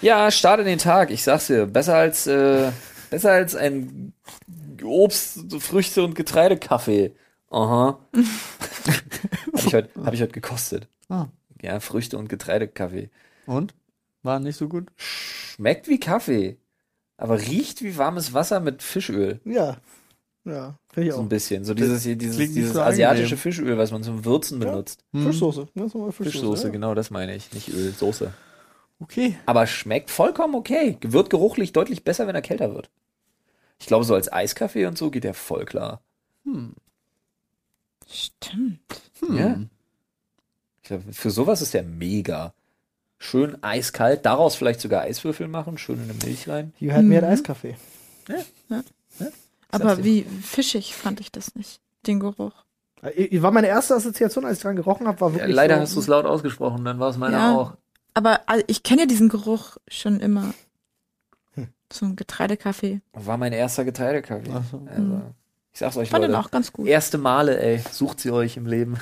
[SPEAKER 2] Ja, start in den Tag. Ich sag's dir, besser als, äh, besser als ein Obst, Früchte und Getreidekaffee. Aha. Habe ich heute hab ich heut gekostet.
[SPEAKER 1] Ah.
[SPEAKER 2] Ja, Früchte und Getreidekaffee.
[SPEAKER 1] Und war nicht so gut.
[SPEAKER 2] Schmeckt wie Kaffee, aber riecht wie warmes Wasser mit Fischöl.
[SPEAKER 4] Ja. Ja, finde ich
[SPEAKER 2] So
[SPEAKER 4] auch.
[SPEAKER 2] ein bisschen. So dieses, hier- dieses,
[SPEAKER 1] klingt nicht
[SPEAKER 2] dieses
[SPEAKER 1] so
[SPEAKER 2] asiatische
[SPEAKER 1] angenehm.
[SPEAKER 2] Fischöl, was man zum Würzen benutzt.
[SPEAKER 4] Fischsoße. Ne? so eine
[SPEAKER 2] Fischsoße,
[SPEAKER 4] ja.
[SPEAKER 2] genau, das meine ich. Nicht Öl, Soße.
[SPEAKER 1] Okay.
[SPEAKER 2] Aber schmeckt vollkommen okay. Wird geruchlich deutlich besser, wenn er kälter wird. Ich glaube, so als Eiskaffee und so geht er voll klar.
[SPEAKER 3] Stimmt.
[SPEAKER 2] Ja? Ich glaube, für sowas ist der mega. Schön eiskalt, daraus vielleicht sogar Eiswürfel machen, schön in eine Milch rein.
[SPEAKER 4] You had me at Eiskaffee.
[SPEAKER 2] dir.
[SPEAKER 3] Aber wie fischig fand ich das nicht, den Geruch.
[SPEAKER 4] Äh, War meine erste Assoziation, als ich dran gerochen habe, war
[SPEAKER 2] Ja,
[SPEAKER 4] wirklich.
[SPEAKER 2] leider
[SPEAKER 4] so,
[SPEAKER 2] hast du es laut ausgesprochen, dann war es meiner
[SPEAKER 3] Ja.
[SPEAKER 2] auch.
[SPEAKER 3] Aber also, ich kenne ja diesen Geruch schon immer.
[SPEAKER 2] Hm.
[SPEAKER 3] Zum Getreidekaffee.
[SPEAKER 2] War mein erster Getreidekaffee.
[SPEAKER 1] Ach so.
[SPEAKER 2] Also, ich sag's euch,
[SPEAKER 3] Hm. Fand den
[SPEAKER 2] Leute.
[SPEAKER 3] auch ganz gut.
[SPEAKER 2] Erste Male, ey, sucht sie euch im Leben.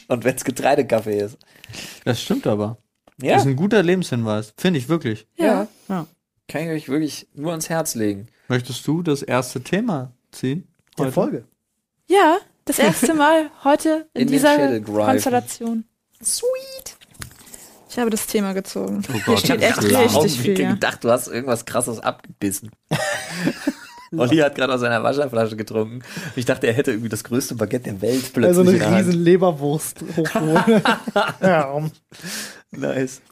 [SPEAKER 2] und wenn's Getreidekaffee ist.
[SPEAKER 1] Das stimmt aber.
[SPEAKER 2] Ja,
[SPEAKER 1] Das ist ein guter Lebenshinweis. Finde ich wirklich.
[SPEAKER 2] ja.
[SPEAKER 1] Ja.
[SPEAKER 2] Kann ich euch wirklich nur ans Herz legen.
[SPEAKER 1] Möchtest du das erste Thema ziehen?
[SPEAKER 4] Der
[SPEAKER 1] heute?
[SPEAKER 4] Folge.
[SPEAKER 3] Ja, das erste Mal heute in,
[SPEAKER 2] In den
[SPEAKER 3] dieser
[SPEAKER 2] Schädel greifen.
[SPEAKER 3] Konstellation. Sweet. Ich habe das Thema gezogen.
[SPEAKER 1] Oh
[SPEAKER 3] Hier
[SPEAKER 1] Gott,
[SPEAKER 3] steht echt
[SPEAKER 1] klar.
[SPEAKER 3] richtig
[SPEAKER 2] Augenblicke
[SPEAKER 3] viel. Ja.
[SPEAKER 2] gedacht, du hast irgendwas krasses abgebissen. Olli hat gerade aus seiner Wasserflasche getrunken. Ich dachte, er hätte irgendwie das größte Baguette der Welt plötzlich
[SPEAKER 4] Also
[SPEAKER 2] in
[SPEAKER 4] eine
[SPEAKER 2] der Hand.
[SPEAKER 4] riesen Leberwurst hochgeholt. ja, um,
[SPEAKER 2] Nice.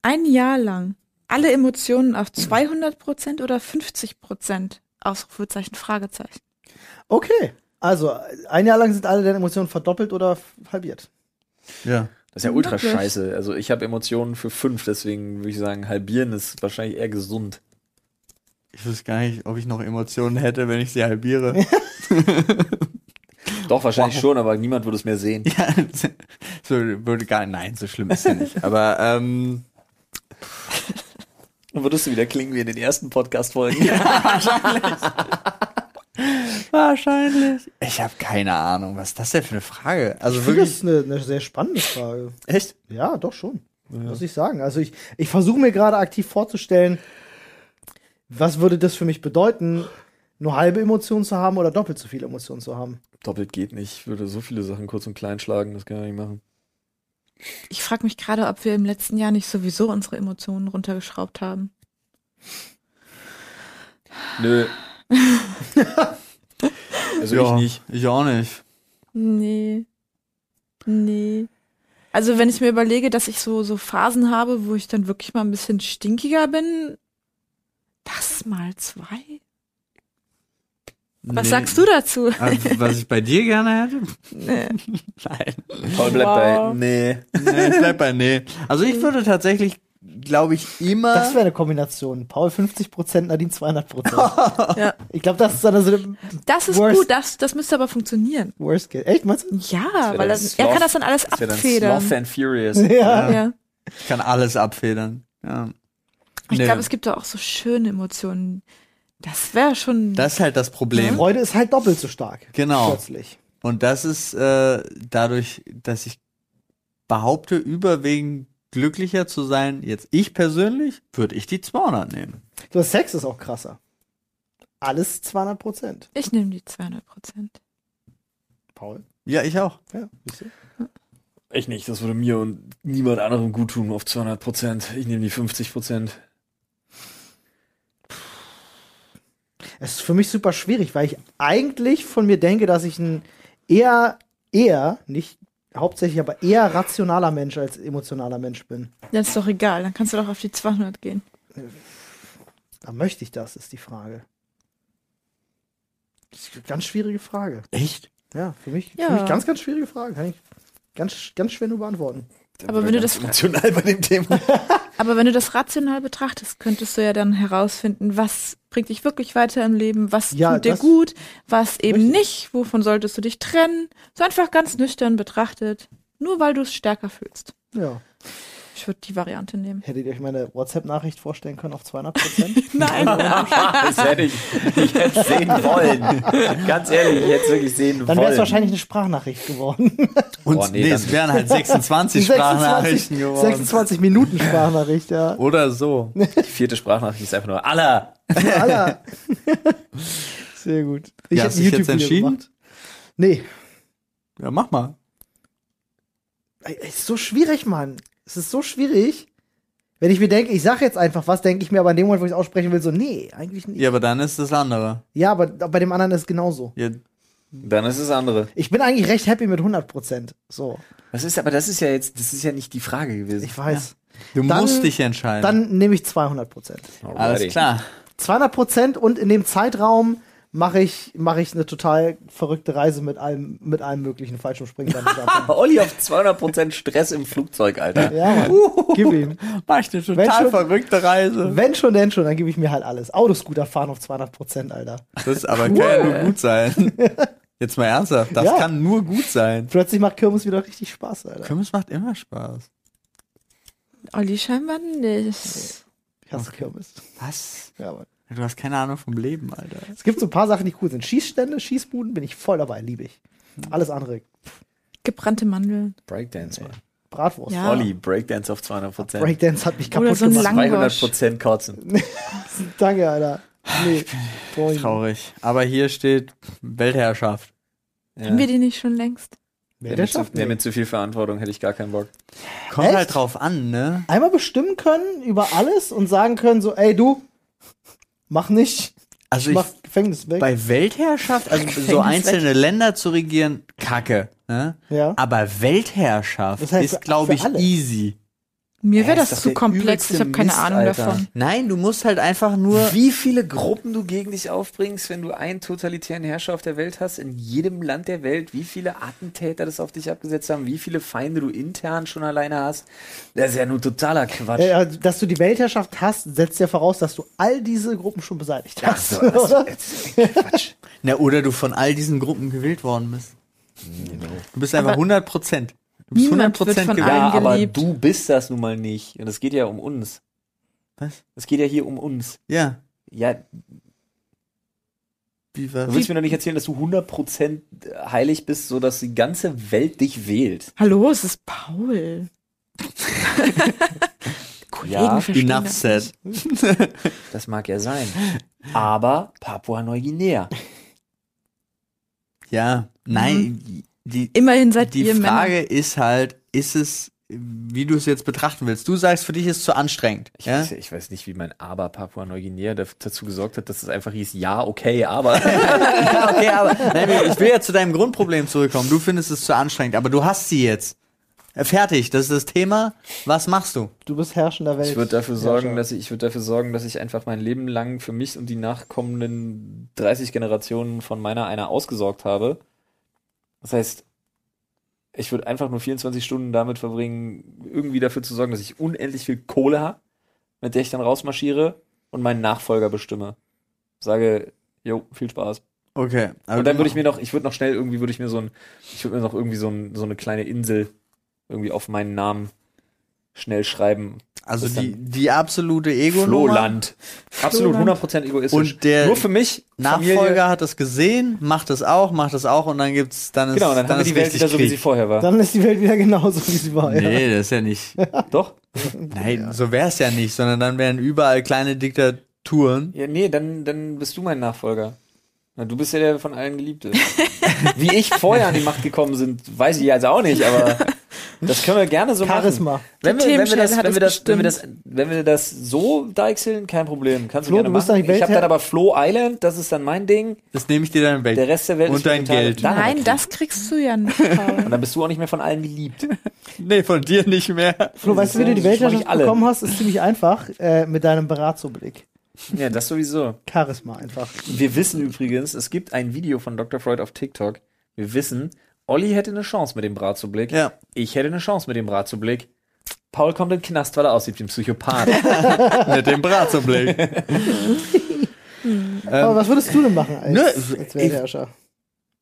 [SPEAKER 3] Ein Jahr lang. Alle Emotionen auf 200 Prozent oder 50 Prozent? Ausrufezeichen, Fragezeichen.
[SPEAKER 4] okay. Also, ein Jahr lang sind alle deine Emotionen verdoppelt oder f- halbiert.
[SPEAKER 1] Ja.
[SPEAKER 2] Das ist ja ultra
[SPEAKER 3] Wirklich?
[SPEAKER 2] scheiße. Also ich habe Emotionen für fünf, deswegen würde ich sagen, halbieren ist wahrscheinlich eher gesund.
[SPEAKER 1] Ich wüsste gar nicht, ob ich noch Emotionen hätte, wenn ich sie halbiere.
[SPEAKER 2] Doch, wahrscheinlich schon, aber niemand würde es mehr sehen.
[SPEAKER 1] Ja, so würde gar nein, so schlimm ist ja nicht. Aber ähm,
[SPEAKER 2] Dann würdest du wieder klingen wie in den ersten Podcast-Folgen.
[SPEAKER 1] wahrscheinlich. Ich habe keine Ahnung, was ist das denn für eine Frage? Also
[SPEAKER 4] Ich finde,
[SPEAKER 1] wirklich
[SPEAKER 4] das ist eine, eine sehr spannende Frage.
[SPEAKER 1] echt?
[SPEAKER 4] Ja, doch schon. Muss ich sagen. Also ich, ich versuche mir gerade aktiv vorzustellen, was würde das für mich bedeuten, nur halbe Emotionen zu haben oder doppelt so viel Emotionen zu haben.
[SPEAKER 7] Doppelt geht nicht. Ich würde so viele Sachen kurz und klein schlagen, das kann ich nicht machen.
[SPEAKER 3] Ich frage mich gerade, ob wir im letzten Jahr nicht sowieso unsere Emotionen runtergeschraubt haben.
[SPEAKER 7] Nö. also
[SPEAKER 1] ja,
[SPEAKER 7] ich nicht.
[SPEAKER 1] Ich auch nicht.
[SPEAKER 3] Nee. Nee. Also wenn ich mir überlege, dass ich so, so Phasen habe, wo ich dann wirklich mal ein bisschen stinkiger bin, das mal zwei. Was
[SPEAKER 1] nee.
[SPEAKER 3] sagst du dazu?
[SPEAKER 1] Ah, Was ich bei dir gerne hätte?
[SPEAKER 3] Nee.
[SPEAKER 1] Nein.
[SPEAKER 2] Paul bleibt
[SPEAKER 3] Wow.
[SPEAKER 2] bei. Nee.
[SPEAKER 1] Nee, ich bleib bei nee. Also ich würde tatsächlich, glaube ich, immer.
[SPEAKER 4] Das wäre eine Kombination. Paul 50%, Nadine 200%.
[SPEAKER 3] Ja.
[SPEAKER 4] Ich glaube, das ist dann also der
[SPEAKER 3] Das ist
[SPEAKER 4] Worst.
[SPEAKER 3] gut, das, das müsste aber funktionieren.
[SPEAKER 4] Worst Case. Echt, meinst du?
[SPEAKER 3] Ja,
[SPEAKER 2] wär
[SPEAKER 3] weil
[SPEAKER 2] dann
[SPEAKER 3] das, er kann
[SPEAKER 2] Sloth.
[SPEAKER 3] das dann alles
[SPEAKER 2] Das wäre dann
[SPEAKER 3] abfedern.
[SPEAKER 2] Sloth and Furious.
[SPEAKER 4] Ja.
[SPEAKER 3] ja.
[SPEAKER 1] Ich kann alles abfedern. Ja.
[SPEAKER 3] Ich
[SPEAKER 1] Nee.
[SPEAKER 3] glaube, es gibt da auch so schöne Emotionen. Das wäre schon.
[SPEAKER 1] Das ist halt das Problem.
[SPEAKER 4] Freude ist halt doppelt so stark.
[SPEAKER 1] Genau.
[SPEAKER 4] Plötzlich.
[SPEAKER 1] Und das ist äh, dadurch, dass ich behaupte, überwiegend glücklicher zu sein, jetzt ich persönlich, würde ich die 200 nehmen.
[SPEAKER 4] So, Sex ist auch krasser. Alles 200%.
[SPEAKER 3] ich nehme die 200 Prozent.
[SPEAKER 4] Paul.
[SPEAKER 1] Ja, ich auch.
[SPEAKER 4] Ja, siehst du?
[SPEAKER 7] Echt nicht. Das würde mir und niemand anderem gut tun auf 200 Prozent. Ich nehme die 50 Prozent.
[SPEAKER 4] Es ist für mich super schwierig, weil ich eigentlich von mir denke, dass ich ein eher, eher, nicht hauptsächlich, aber eher rationaler Mensch als emotionaler Mensch bin.
[SPEAKER 3] Dann ist doch egal, dann kannst du doch auf die 200 gehen.
[SPEAKER 4] Da möchte ich das, ist die Frage. Das ist eine ganz schwierige Frage.
[SPEAKER 1] Echt?
[SPEAKER 4] Ja, für mich,
[SPEAKER 3] Ja.
[SPEAKER 4] Für mich ganz, ganz schwierige Frage. Kann ich ganz, ganz schwer nur beantworten.
[SPEAKER 3] Aber wenn, du das,
[SPEAKER 7] Emotional bei dem Thema.
[SPEAKER 3] aber wenn du das rational betrachtest, könntest du ja dann herausfinden, was bringt dich wirklich weiter im Leben, was
[SPEAKER 4] Ja,
[SPEAKER 3] tut dir
[SPEAKER 4] das-
[SPEAKER 3] gut, was eben
[SPEAKER 4] Richtig.
[SPEAKER 3] nicht, wovon solltest du dich trennen. So einfach ganz nüchtern betrachtet, nur weil du es stärker fühlst.
[SPEAKER 4] Ja.
[SPEAKER 3] Ich würde die Variante nehmen.
[SPEAKER 4] Hättet ihr euch meine WhatsApp-Nachricht vorstellen können auf 200 Prozent?
[SPEAKER 3] Nein,
[SPEAKER 2] das hätte ich, ich hätte es sehen wollen. Ganz ehrlich, ich hätte es wirklich sehen
[SPEAKER 4] Dann
[SPEAKER 2] wollen.
[SPEAKER 4] wäre es wahrscheinlich eine Sprachnachricht geworden.
[SPEAKER 1] Und
[SPEAKER 2] Boah, nee,
[SPEAKER 1] nee, es
[SPEAKER 2] dann-
[SPEAKER 1] wären halt 26 Sprachnachrichten geworden.
[SPEAKER 4] 26 Minuten Sprachnachricht, ja.
[SPEAKER 1] Oder so.
[SPEAKER 2] die vierte Sprachnachricht ist einfach nur aller.
[SPEAKER 4] Aller. Sehr gut. Ich
[SPEAKER 1] Ja,
[SPEAKER 4] hab
[SPEAKER 1] hast
[SPEAKER 4] ein
[SPEAKER 1] du dich jetzt
[SPEAKER 4] YouTube-Video
[SPEAKER 1] entschieden?
[SPEAKER 4] gemacht. Nee.
[SPEAKER 1] Ja, mach mal.
[SPEAKER 4] Ey, ey, ist so schwierig, Mann. Es ist so schwierig. Wenn ich mir denke, ich sage jetzt einfach was, denke ich mir aber in dem Moment, wo ich es aussprechen will, so, nee, eigentlich nicht.
[SPEAKER 1] Ja, aber dann ist das andere.
[SPEAKER 4] Ja, aber bei dem anderen ist es genauso.
[SPEAKER 1] Ja,
[SPEAKER 2] Dann ist es andere.
[SPEAKER 4] Ich bin eigentlich recht happy mit 100%. So,
[SPEAKER 2] Das ist aber das ist ja jetzt, das ist ja nicht die Frage gewesen.
[SPEAKER 4] ich weiß.
[SPEAKER 1] du
[SPEAKER 4] Dann-
[SPEAKER 1] musst dich entscheiden.
[SPEAKER 4] Dann nehme ich 200%.
[SPEAKER 1] Alles klar.
[SPEAKER 4] 200% und in dem Zeitraum mache ich, mache ich eine total verrückte Reise mit allem, mit allem möglichen Fallschirmspringen. dann zusammen.
[SPEAKER 2] Aber Olli auf 200% Stress im Flugzeug, Alter.
[SPEAKER 4] ja, Mann. Gib ihm.
[SPEAKER 1] Mach ich eine
[SPEAKER 4] Wenn
[SPEAKER 1] total
[SPEAKER 4] schon-
[SPEAKER 1] verrückte Reise.
[SPEAKER 4] Wenn schon, denn schon, dann gebe ich mir halt alles. Autoscooter fahren auf 200%, Alter.
[SPEAKER 1] Das aber kann ja nur gut sein. Jetzt mal ernsthaft, das
[SPEAKER 4] Ja.
[SPEAKER 1] kann nur gut sein.
[SPEAKER 4] Plötzlich macht Kirmes wieder richtig Spaß, Alter.
[SPEAKER 1] Kümmels macht immer Spaß.
[SPEAKER 3] Olli scheinbar nicht.
[SPEAKER 4] Ich hasse Kirmes.
[SPEAKER 1] Was?
[SPEAKER 4] Ja, Mann.
[SPEAKER 1] Du hast keine Ahnung vom Leben, Alter.
[SPEAKER 4] Es gibt so ein paar Sachen, die cool sind. Schießstände, Schießbuden bin ich voll dabei, liebe ich. Alles andere.
[SPEAKER 3] Gebrannte Mandeln.
[SPEAKER 2] Breakdance, Mann.
[SPEAKER 1] Oh,
[SPEAKER 4] Bratwurst.
[SPEAKER 3] Ja.
[SPEAKER 2] Olli, Breakdance auf 200%.
[SPEAKER 4] Breakdance hat mich
[SPEAKER 3] Oder
[SPEAKER 4] kaputt
[SPEAKER 3] so ein
[SPEAKER 4] gemacht.
[SPEAKER 3] lang-
[SPEAKER 2] 200% kotzen.
[SPEAKER 4] Danke, Alter. Nee. Boing.
[SPEAKER 1] Traurig. Aber hier steht Weltherrschaft.
[SPEAKER 2] Ja.
[SPEAKER 3] Haben wir die nicht schon längst?
[SPEAKER 4] Wer
[SPEAKER 2] Der
[SPEAKER 4] der
[SPEAKER 2] mit, zu,
[SPEAKER 4] schafft
[SPEAKER 2] der
[SPEAKER 4] nicht.
[SPEAKER 2] mit zu viel Verantwortung hätte ich gar keinen Bock.
[SPEAKER 1] Kommt
[SPEAKER 4] Echt?
[SPEAKER 1] halt drauf an, ne?
[SPEAKER 4] Einmal bestimmen können über alles und sagen können so, ey du, mach nicht,
[SPEAKER 1] Also ich,
[SPEAKER 4] mach Gefängnis weg.
[SPEAKER 1] bei Weltherrschaft, also so einzelne Länder zu regieren, kacke. Ne?
[SPEAKER 4] Ja.
[SPEAKER 1] Aber Weltherrschaft
[SPEAKER 4] Das heißt, für-
[SPEAKER 1] ist, glaube
[SPEAKER 4] für
[SPEAKER 1] ich,
[SPEAKER 4] alle.
[SPEAKER 1] easy.
[SPEAKER 3] Mir wäre
[SPEAKER 2] Ja, ist
[SPEAKER 3] das
[SPEAKER 2] doch
[SPEAKER 3] zu
[SPEAKER 2] der
[SPEAKER 3] komplex, ich
[SPEAKER 2] übelste
[SPEAKER 3] habe keine
[SPEAKER 2] Mist,
[SPEAKER 3] Ahnung
[SPEAKER 2] Alter.
[SPEAKER 3] davon.
[SPEAKER 1] Nein, du musst halt einfach nur.
[SPEAKER 2] Wie viele Gruppen du gegen dich aufbringst, wenn du einen totalitären Herrscher auf der Welt hast, in jedem Land der Welt, wie viele Attentäter das auf dich abgesetzt haben, wie viele Feinde du intern schon alleine hast. Das ist ja nur totaler Quatsch.
[SPEAKER 4] Äh, dass du die Weltherrschaft hast, setzt ja voraus, dass du all diese Gruppen schon beseitigt
[SPEAKER 2] Ach
[SPEAKER 4] hast.
[SPEAKER 2] so, das,
[SPEAKER 4] oder?
[SPEAKER 2] das ist echt Quatsch.
[SPEAKER 1] Na, oder du von all diesen Gruppen gewählt worden bist. Du bist einfach
[SPEAKER 3] Aber
[SPEAKER 1] 100 Prozent. Du bist
[SPEAKER 3] niemand wird
[SPEAKER 1] 100
[SPEAKER 3] von
[SPEAKER 1] gewählt.
[SPEAKER 2] Ja,
[SPEAKER 3] Eingeliebt.
[SPEAKER 2] aber du bist das nun mal nicht. Und es geht ja um uns.
[SPEAKER 1] Was?
[SPEAKER 2] Es geht ja hier um uns.
[SPEAKER 1] Ja.
[SPEAKER 2] Ja, du
[SPEAKER 1] Wie was?
[SPEAKER 2] willst mir doch nicht erzählen, dass du 100% heilig bist, sodass die ganze Welt dich wählt.
[SPEAKER 3] Hallo, es ist Paul. Kollegen verstehen
[SPEAKER 1] Enough
[SPEAKER 3] das
[SPEAKER 1] said.
[SPEAKER 8] Das mag ja sein. Aber Papua-Neuguinea.
[SPEAKER 1] Ja,
[SPEAKER 4] Mhm.
[SPEAKER 1] nein, die,
[SPEAKER 3] Immerhin seid
[SPEAKER 1] die
[SPEAKER 3] ihr
[SPEAKER 1] Frage ist halt, ist es, wie du es jetzt betrachten willst. Du sagst, für dich ist es zu anstrengend.
[SPEAKER 2] Ich,
[SPEAKER 1] Ja?
[SPEAKER 2] weiß, ja- ich weiß nicht, wie mein Aber Papua-Neuguinea daf- dazu gesorgt hat, dass es einfach hieß, ja, okay, aber.
[SPEAKER 1] Ja, okay, aber nein, ich will ja zu deinem Grundproblem zurückkommen. Du findest es zu anstrengend, aber du hast sie jetzt. Äh, Fertig, das ist das Thema. Was machst du?
[SPEAKER 4] Du bist herrschender Welt.
[SPEAKER 2] Ich würde dafür
[SPEAKER 4] Herrscher.
[SPEAKER 2] sorgen, dass ich, ich würde dafür sorgen, dass ich einfach mein Leben lang für mich und die nachkommenden 30 Generationen von meiner einer ausgesorgt habe. Das heißt, ich würde einfach nur 24 Stunden damit verbringen, irgendwie dafür zu sorgen, dass ich unendlich viel Kohle habe, mit der ich dann rausmarschiere und meinen Nachfolger bestimme. Sage, jo, viel Spaß.
[SPEAKER 1] Okay.
[SPEAKER 2] Und dann würde ich mir noch, ich würde noch schnell irgendwie, würde ich mir so ein, ich würde mir noch irgendwie so, ein, so eine kleine Insel irgendwie auf meinen Namen schnell schreiben,
[SPEAKER 1] also
[SPEAKER 2] das
[SPEAKER 1] die,
[SPEAKER 2] dann-
[SPEAKER 1] die absolute ego
[SPEAKER 2] Flohland. Absolut 100% egoistisch.
[SPEAKER 1] Und der
[SPEAKER 2] Nur für mich,
[SPEAKER 1] Nachfolger
[SPEAKER 2] Familie,
[SPEAKER 1] hat das gesehen, macht das auch, macht das auch und dann gibt's dann ist
[SPEAKER 2] genau, dann, haben wir
[SPEAKER 1] ist
[SPEAKER 2] die Welt
[SPEAKER 1] richtig
[SPEAKER 2] wieder so, wie sie
[SPEAKER 1] Krieg.
[SPEAKER 2] vorher war.
[SPEAKER 4] Dann ist die Welt wieder genauso, wie sie war. Ja.
[SPEAKER 1] Nee, das ist ja nicht.
[SPEAKER 2] Doch?
[SPEAKER 1] Nein, so wär's ja nicht, sondern dann wären überall kleine Diktaturen.
[SPEAKER 2] Ja, nee, dann, dann bist du mein Nachfolger. Na, du bist ja der von allen Geliebte. wie ich vorher an die Macht gekommen sind, weiß ich also auch nicht, aber das können wir gerne so machen.
[SPEAKER 4] Charisma.
[SPEAKER 2] Wenn wir,
[SPEAKER 3] Die
[SPEAKER 2] wenn, wir das,
[SPEAKER 3] Themenstellung hat
[SPEAKER 2] wenn, wir
[SPEAKER 3] es
[SPEAKER 2] das, wenn, wir das, wenn wir das so deichseln, kein Problem. Kannst du
[SPEAKER 4] Flo,
[SPEAKER 2] gerne
[SPEAKER 4] du bist
[SPEAKER 2] machen.
[SPEAKER 4] doch die
[SPEAKER 2] Ich habe
[SPEAKER 4] Weltherr-
[SPEAKER 2] dann aber Flo Island, das ist dann mein Ding.
[SPEAKER 1] Das nehme ich dir dann weg.
[SPEAKER 2] Der Rest der Welt
[SPEAKER 1] Und
[SPEAKER 2] ist mir
[SPEAKER 1] dein
[SPEAKER 2] total-
[SPEAKER 1] Geld.
[SPEAKER 2] Dann
[SPEAKER 3] Nein,
[SPEAKER 2] aber-
[SPEAKER 3] das kriegst du ja nicht. Paul.
[SPEAKER 2] Und dann bist du auch nicht mehr von allen geliebt.
[SPEAKER 1] Nee, von dir nicht mehr.
[SPEAKER 4] Flo, weißt du, wie du die
[SPEAKER 2] Das mach ich
[SPEAKER 4] Weltherrschaft
[SPEAKER 2] alle.
[SPEAKER 4] bekommen hast? Ist ziemlich einfach. Äh, mit deinem Barazzo-Blick.
[SPEAKER 2] Ja, das sowieso.
[SPEAKER 4] Charisma einfach.
[SPEAKER 2] Wir wissen übrigens, es gibt ein Video von Dr. Freud auf TikTok. Wir wissen, Olli hätte eine Chance mit dem Bratzublick.
[SPEAKER 1] Ja.
[SPEAKER 2] Ich hätte eine Chance mit dem Bratzublick. Paul kommt in den Knast, weil er aussieht wie ein Psychopath.
[SPEAKER 1] Mit dem Bratzoblick.
[SPEAKER 2] Ähm.
[SPEAKER 4] Aber was würdest du denn machen als,
[SPEAKER 1] Nö,
[SPEAKER 4] als Weltherrscher?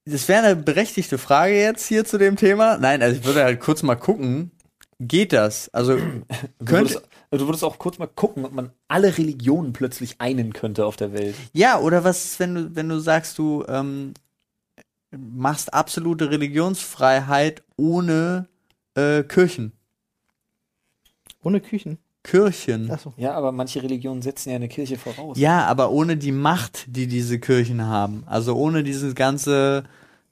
[SPEAKER 1] Das wäre eine berechtigte Frage jetzt hier zu dem Thema. Nein, also ich würde halt kurz mal gucken, geht das? Also
[SPEAKER 2] du,
[SPEAKER 1] könnte
[SPEAKER 2] würdest, du würdest auch kurz mal gucken, ob man alle Religionen plötzlich einen könnte auf der Welt.
[SPEAKER 1] ja oder was, ist, wenn du wenn du sagst, du ähm, machst absolute Religionsfreiheit ohne äh, Kirchen,
[SPEAKER 4] Ohne Küchen.
[SPEAKER 1] Kirchen.
[SPEAKER 4] Achso.
[SPEAKER 2] Ja, aber manche Religionen setzen ja eine Kirche voraus.
[SPEAKER 1] Ja, aber ohne die Macht, die diese Kirchen haben. Also ohne dieses ganze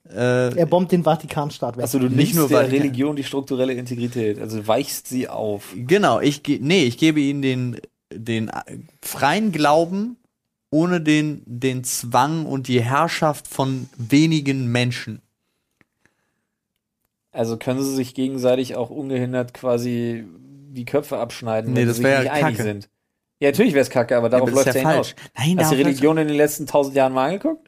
[SPEAKER 1] äh,
[SPEAKER 4] Er bombt den Vatikanstaat weg.
[SPEAKER 2] Also du
[SPEAKER 1] Nicht
[SPEAKER 2] nimmst
[SPEAKER 1] nur,
[SPEAKER 2] der
[SPEAKER 1] weil-
[SPEAKER 2] Religion die strukturelle Integrität, also weichst sie auf.
[SPEAKER 1] Genau, ich ge nee, ich gebe ihnen den, den äh, freien Glauben ohne den, den Zwang und die Herrschaft von wenigen Menschen.
[SPEAKER 2] Also können sie sich gegenseitig auch ungehindert quasi die Köpfe abschneiden,
[SPEAKER 1] Nee,
[SPEAKER 2] wenn
[SPEAKER 1] das
[SPEAKER 2] sie sich
[SPEAKER 1] wär
[SPEAKER 2] nicht
[SPEAKER 1] ja
[SPEAKER 2] einig
[SPEAKER 1] Kacke.
[SPEAKER 2] sind. Ja, natürlich wäre es kacke, aber darauf
[SPEAKER 1] aber
[SPEAKER 2] läuft
[SPEAKER 1] das
[SPEAKER 2] es ja
[SPEAKER 1] ist ja
[SPEAKER 2] hinaus.
[SPEAKER 1] falsch. Nein,
[SPEAKER 2] Hast du die
[SPEAKER 1] darauf
[SPEAKER 2] Religion in den letzten tausend Jahren mal angeguckt?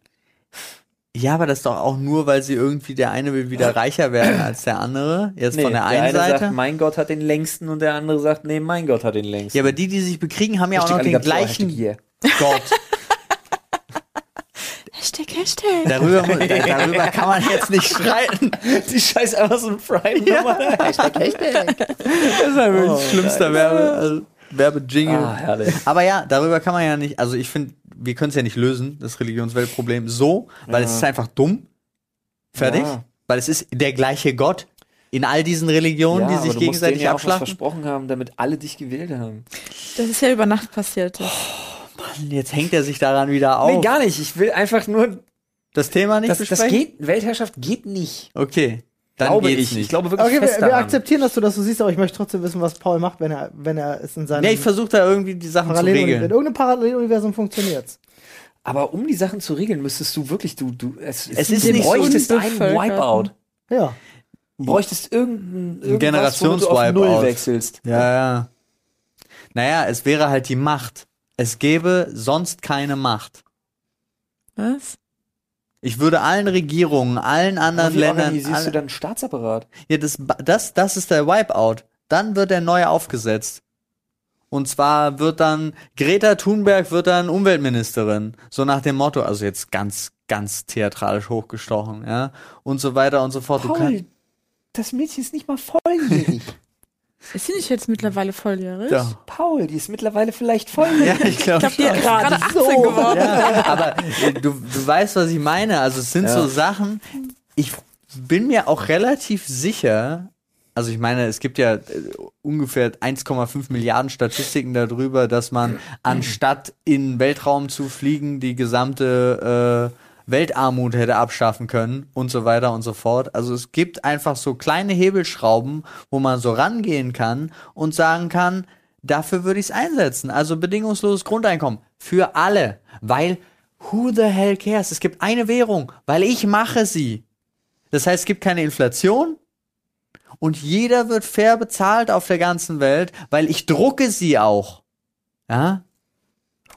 [SPEAKER 1] Ja, aber das ist doch auch nur, weil sie irgendwie der eine will wieder reicher werden als der andere. Jetzt von der einen
[SPEAKER 2] Ah. eine
[SPEAKER 1] Seite.
[SPEAKER 2] sagt, mein Gott hat den längsten und der andere sagt, nee, mein Gott hat den längsten.
[SPEAKER 1] ja, aber die, die sich bekriegen, haben ja auch noch den gleichen
[SPEAKER 2] hier.
[SPEAKER 1] Gott.
[SPEAKER 3] Hashtag, Hashtag.
[SPEAKER 1] Darüber, mu- da, darüber kann man jetzt nicht streiten.
[SPEAKER 2] Die scheiß Amazon Prime Nummer.
[SPEAKER 1] Das ist ja wirklich das schlimmste Werbe, also Werbejingle.
[SPEAKER 2] Oh, Ah, herrlich.
[SPEAKER 1] Aber ja, darüber kann man ja nicht, also ich finde, wir können es ja nicht lösen, das Religionsweltproblem, so, weil es ist einfach dumm. Fertig.
[SPEAKER 2] Ja.
[SPEAKER 1] Weil es ist der gleiche Gott in all diesen Religionen,
[SPEAKER 2] aber
[SPEAKER 1] die sich
[SPEAKER 2] du musst denen
[SPEAKER 1] gegenseitig
[SPEAKER 2] ja auch was
[SPEAKER 1] abschlachten.
[SPEAKER 2] versprochen haben, damit alle dich gewählt haben.
[SPEAKER 3] Das ist ja über Nacht passiert.
[SPEAKER 1] Jetzt hängt er sich daran wieder auf.
[SPEAKER 2] gar nicht. Ich will einfach nur,
[SPEAKER 1] das Thema nicht
[SPEAKER 2] das, das
[SPEAKER 1] besprechen?
[SPEAKER 2] geht, Weltherrschaft geht nicht.
[SPEAKER 1] Okay, dann
[SPEAKER 2] glaube
[SPEAKER 1] geht's
[SPEAKER 2] ich.
[SPEAKER 1] nicht.
[SPEAKER 2] Ich glaube wirklich
[SPEAKER 4] Okay, wir,
[SPEAKER 2] fest
[SPEAKER 4] wir
[SPEAKER 2] daran.
[SPEAKER 4] akzeptieren, dass du das so siehst, aber ich möchte trotzdem wissen, was Paul macht, wenn er, wenn er es in seinem
[SPEAKER 1] nee, ich versuche da irgendwie die Sachen zu
[SPEAKER 4] Paralleluniversum. In
[SPEAKER 1] regeln.
[SPEAKER 4] irgendeinem Paralleluniversum funktioniert's.
[SPEAKER 2] Aber um die Sachen zu regeln, müsstest du wirklich, du, du, es,
[SPEAKER 1] Es ist nicht so
[SPEAKER 2] bräuchtest einen
[SPEAKER 3] unbevölkert.
[SPEAKER 2] Wipeout.
[SPEAKER 4] Ja.
[SPEAKER 2] Bräuchtest irgendeinen
[SPEAKER 1] Generations-
[SPEAKER 2] du auf Null
[SPEAKER 1] Wipeout.
[SPEAKER 2] wechselst.
[SPEAKER 1] Ja, ja. Naja, es wäre halt die Macht. Es gäbe sonst keine Macht.
[SPEAKER 3] Was?
[SPEAKER 1] Ich würde allen Regierungen, allen
[SPEAKER 2] Aber
[SPEAKER 1] anderen
[SPEAKER 2] wie
[SPEAKER 1] Ländern.
[SPEAKER 2] organisierst du
[SPEAKER 1] Alle,
[SPEAKER 2] dann einen Staatsapparat?
[SPEAKER 1] ja, das, das, das ist der Wipeout. Dann wird er neu aufgesetzt. Und zwar wird dann Greta Thunberg wird dann Umweltministerin. So nach dem Motto, also jetzt ganz, ganz theatralisch hochgestochen, ja. Und so weiter und so fort. Du kann-
[SPEAKER 2] Paul, das Mädchen ist nicht mal volljährig.
[SPEAKER 3] Ist sie nicht jetzt mittlerweile volljährig?
[SPEAKER 1] ja.
[SPEAKER 2] Paul, die ist mittlerweile vielleicht volljährig.
[SPEAKER 1] ja, ich glaube.
[SPEAKER 3] Ich glaube, die ist gerade 18 geworden.
[SPEAKER 1] Ja, aber äh, du, du weißt, was ich meine. Also es sind so Sachen, ich bin mir auch relativ sicher, Also ich meine, es gibt ja äh, ungefähr 1,5 Milliarden Statistiken darüber, dass man anstatt in den Weltraum zu fliegen, die gesamte äh, Weltarmut hätte abschaffen können und so weiter und so fort. Also es gibt einfach so kleine Hebelschrauben, wo man so rangehen kann und sagen kann, dafür würde ich es einsetzen. Also bedingungsloses Grundeinkommen für alle, weil who the hell cares? Es gibt eine Währung, weil ich mache sie. Das heißt, es gibt keine Inflation und jeder wird fair bezahlt auf der ganzen Welt, weil ich drucke sie auch. Ja?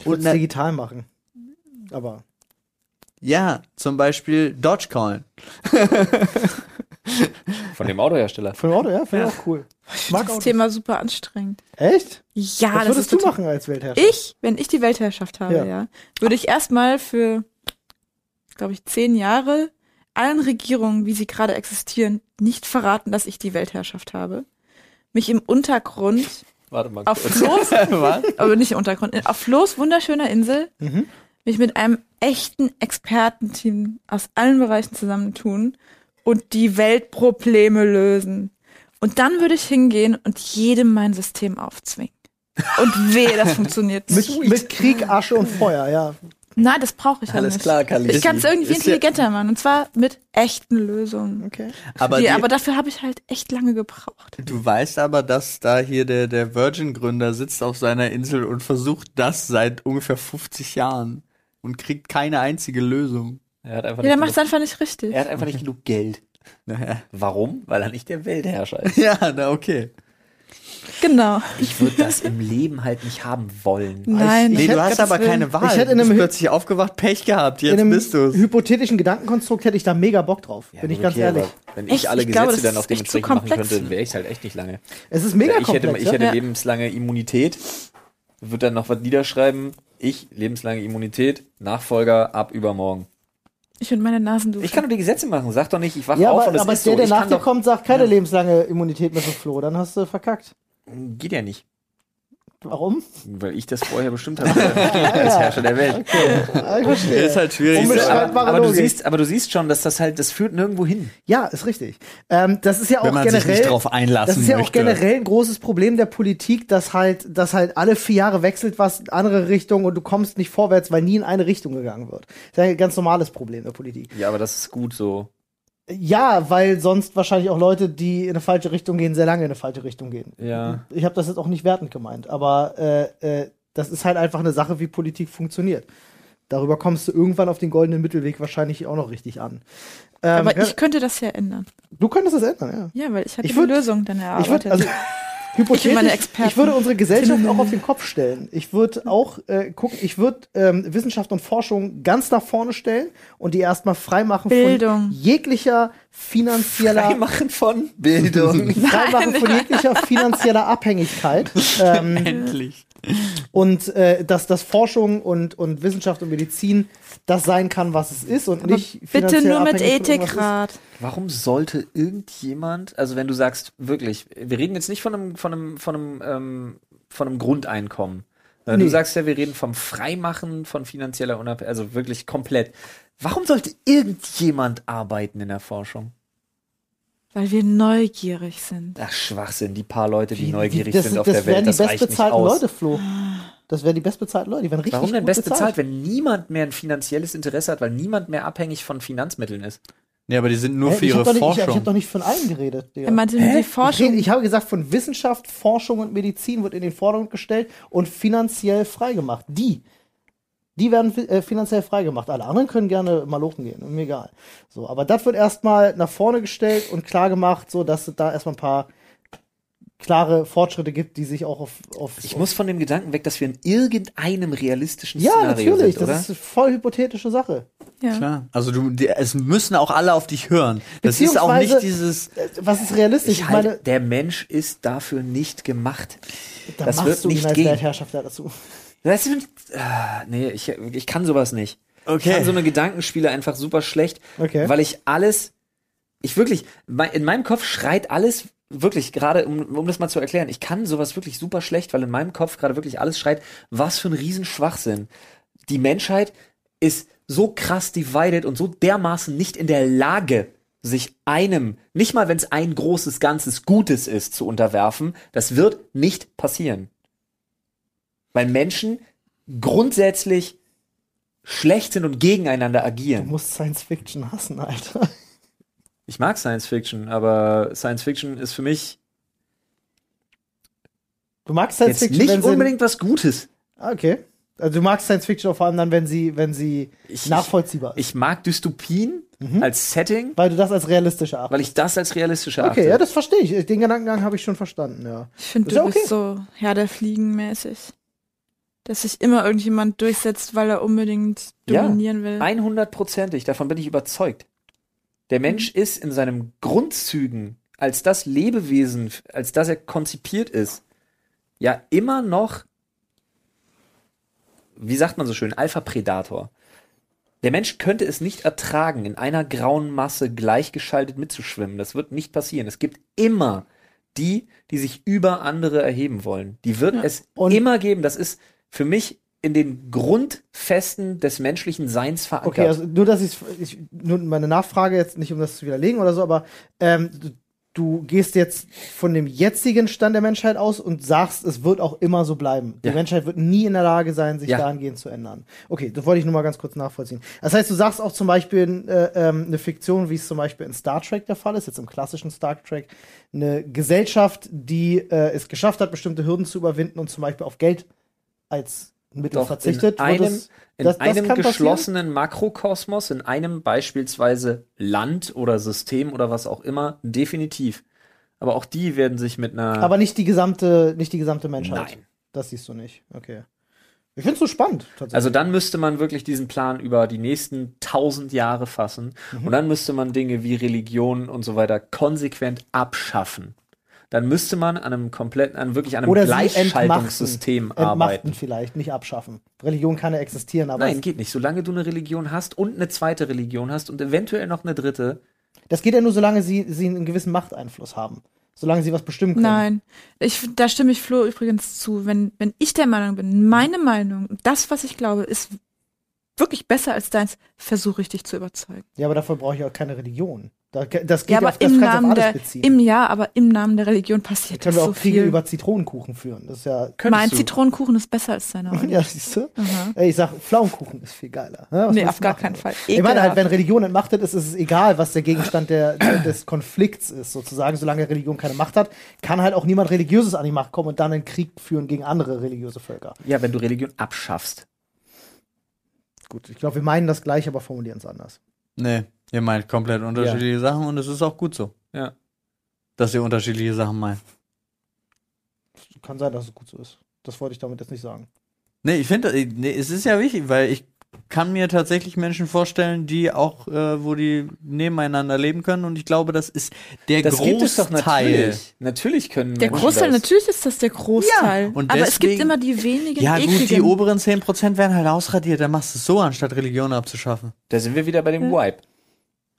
[SPEAKER 1] Und
[SPEAKER 4] Und
[SPEAKER 2] ne-
[SPEAKER 1] na,
[SPEAKER 4] digital machen. Aber
[SPEAKER 1] ja, zum Beispiel Dogecoin.
[SPEAKER 2] Von dem Autohersteller.
[SPEAKER 4] für ein Auto, ja, finde ich auch cool.
[SPEAKER 3] Ich finde das Thema super anstrengend.
[SPEAKER 4] Echt?
[SPEAKER 3] Ja,
[SPEAKER 4] Was
[SPEAKER 3] Ah, das
[SPEAKER 4] würdest
[SPEAKER 3] ist
[SPEAKER 4] du
[SPEAKER 3] total-
[SPEAKER 4] machen als Weltherrscher?
[SPEAKER 3] Ich, wenn ich die Weltherrschaft habe,
[SPEAKER 4] Ja.
[SPEAKER 3] ja, würde ich erstmal für, glaube ich, zehn Jahre allen Regierungen, wie sie gerade existieren, nicht verraten, dass ich die Weltherrschaft habe. Mich im Untergrund
[SPEAKER 2] Warte mal.
[SPEAKER 3] auf Flo's, aber nicht im Untergrund, in- auf Flo's wunderschöner Insel,
[SPEAKER 4] Mhm.
[SPEAKER 3] mich mit einem echten Expertenteam aus allen Bereichen zusammentun und die Weltprobleme lösen. Und dann würde ich hingehen und jedem mein System aufzwingen. Und weh, das funktioniert nicht.
[SPEAKER 4] Mit, mit Krieg, Asche und Feuer, ja.
[SPEAKER 3] Nein, das brauche ich ja
[SPEAKER 9] Alles
[SPEAKER 3] nicht.
[SPEAKER 9] klar, Kalisi.
[SPEAKER 3] Ich kann es irgendwie
[SPEAKER 1] Ist ja-
[SPEAKER 3] intelligenter machen und zwar mit echten Lösungen.
[SPEAKER 4] Okay.
[SPEAKER 1] Aber,
[SPEAKER 3] die,
[SPEAKER 1] die,
[SPEAKER 3] aber dafür habe ich halt echt lange gebraucht.
[SPEAKER 1] du weißt aber, dass da hier der, der Virgin-Gründer sitzt auf seiner Insel und versucht das seit ungefähr 50 Jahren und kriegt keine einzige Lösung.
[SPEAKER 2] Er hat einfach
[SPEAKER 3] Ja, der macht es
[SPEAKER 2] nicht
[SPEAKER 3] einfach nicht richtig.
[SPEAKER 2] genug, er hat einfach nicht genug Geld.
[SPEAKER 1] Naja.
[SPEAKER 2] Warum? Weil er nicht der Weltherrscher ist.
[SPEAKER 1] Ja, na okay.
[SPEAKER 3] Genau.
[SPEAKER 2] Ich würde das im Leben halt nicht haben wollen.
[SPEAKER 3] Nein.
[SPEAKER 1] Nee,
[SPEAKER 4] hätte
[SPEAKER 1] du hast
[SPEAKER 4] Gottes
[SPEAKER 1] aber
[SPEAKER 4] Willen-
[SPEAKER 1] keine Wahl.
[SPEAKER 4] Ich hätte in
[SPEAKER 1] du
[SPEAKER 4] einem,
[SPEAKER 1] bist
[SPEAKER 4] Hy-
[SPEAKER 1] plötzlich aufgewacht, Pech gehabt,
[SPEAKER 4] in
[SPEAKER 1] jetzt
[SPEAKER 4] einem
[SPEAKER 1] bist du's.
[SPEAKER 4] hypothetischen Gedankenkonstrukt hätte ich da mega Bock drauf, bin ich ganz
[SPEAKER 2] okay,
[SPEAKER 4] ehrlich.
[SPEAKER 2] aber Wenn
[SPEAKER 3] Echt,
[SPEAKER 2] ich alle
[SPEAKER 3] ich glaube,
[SPEAKER 2] Gesetze
[SPEAKER 3] das
[SPEAKER 2] dann auch
[SPEAKER 3] ist echt zu
[SPEAKER 2] dementsprechend machen
[SPEAKER 3] komplex.
[SPEAKER 2] könnte, wäre ich halt echt nicht lange.
[SPEAKER 4] Es ist mega
[SPEAKER 2] Ja, ich hätte,
[SPEAKER 4] komplex.
[SPEAKER 2] ich hätte
[SPEAKER 3] ja?
[SPEAKER 2] lebenslange Immunität, würde dann noch was niederschreiben. Ich, lebenslange Immunität, Nachfolger ab übermorgen.
[SPEAKER 3] Ich und meine Nasendusche.
[SPEAKER 2] Ich kann nur die Gesetze machen. Sag doch nicht, ich
[SPEAKER 4] ja,
[SPEAKER 2] wache
[SPEAKER 4] ja
[SPEAKER 2] auf und
[SPEAKER 4] aber,
[SPEAKER 2] es
[SPEAKER 4] aber der,
[SPEAKER 2] ist so.
[SPEAKER 4] der
[SPEAKER 2] Ich
[SPEAKER 4] nach
[SPEAKER 2] kann
[SPEAKER 4] dir
[SPEAKER 2] doch,
[SPEAKER 4] kommt, sagt keine lebenslange Immunität mehr für Flo, dann hast du verkackt.
[SPEAKER 2] geht ja nicht,
[SPEAKER 4] Warum?
[SPEAKER 2] weil ich das vorher bestimmt habe. als Herrscher der Welt.
[SPEAKER 4] Ah, ich verstehe.
[SPEAKER 1] Ist halt schwierig.
[SPEAKER 4] Unbeschreibbar.
[SPEAKER 1] aber-
[SPEAKER 4] Unbeschreibbare
[SPEAKER 2] Aber du,
[SPEAKER 4] Logik.
[SPEAKER 2] siehst, aber du siehst schon, dass das halt, das führt nirgendwo hin.
[SPEAKER 4] Ja, ist richtig. Ähm, das ist ja auch
[SPEAKER 1] Wenn man
[SPEAKER 4] generell.
[SPEAKER 1] sich nicht drauf einlassen
[SPEAKER 4] das ist ja auch
[SPEAKER 1] möchte.
[SPEAKER 4] generell ein großes Problem der Politik, dass halt, dass halt alle vier Jahre wechselt was in andere Richtung und du kommst nicht vorwärts, weil nie in eine Richtung gegangen wird. Das ist ja ein ganz normales Problem der Politik.
[SPEAKER 2] Ja, aber das ist gut so.
[SPEAKER 4] Ja, weil sonst wahrscheinlich auch Leute, die in eine falsche Richtung gehen, sehr lange in eine falsche Richtung gehen.
[SPEAKER 2] Ja.
[SPEAKER 4] Ich habe das jetzt auch nicht wertend gemeint, aber äh, äh, das ist halt einfach eine Sache, wie Politik funktioniert. Darüber kommst du irgendwann auf den goldenen Mittelweg wahrscheinlich auch noch richtig an. Ähm,
[SPEAKER 3] aber
[SPEAKER 4] ja,
[SPEAKER 3] ich könnte das ja ändern.
[SPEAKER 4] du könntest das ändern, ja.
[SPEAKER 3] Ja, weil ich hatte
[SPEAKER 4] Ich
[SPEAKER 3] die
[SPEAKER 4] würd-
[SPEAKER 3] Lösung dann
[SPEAKER 4] Ich
[SPEAKER 3] erarbeitet.
[SPEAKER 4] würde also
[SPEAKER 3] Ah, Ich bin meine
[SPEAKER 4] hypothetisch,
[SPEAKER 3] Experten.
[SPEAKER 4] ich würde unsere Gesellschaft auch auf den Kopf stellen. Ich würde auch äh, gucken, ich würde ähm, Wissenschaft und Forschung ganz nach vorne stellen und die erstmal freimachen
[SPEAKER 3] Bildung.
[SPEAKER 4] von jeglicher finanzieller
[SPEAKER 2] Machen von Bildung.
[SPEAKER 4] freimachen von jeglicher finanzieller Abhängigkeit. Ähm,
[SPEAKER 1] Endlich.
[SPEAKER 4] und äh, dass das Forschung und, und Wissenschaft und Medizin das sein kann, was es ist und
[SPEAKER 3] Aber
[SPEAKER 4] nicht
[SPEAKER 3] bitte
[SPEAKER 4] finanziell
[SPEAKER 3] nur mit
[SPEAKER 4] abhängig von irgendwas ist.
[SPEAKER 3] Ethikrat.
[SPEAKER 2] Warum sollte irgendjemand, also wenn du sagst, wirklich, wir reden jetzt nicht von einem, von einem, von einem, ähm, von einem Grundeinkommen. Äh, Du
[SPEAKER 4] Nee.
[SPEAKER 2] sagst ja, wir reden vom Freimachen von finanzieller Unabhängigkeit, also wirklich komplett. Warum sollte irgendjemand arbeiten in der Forschung?
[SPEAKER 3] Weil wir neugierig sind.
[SPEAKER 2] Ach, Schwachsinn, die paar Leute, die
[SPEAKER 4] Wie- wie-
[SPEAKER 2] neugierig
[SPEAKER 4] das
[SPEAKER 2] sind auf
[SPEAKER 4] das
[SPEAKER 2] der Welt,
[SPEAKER 4] wären
[SPEAKER 2] das
[SPEAKER 4] die
[SPEAKER 2] reicht nicht
[SPEAKER 4] bestbezahlten
[SPEAKER 2] aus.
[SPEAKER 4] Leute, Flo. Das wären die bestbezahlten Leute, die wären richtig
[SPEAKER 2] Warum denn
[SPEAKER 4] gut
[SPEAKER 2] best
[SPEAKER 4] bezahlt.
[SPEAKER 2] bezahlt, wenn niemand mehr ein finanzielles Interesse hat, weil niemand mehr abhängig von Finanzmitteln ist?
[SPEAKER 1] Ja, aber die sind nur
[SPEAKER 4] Hä,
[SPEAKER 1] für
[SPEAKER 4] ich
[SPEAKER 1] ihre
[SPEAKER 4] hab doch nicht, Ich, ich
[SPEAKER 1] Forschung.
[SPEAKER 4] habe doch nicht von allen geredet. Digga.
[SPEAKER 3] Er meinte nur die Forschung.
[SPEAKER 4] Ich, ich habe gesagt, von Wissenschaft, Forschung und Medizin wird in den Vordergrund gestellt und finanziell freigemacht. Die. Die werden fi- äh, finanziell freigemacht. Alle anderen können gerne malochen gehen, mir egal. So, aber das wird erstmal nach vorne gestellt und klar gemacht, so dass es da erstmal ein paar klare Fortschritte gibt, die sich auch auf, auf
[SPEAKER 2] Ich muss von dem Gedanken weg, dass wir in irgendeinem realistischen
[SPEAKER 4] Ja,
[SPEAKER 2] Szenario
[SPEAKER 4] natürlich,
[SPEAKER 2] sind, oder?
[SPEAKER 4] das ist eine voll hypothetische Sache.
[SPEAKER 3] ja.
[SPEAKER 1] Klar. Also du, die, es müssen auch alle auf dich hören. Das ist auch
[SPEAKER 4] Beziehungsweise-
[SPEAKER 1] nicht dieses.
[SPEAKER 4] Äh, Was ist realistisch?
[SPEAKER 2] ich halt, der Mensch ist dafür nicht gemacht.
[SPEAKER 4] da
[SPEAKER 2] das
[SPEAKER 4] machst
[SPEAKER 2] wird
[SPEAKER 4] du ihn
[SPEAKER 2] nicht
[SPEAKER 4] als
[SPEAKER 2] gehen.
[SPEAKER 4] Weltherrschafter dazu.
[SPEAKER 2] Das ist, ah, nee, ich, ich kann sowas nicht. Ich
[SPEAKER 1] Okay.
[SPEAKER 2] kann so eine Gedankenspiele einfach super schlecht,
[SPEAKER 4] Okay.
[SPEAKER 2] weil ich alles, ich wirklich, mei- in meinem Kopf schreit alles wirklich gerade, um, um das mal zu erklären, ich kann sowas wirklich super schlecht, weil in meinem Kopf gerade wirklich alles schreit, was für ein Riesenschwachsinn. Die Menschheit ist so krass divided und so dermaßen nicht in der Lage, sich einem, nicht mal wenn es ein großes, ganzes Gutes ist, zu unterwerfen, das wird nicht passieren. Weil Menschen grundsätzlich schlecht sind und gegeneinander
[SPEAKER 4] Du
[SPEAKER 2] agieren.
[SPEAKER 4] musst Science Fiction hassen, Alter.
[SPEAKER 2] Ich mag Science Fiction, aber Science Fiction ist für mich
[SPEAKER 4] Du magst Science
[SPEAKER 2] jetzt
[SPEAKER 4] Fiction wenn
[SPEAKER 2] nicht
[SPEAKER 4] sie-
[SPEAKER 2] unbedingt was Gutes.
[SPEAKER 4] Ah, Okay. Also du magst Science Fiction auch vor allem dann, wenn sie, wenn sie
[SPEAKER 2] Ich,
[SPEAKER 4] nachvollziehbar ist.
[SPEAKER 2] ich, ich mag Dystopien als Setting,
[SPEAKER 4] weil du das als realistisch erachtest.
[SPEAKER 2] weil ich das als realistisch erachte.
[SPEAKER 4] Okay, ja, das verstehe ich. Den Gedankengang habe ich schon verstanden, ja.
[SPEAKER 3] Ich finde,
[SPEAKER 4] Ist
[SPEAKER 3] du
[SPEAKER 4] ja okay.
[SPEAKER 3] bist so Herr der Fliegen mäßig. Dass sich immer irgendjemand durchsetzt, weil er unbedingt
[SPEAKER 2] Ja.
[SPEAKER 3] dominieren will.
[SPEAKER 2] Einhundertprozentig, davon bin ich überzeugt. Der Mensch ist in seinen Grundzügen, als das Lebewesen, als das er konzipiert ist, ja immer noch, wie sagt man so schön, Alpha-Predator. Der Mensch könnte es nicht ertragen, in einer grauen Masse gleichgeschaltet mitzuschwimmen. Das wird nicht passieren. Es gibt immer die, die sich über andere erheben wollen. Die wird es
[SPEAKER 4] Und-
[SPEAKER 2] immer geben. Das ist für mich in den Grundfesten des menschlichen Seins verankert.
[SPEAKER 4] Okay, also nur, dass ich's- ich, nur meine Nachfrage jetzt nicht, um das zu widerlegen oder so, aber ähm, du, du gehst jetzt von dem jetzigen Stand der Menschheit aus und sagst, es wird auch immer so bleiben. Die
[SPEAKER 2] Ja.
[SPEAKER 4] Menschheit wird nie in der Lage sein, sich
[SPEAKER 2] Ja.
[SPEAKER 4] dahingehend zu ändern. Okay, das wollte ich nur mal ganz kurz nachvollziehen. Das heißt, du sagst auch zum Beispiel äh, ähm, eine Fiktion, wie es zum Beispiel in Star Trek der Fall ist, jetzt im klassischen Star Trek, eine Gesellschaft, die äh, es geschafft hat, bestimmte Hürden zu überwinden und zum Beispiel auf Geld als Mittel
[SPEAKER 2] Doch,
[SPEAKER 4] verzichtet.
[SPEAKER 2] in
[SPEAKER 4] wird
[SPEAKER 2] einem,
[SPEAKER 4] es-
[SPEAKER 2] in
[SPEAKER 4] das- das
[SPEAKER 2] einem
[SPEAKER 4] kann passieren?
[SPEAKER 2] geschlossenen Makrokosmos, in einem beispielsweise Land oder System oder was auch immer, definitiv. Aber auch die werden sich mit einer.
[SPEAKER 4] Aber nicht die gesamte, nicht die gesamte Menschheit.
[SPEAKER 2] Nein.
[SPEAKER 4] Das siehst du nicht. Okay. Ich find's so spannend, tatsächlich.
[SPEAKER 2] also dann müsste man wirklich diesen Plan über die nächsten tausend Jahre fassen
[SPEAKER 4] Mhm.
[SPEAKER 2] und dann müsste man Dinge wie Religion und so weiter konsequent abschaffen. Dann müsste man an einem kompletten, an wirklich einem
[SPEAKER 4] Oder sie
[SPEAKER 2] Gleichschaltungssystem
[SPEAKER 4] entmachten,
[SPEAKER 2] arbeiten.
[SPEAKER 4] entmachten vielleicht, nicht abschaffen. Religion kann ja existieren, aber
[SPEAKER 2] Nein, geht nicht. Solange du eine Religion hast und eine zweite Religion hast und eventuell noch eine dritte,
[SPEAKER 4] es, das geht ja nur, solange sie, sie einen gewissen Machteinfluss haben. Solange sie was bestimmen können.
[SPEAKER 3] Nein, ich, da stimme ich Flo übrigens zu. Wenn, wenn ich der Meinung bin, meine Meinung, das, was ich glaube, ist wirklich besser als deins, versuche ich dich zu überzeugen.
[SPEAKER 4] Ja, aber dafür brauche ich auch keine Religion. Da, das geht
[SPEAKER 3] Ja,
[SPEAKER 4] ja,
[SPEAKER 3] aber
[SPEAKER 4] auf, das
[SPEAKER 3] im
[SPEAKER 4] kannst du
[SPEAKER 3] Namen
[SPEAKER 4] auf alles
[SPEAKER 3] der,
[SPEAKER 4] beziehen.
[SPEAKER 3] im Jahr, aber im Namen der Religion
[SPEAKER 4] da
[SPEAKER 3] passiert
[SPEAKER 4] können
[SPEAKER 3] das
[SPEAKER 4] wir auch
[SPEAKER 3] so
[SPEAKER 4] Kriege
[SPEAKER 3] viel.
[SPEAKER 4] über Zitronenkuchen führen. Das ist ja.
[SPEAKER 3] mein
[SPEAKER 2] könntest du.
[SPEAKER 3] Zitronenkuchen ist besser als deiner. oder?
[SPEAKER 4] Ja, siehst du?
[SPEAKER 3] Aha.
[SPEAKER 4] Ey, Ich sag, Pflaumenkuchen ist viel geiler. Ne? Was
[SPEAKER 3] Nee,
[SPEAKER 4] willst
[SPEAKER 3] auf
[SPEAKER 4] du
[SPEAKER 3] gar
[SPEAKER 4] machen?
[SPEAKER 3] keinen Fall.
[SPEAKER 4] Ich meine halt,
[SPEAKER 3] Ekelhaft.
[SPEAKER 4] wenn Religion entmachtet ist, ist es egal, was der Gegenstand der, des Konflikts ist, sozusagen. Solange Religion keine Macht hat, kann halt auch niemand Religiöses an die Macht kommen und dann einen Krieg führen gegen andere religiöse Völker.
[SPEAKER 2] Ja, wenn du Religion abschaffst.
[SPEAKER 4] Gut, ich glaube, wir meinen das gleich, aber formulieren es anders.
[SPEAKER 1] Nee, ihr meint komplett unterschiedliche Sachen und es ist auch gut so.
[SPEAKER 2] Ja.
[SPEAKER 1] Dass ihr unterschiedliche Sachen meint.
[SPEAKER 4] Kann sein, dass es gut so ist. Das wollte ich damit jetzt nicht sagen.
[SPEAKER 1] Nee, ich finde, äh, nee, es ist ja wichtig, weil ich kann mir tatsächlich Menschen vorstellen, die auch, äh, wo die nebeneinander leben können und ich glaube, das ist der
[SPEAKER 2] Das
[SPEAKER 1] Großteil.
[SPEAKER 2] gibt es doch natürlich. Natürlich können
[SPEAKER 3] Der
[SPEAKER 2] Menschen
[SPEAKER 3] Großteil,
[SPEAKER 2] das.
[SPEAKER 3] natürlich ist das der Großteil.
[SPEAKER 1] Ja, und
[SPEAKER 3] aber es gibt
[SPEAKER 1] deswegen-
[SPEAKER 3] immer die wenigen
[SPEAKER 1] Ja gut, die
[SPEAKER 3] ekligen.
[SPEAKER 1] oberen 10% werden halt ausradiert, dann machst du es so, anstatt Religion abzuschaffen.
[SPEAKER 2] Da sind wir wieder bei dem Wipe.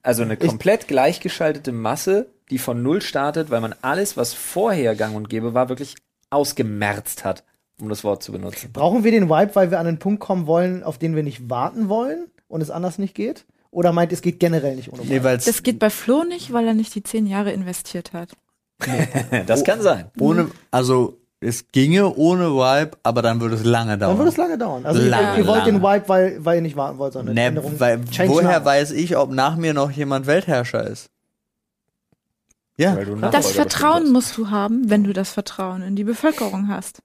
[SPEAKER 2] Also eine komplett gleichgeschaltete Masse, die von Null startet, weil man alles, was vorher gang und gäbe war, wirklich ausgemerzt hat, um das Wort zu benutzen.
[SPEAKER 4] Brauchen wir den Vibe, weil wir an einen Punkt kommen wollen, auf den wir nicht warten wollen und es anders nicht geht? Oder meint, ihr, es geht generell nicht ohne
[SPEAKER 1] Nee,
[SPEAKER 4] Vibe?
[SPEAKER 1] weil
[SPEAKER 3] das geht bei Flo nicht, weil er nicht die zehn Jahre investiert hat.
[SPEAKER 2] Das kann sein.
[SPEAKER 1] ohne, also es ginge ohne Vibe, aber dann würde es lange dauern.
[SPEAKER 4] Dann würde es lange dauern. Also ihr-
[SPEAKER 1] Lange,
[SPEAKER 4] ihr wollt den
[SPEAKER 1] lange.
[SPEAKER 4] Vibe, weil, weil ihr nicht warten wollt, sondern
[SPEAKER 1] Ne,
[SPEAKER 4] Änderung-
[SPEAKER 1] weil,
[SPEAKER 4] Change
[SPEAKER 1] woher
[SPEAKER 4] now.
[SPEAKER 1] weiß ich, ob nach mir noch jemand Weltherrscher ist? Ja.
[SPEAKER 2] Weil du
[SPEAKER 3] Das
[SPEAKER 2] Nachfolger
[SPEAKER 3] Vertrauen
[SPEAKER 2] bestimmt
[SPEAKER 3] musst du haben, wenn du das Vertrauen in die Bevölkerung hast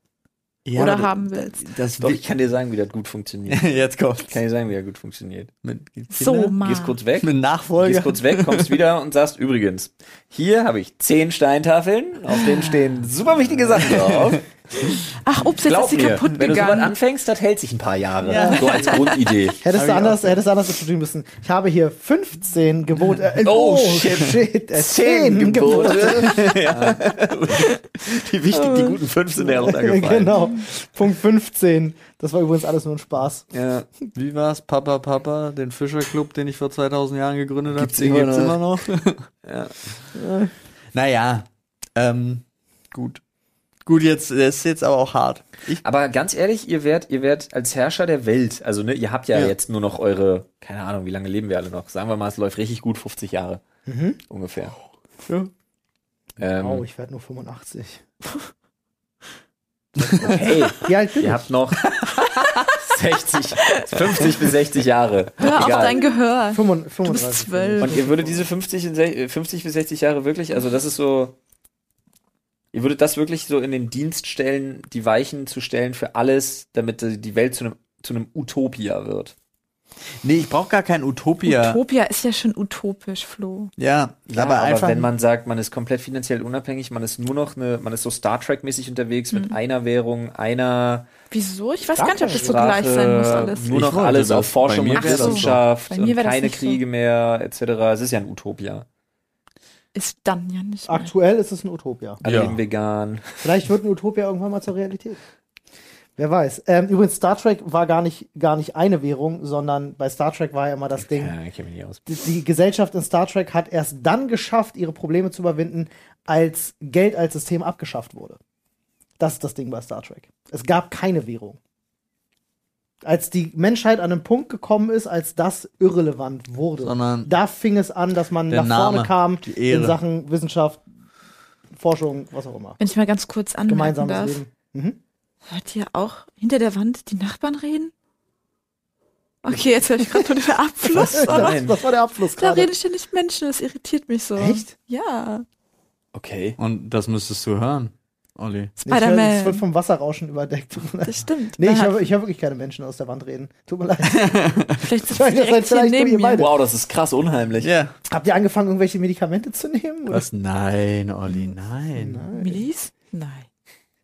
[SPEAKER 1] ja
[SPEAKER 3] oder
[SPEAKER 1] das-
[SPEAKER 3] haben willst.
[SPEAKER 1] Das
[SPEAKER 2] hast. Doch, ich kann dir sagen, wie das gut funktioniert.
[SPEAKER 1] Jetzt
[SPEAKER 2] Ich
[SPEAKER 1] kommt's.
[SPEAKER 2] kann dir sagen, wie das gut funktioniert.
[SPEAKER 1] Mit Kindern?
[SPEAKER 3] So, Mann.
[SPEAKER 2] Gehst kurz weg,
[SPEAKER 1] Mit Nachfolger.
[SPEAKER 2] gehst kurz weg, kommst wieder und sagst, übrigens, hier habe ich zehn Steintafeln, auf denen stehen super wichtige Sachen drauf.
[SPEAKER 3] Ach, ups, jetzt ist
[SPEAKER 2] Glaub
[SPEAKER 3] sie
[SPEAKER 2] mir,
[SPEAKER 3] kaputt
[SPEAKER 2] wenn du sowas
[SPEAKER 3] gegangen.
[SPEAKER 2] anfängst, das hält sich ein paar Jahre. So als Grundidee.
[SPEAKER 4] Hättest du, anders, hättest du anders diskutieren müssen. Ich habe hier 15 Gebote. Äh,
[SPEAKER 2] Oh, shit.
[SPEAKER 4] Äh, 10 Gebote.
[SPEAKER 2] die wichtigen, die guten fünf sind ja runtergefallen.
[SPEAKER 4] genau. Punkt 15. Das war übrigens alles nur ein Spaß.
[SPEAKER 2] Ja,
[SPEAKER 1] Wie war's? Papa, Papa, den Fischerclub, den ich vor 2000 Jahren gegründet habe.
[SPEAKER 2] Gibt's immer
[SPEAKER 1] noch. ja. Naja, ähm, gut. Gut, jetzt das ist jetzt aber auch hart. Ich,
[SPEAKER 2] Aber ganz ehrlich, ihr werdet, ihr werdet als Herrscher der Welt, also ne, ihr habt ja,
[SPEAKER 1] Ja.
[SPEAKER 2] jetzt nur noch eure, keine Ahnung, wie lange leben wir alle noch? Sagen wir mal, es läuft richtig gut, 50 Jahre ungefähr. Ähm,
[SPEAKER 4] Oh, Mhm. ich werde nur 85.
[SPEAKER 2] okay,
[SPEAKER 4] Wie alt bin
[SPEAKER 2] ihr habt noch 60, 50 bis 60 Jahre.
[SPEAKER 3] Hör auf
[SPEAKER 2] Egal.
[SPEAKER 3] dein Gehör.
[SPEAKER 4] ich? 35.
[SPEAKER 3] Du bist zwölf.
[SPEAKER 2] Und ihr würdet diese 50, und sech- äh, 50 bis 60 Jahre wirklich, also das ist so, ihr würdet das wirklich so in den Dienst stellen, die Weichen zu stellen für alles, damit äh, die Welt zu einem zu einem Utopia wird.
[SPEAKER 1] nee, ich brauche gar kein Utopia.
[SPEAKER 3] Utopia ist ja schon utopisch, Flo.
[SPEAKER 1] ja,
[SPEAKER 2] Ja,
[SPEAKER 1] aber, einfach.
[SPEAKER 2] wenn man sagt, man ist komplett finanziell unabhängig, man ist nur noch eine, man ist so Star Trek mäßig unterwegs mit einer Währung, einer
[SPEAKER 3] Wieso? Ich weiß
[SPEAKER 2] Star
[SPEAKER 3] gar nicht, ob Mhm. das so
[SPEAKER 2] Sprache,
[SPEAKER 3] gleich sein muss alles.
[SPEAKER 2] nur
[SPEAKER 1] Ich
[SPEAKER 2] noch
[SPEAKER 1] wollte
[SPEAKER 2] alles
[SPEAKER 1] das.
[SPEAKER 2] auf Forschung
[SPEAKER 1] Bei mir
[SPEAKER 2] und
[SPEAKER 3] wär das so.
[SPEAKER 2] Wissenschaft
[SPEAKER 3] Bei mir
[SPEAKER 2] und
[SPEAKER 3] wär das
[SPEAKER 2] keine
[SPEAKER 3] nicht so.
[SPEAKER 2] Kriege mehr etc. Es ist ja ein Utopia.
[SPEAKER 3] Ist dann ja nicht mehr.
[SPEAKER 4] Aktuell ist es ein Utopia.
[SPEAKER 2] Alle
[SPEAKER 1] Ja.
[SPEAKER 2] leben vegan.
[SPEAKER 4] Vielleicht wird ein Utopia irgendwann mal zur Realität. Wer weiß. Ähm, übrigens, Star Trek war gar nicht, gar nicht eine Währung, sondern bei Star Trek war ja immer das Ding,
[SPEAKER 2] ich kenne mich nicht aus.
[SPEAKER 4] die, die Gesellschaft in Star Trek hat erst dann geschafft, ihre Probleme zu überwinden, als Geld als System abgeschafft wurde. Das ist das Ding bei Star Trek. Es gab keine Währung. Als die Menschheit an einen Punkt gekommen ist, als das irrelevant wurde,
[SPEAKER 1] Sondern
[SPEAKER 4] da fing es an, dass man
[SPEAKER 1] der
[SPEAKER 4] nach vorne
[SPEAKER 1] Name,
[SPEAKER 4] kam
[SPEAKER 1] die Ehre.
[SPEAKER 4] in Sachen Wissenschaft, Forschung, was auch immer.
[SPEAKER 3] Wenn ich mal ganz kurz anmerken
[SPEAKER 4] Gemeinsames
[SPEAKER 3] darf.
[SPEAKER 4] Leben. Mhm.
[SPEAKER 3] Hört ihr auch hinter der Wand die Nachbarn reden? Okay, jetzt höre ich gerade nur den Abfluss. aber
[SPEAKER 4] Das, das war der Abschluss
[SPEAKER 3] Oh, Da
[SPEAKER 4] gerade.
[SPEAKER 3] reden ständig Menschen, das irritiert mich so.
[SPEAKER 4] Echt?
[SPEAKER 3] Ja.
[SPEAKER 2] Okay.
[SPEAKER 1] und das müsstest du hören, Olli.
[SPEAKER 4] Ich höre, Es wird
[SPEAKER 3] Spider-Man.
[SPEAKER 4] vom Wasserrauschen überdeckt.
[SPEAKER 3] Das stimmt.
[SPEAKER 4] Nee, ich
[SPEAKER 3] Man hat-
[SPEAKER 4] höre ich hör wirklich keine Menschen aus der Wand reden. Tut mir leid.
[SPEAKER 3] vielleicht sitzt
[SPEAKER 4] das seid
[SPEAKER 3] direkt hier
[SPEAKER 4] vielleicht nur
[SPEAKER 3] neben
[SPEAKER 4] ihr
[SPEAKER 3] mir.
[SPEAKER 4] beide.
[SPEAKER 2] Wow, das ist krass unheimlich.
[SPEAKER 1] Ja.
[SPEAKER 4] Habt ihr angefangen, irgendwelche Medikamente zu nehmen? Oder?
[SPEAKER 1] Was? Nein, Olli, nein.
[SPEAKER 3] Milis? Nein.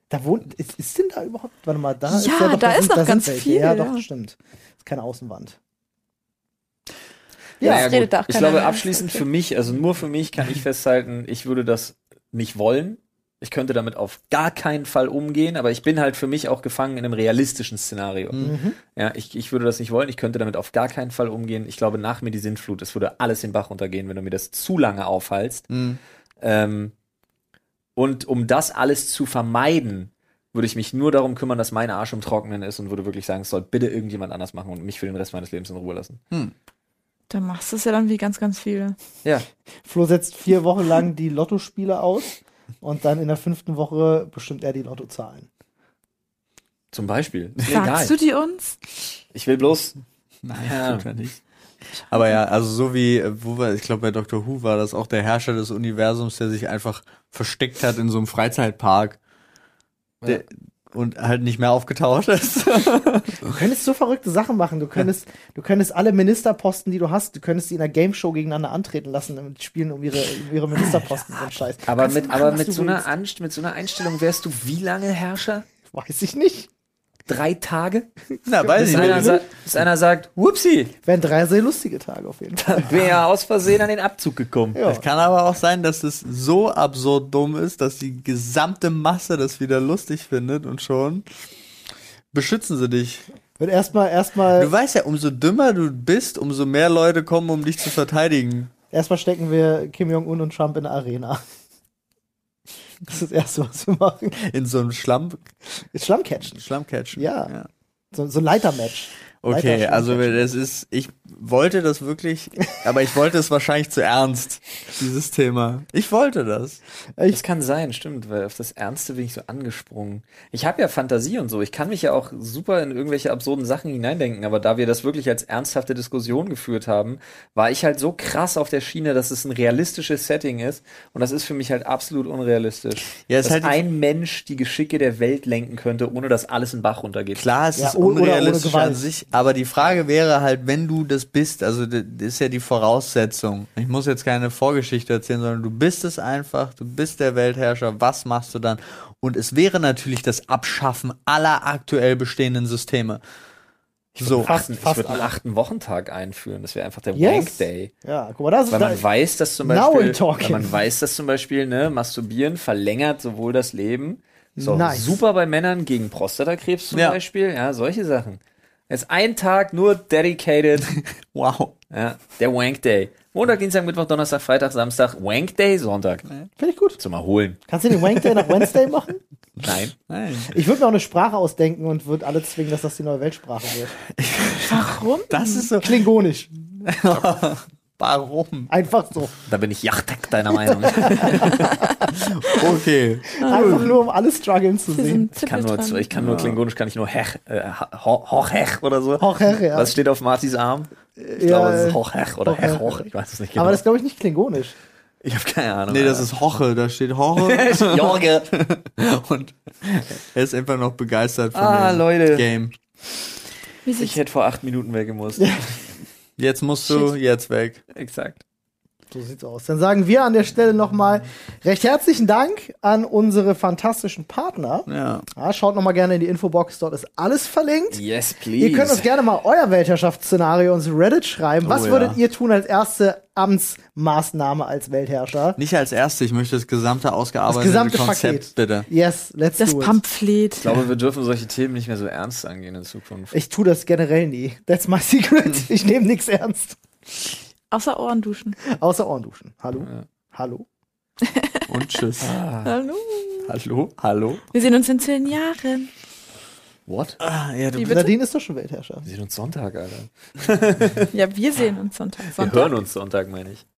[SPEAKER 4] Da wohnt, ist, ist denn da überhaupt, warte mal, da
[SPEAKER 3] Ja,
[SPEAKER 4] doch-
[SPEAKER 3] da ist
[SPEAKER 4] sind-
[SPEAKER 3] noch
[SPEAKER 4] sind
[SPEAKER 3] ganz
[SPEAKER 4] welche.
[SPEAKER 3] viel,
[SPEAKER 4] Ja, doch,
[SPEAKER 3] ja.
[SPEAKER 4] stimmt. Ist keine Außenwand.
[SPEAKER 2] Ja,
[SPEAKER 4] Ja,
[SPEAKER 2] naja,
[SPEAKER 3] es redet
[SPEAKER 2] gut.
[SPEAKER 3] da auch
[SPEAKER 2] ich
[SPEAKER 3] keiner
[SPEAKER 2] glaube,
[SPEAKER 3] mehr.
[SPEAKER 2] abschließend für mich, also nur für mich kann ich festhalten, ich würde das nicht wollen. Ich könnte damit auf gar keinen Fall umgehen, aber ich bin halt für mich auch gefangen in einem realistischen Szenario.
[SPEAKER 3] Mhm.
[SPEAKER 2] Ja, ich, ich würde das nicht wollen, ich könnte damit auf gar keinen Fall umgehen. Ich glaube, nach mir die Sintflut, es würde alles den Bach runtergehen, wenn du mir das zu lange aufhalst.
[SPEAKER 1] Mhm.
[SPEAKER 2] Ähm, und um das alles zu vermeiden, würde ich mich nur darum kümmern, dass mein Arsch im Trockenen ist und würde wirklich sagen, es soll bitte irgendjemand anders machen und mich für den Rest meines Lebens in Ruhe lassen.
[SPEAKER 3] Dann machst du es ja dann wie ganz, ganz viele.
[SPEAKER 2] Ja,
[SPEAKER 4] Flo setzt vier Wochen lang die Lottospiele aus und dann in der fünften Woche bestimmt er die Lottozahlen.
[SPEAKER 2] Zum Beispiel. Ist mir egal.
[SPEAKER 3] Sagst du die uns?
[SPEAKER 2] Ich will bloß.
[SPEAKER 1] Nein,
[SPEAKER 2] Ja.
[SPEAKER 1] tut er nicht. Aber ja, also so wie, äh, wo war, ich glaube bei Dr. Who war das auch der Herrscher des Universums, der sich einfach versteckt hat in so einem Freizeitpark der, und halt nicht mehr aufgetaucht ist.
[SPEAKER 4] Du könntest so verrückte Sachen machen. Du könntest, du könntest alle Ministerposten, die du hast, du könntest die in einer Gameshow gegeneinander antreten lassen und spielen um ihre, um ihre Ministerposten. So ein Scheiß.
[SPEAKER 2] Aber
[SPEAKER 4] Kannst
[SPEAKER 2] mit,
[SPEAKER 4] machen,
[SPEAKER 2] aber
[SPEAKER 4] was
[SPEAKER 2] mit,
[SPEAKER 4] du
[SPEAKER 2] so einer
[SPEAKER 4] willst.
[SPEAKER 2] Anst mit so einer Einstellung wärst du wie lange Herrscher?
[SPEAKER 4] Weiß ich nicht.
[SPEAKER 2] Drei Tage?
[SPEAKER 1] Na, weiß
[SPEAKER 2] Bis
[SPEAKER 1] ich
[SPEAKER 2] einer,
[SPEAKER 1] nicht.
[SPEAKER 2] sa bis einer sagt, whoopsie,
[SPEAKER 4] Wären drei sehr lustige Tage auf jeden Fall.
[SPEAKER 2] dann wäre er aus Versehen an den Abzug gekommen.
[SPEAKER 4] Ja.
[SPEAKER 1] Es kann aber auch sein, dass es so absurd dumm ist, dass die gesamte Masse das wieder lustig findet und schon beschützen sie dich.
[SPEAKER 4] Wird erstmal, erstmal,
[SPEAKER 1] Du weißt ja, umso dümmer du bist, umso mehr Leute kommen, um dich zu verteidigen.
[SPEAKER 4] erstmal stecken wir Kim Jong-un und Trump in eine Arena. Das ist das Erste, was wir machen.
[SPEAKER 1] In so einem Schlamm,
[SPEAKER 4] Schlammcatchen.
[SPEAKER 1] Schlammcatchen.
[SPEAKER 4] Ja. So, so ein Leitermatch.
[SPEAKER 1] Okay,
[SPEAKER 4] Weiter
[SPEAKER 1] also
[SPEAKER 4] Schlammcatchen.
[SPEAKER 1] das ist, ich wollte das wirklich, aber ich wollte es wahrscheinlich zu ernst, dieses Thema. Ich wollte das.
[SPEAKER 2] Das kann sein, stimmt, weil auf das Ernste bin ich so angesprungen. Ich habe ja Fantasie und so. Ich kann mich ja auch super in irgendwelche absurden Sachen hineindenken, aber da wir das wirklich als ernsthafte Diskussion geführt haben, war ich halt so krass auf der Schiene, dass es ein realistisches Setting ist und das ist für mich halt absolut unrealistisch.
[SPEAKER 1] Ja, ist
[SPEAKER 2] dass
[SPEAKER 1] halt die-
[SPEAKER 2] ein Mensch die Geschicke der Welt lenken könnte, ohne dass alles in den Bach runtergeht.
[SPEAKER 1] Klar, es
[SPEAKER 4] Ja,
[SPEAKER 1] ist
[SPEAKER 4] o- oder ohne
[SPEAKER 1] unrealistisch
[SPEAKER 4] Gewalt.
[SPEAKER 1] an sich, aber die Frage wäre halt, wenn du das bist, also d- das ist ja die Voraussetzung. Ich muss jetzt keine Vorgeschichte erzählen, sondern du bist es einfach, du bist der Weltherrscher, was machst du dann? Und es wäre natürlich das Abschaffen aller aktuell bestehenden Systeme. So,
[SPEAKER 2] Fast, ich
[SPEAKER 4] fast
[SPEAKER 2] würde einen
[SPEAKER 4] alle.
[SPEAKER 2] achten Wochentag einführen. Das wäre einfach der
[SPEAKER 4] Yes.
[SPEAKER 2] Wank Day.
[SPEAKER 4] Ja, guck mal, das ist
[SPEAKER 2] Weil
[SPEAKER 4] da,
[SPEAKER 2] man weiß, dass zum
[SPEAKER 4] Now
[SPEAKER 2] Beispiel,
[SPEAKER 4] we're talking.
[SPEAKER 2] weil man weiß, dass zum Beispiel, ne, Masturbieren verlängert sowohl das Leben, so
[SPEAKER 4] Nice.
[SPEAKER 2] super bei Männern gegen Prostatakrebs zum
[SPEAKER 1] Ja.
[SPEAKER 2] Beispiel, ja, solche Sachen. Jetzt ein Tag nur dedicated,
[SPEAKER 1] wow.
[SPEAKER 2] ja, der Wank Day. Montag, Dienstag, Mittwoch, Donnerstag, Freitag, Samstag, Wank Day, Sonntag.
[SPEAKER 4] finde ich gut.
[SPEAKER 2] Zum Erholen.
[SPEAKER 4] Kannst du den Wank Day nach Wednesday machen?
[SPEAKER 1] Nein. Nein.
[SPEAKER 4] Ich würde mir auch eine Sprache ausdenken und würde alle zwingen, dass das die neue Weltsprache wird.
[SPEAKER 3] Warum?
[SPEAKER 1] Das ist so.
[SPEAKER 4] Klingonisch.
[SPEAKER 1] Warum?
[SPEAKER 4] Einfach so.
[SPEAKER 10] Da bin ich Jachtek deiner Meinung.
[SPEAKER 1] Okay.
[SPEAKER 4] Einfach nur, um alle strugglen zu
[SPEAKER 3] Hier
[SPEAKER 4] sehen.
[SPEAKER 3] sind
[SPEAKER 2] Ich kann
[SPEAKER 3] Tippel
[SPEAKER 2] nur,
[SPEAKER 3] dran.
[SPEAKER 2] ich kann nur Klingonisch, kann ich nur Hech, äh, Ho- Hochhech oder so.
[SPEAKER 4] Hochhech, ja.
[SPEAKER 2] Was steht auf Martis Arm? Ich
[SPEAKER 4] Ja,
[SPEAKER 2] glaube, es
[SPEAKER 4] äh,
[SPEAKER 2] ist Hochhech oder
[SPEAKER 4] Hochhech.
[SPEAKER 2] Hech Hoch. Ich weiß es nicht genau.
[SPEAKER 4] Aber das ist, glaube ich, nicht klingonisch.
[SPEAKER 2] ich habe keine Ahnung.
[SPEAKER 1] Nee, das ist Hoche, da steht Hoche.
[SPEAKER 2] Jorge.
[SPEAKER 1] und er ist einfach noch begeistert von
[SPEAKER 2] Ah,
[SPEAKER 1] dem
[SPEAKER 2] Leute.
[SPEAKER 1] Game.
[SPEAKER 3] Wie sich
[SPEAKER 2] Ich hätte vor acht Minuten weggemusst.
[SPEAKER 1] Jetzt musst du jetzt weg.
[SPEAKER 2] Exakt.
[SPEAKER 4] So sieht's aus. Dann sagen wir an der Stelle nochmal recht herzlichen Dank an unsere fantastischen Partner.
[SPEAKER 1] Ja.
[SPEAKER 4] Ja, schaut nochmal gerne in die Infobox, dort ist alles verlinkt.
[SPEAKER 2] Yes, please.
[SPEAKER 4] Ihr könnt uns gerne mal euer Weltherrschaftsszenario ins Reddit schreiben. Was
[SPEAKER 1] ja.
[SPEAKER 4] würdet ihr tun als erste Amtsmaßnahme als Weltherrscher?
[SPEAKER 1] Nicht als erste, ich möchte das gesamte ausgearbeitete
[SPEAKER 4] gesamte
[SPEAKER 1] Konzept,
[SPEAKER 4] Paket.
[SPEAKER 1] bitte.
[SPEAKER 4] Yes, let's
[SPEAKER 3] das
[SPEAKER 4] do it.
[SPEAKER 2] Ich
[SPEAKER 3] Pamphlet.
[SPEAKER 2] glaube, wir dürfen solche Themen nicht mehr so ernst angehen in Zukunft.
[SPEAKER 4] Ich tue das generell nie. That's my secret. Ich nehme nichts ernst.
[SPEAKER 3] Außer Ohren duschen.
[SPEAKER 4] Außer Ohrenduschen. Hallo? Hallo?
[SPEAKER 1] Und tschüss.
[SPEAKER 3] Hallo.
[SPEAKER 1] Hallo? Hallo?
[SPEAKER 3] Wir sehen uns in zehn Jahren.
[SPEAKER 2] What?
[SPEAKER 1] Ah, ja, du,
[SPEAKER 3] Wie bitte?
[SPEAKER 4] Nadine ist doch schon Weltherrscher.
[SPEAKER 2] Wir sehen uns Sonntag, Alter.
[SPEAKER 3] Ja, wir sehen uns Sonntag.
[SPEAKER 2] Wir
[SPEAKER 3] Sonntag.
[SPEAKER 2] hören uns Sonntag, meine ich.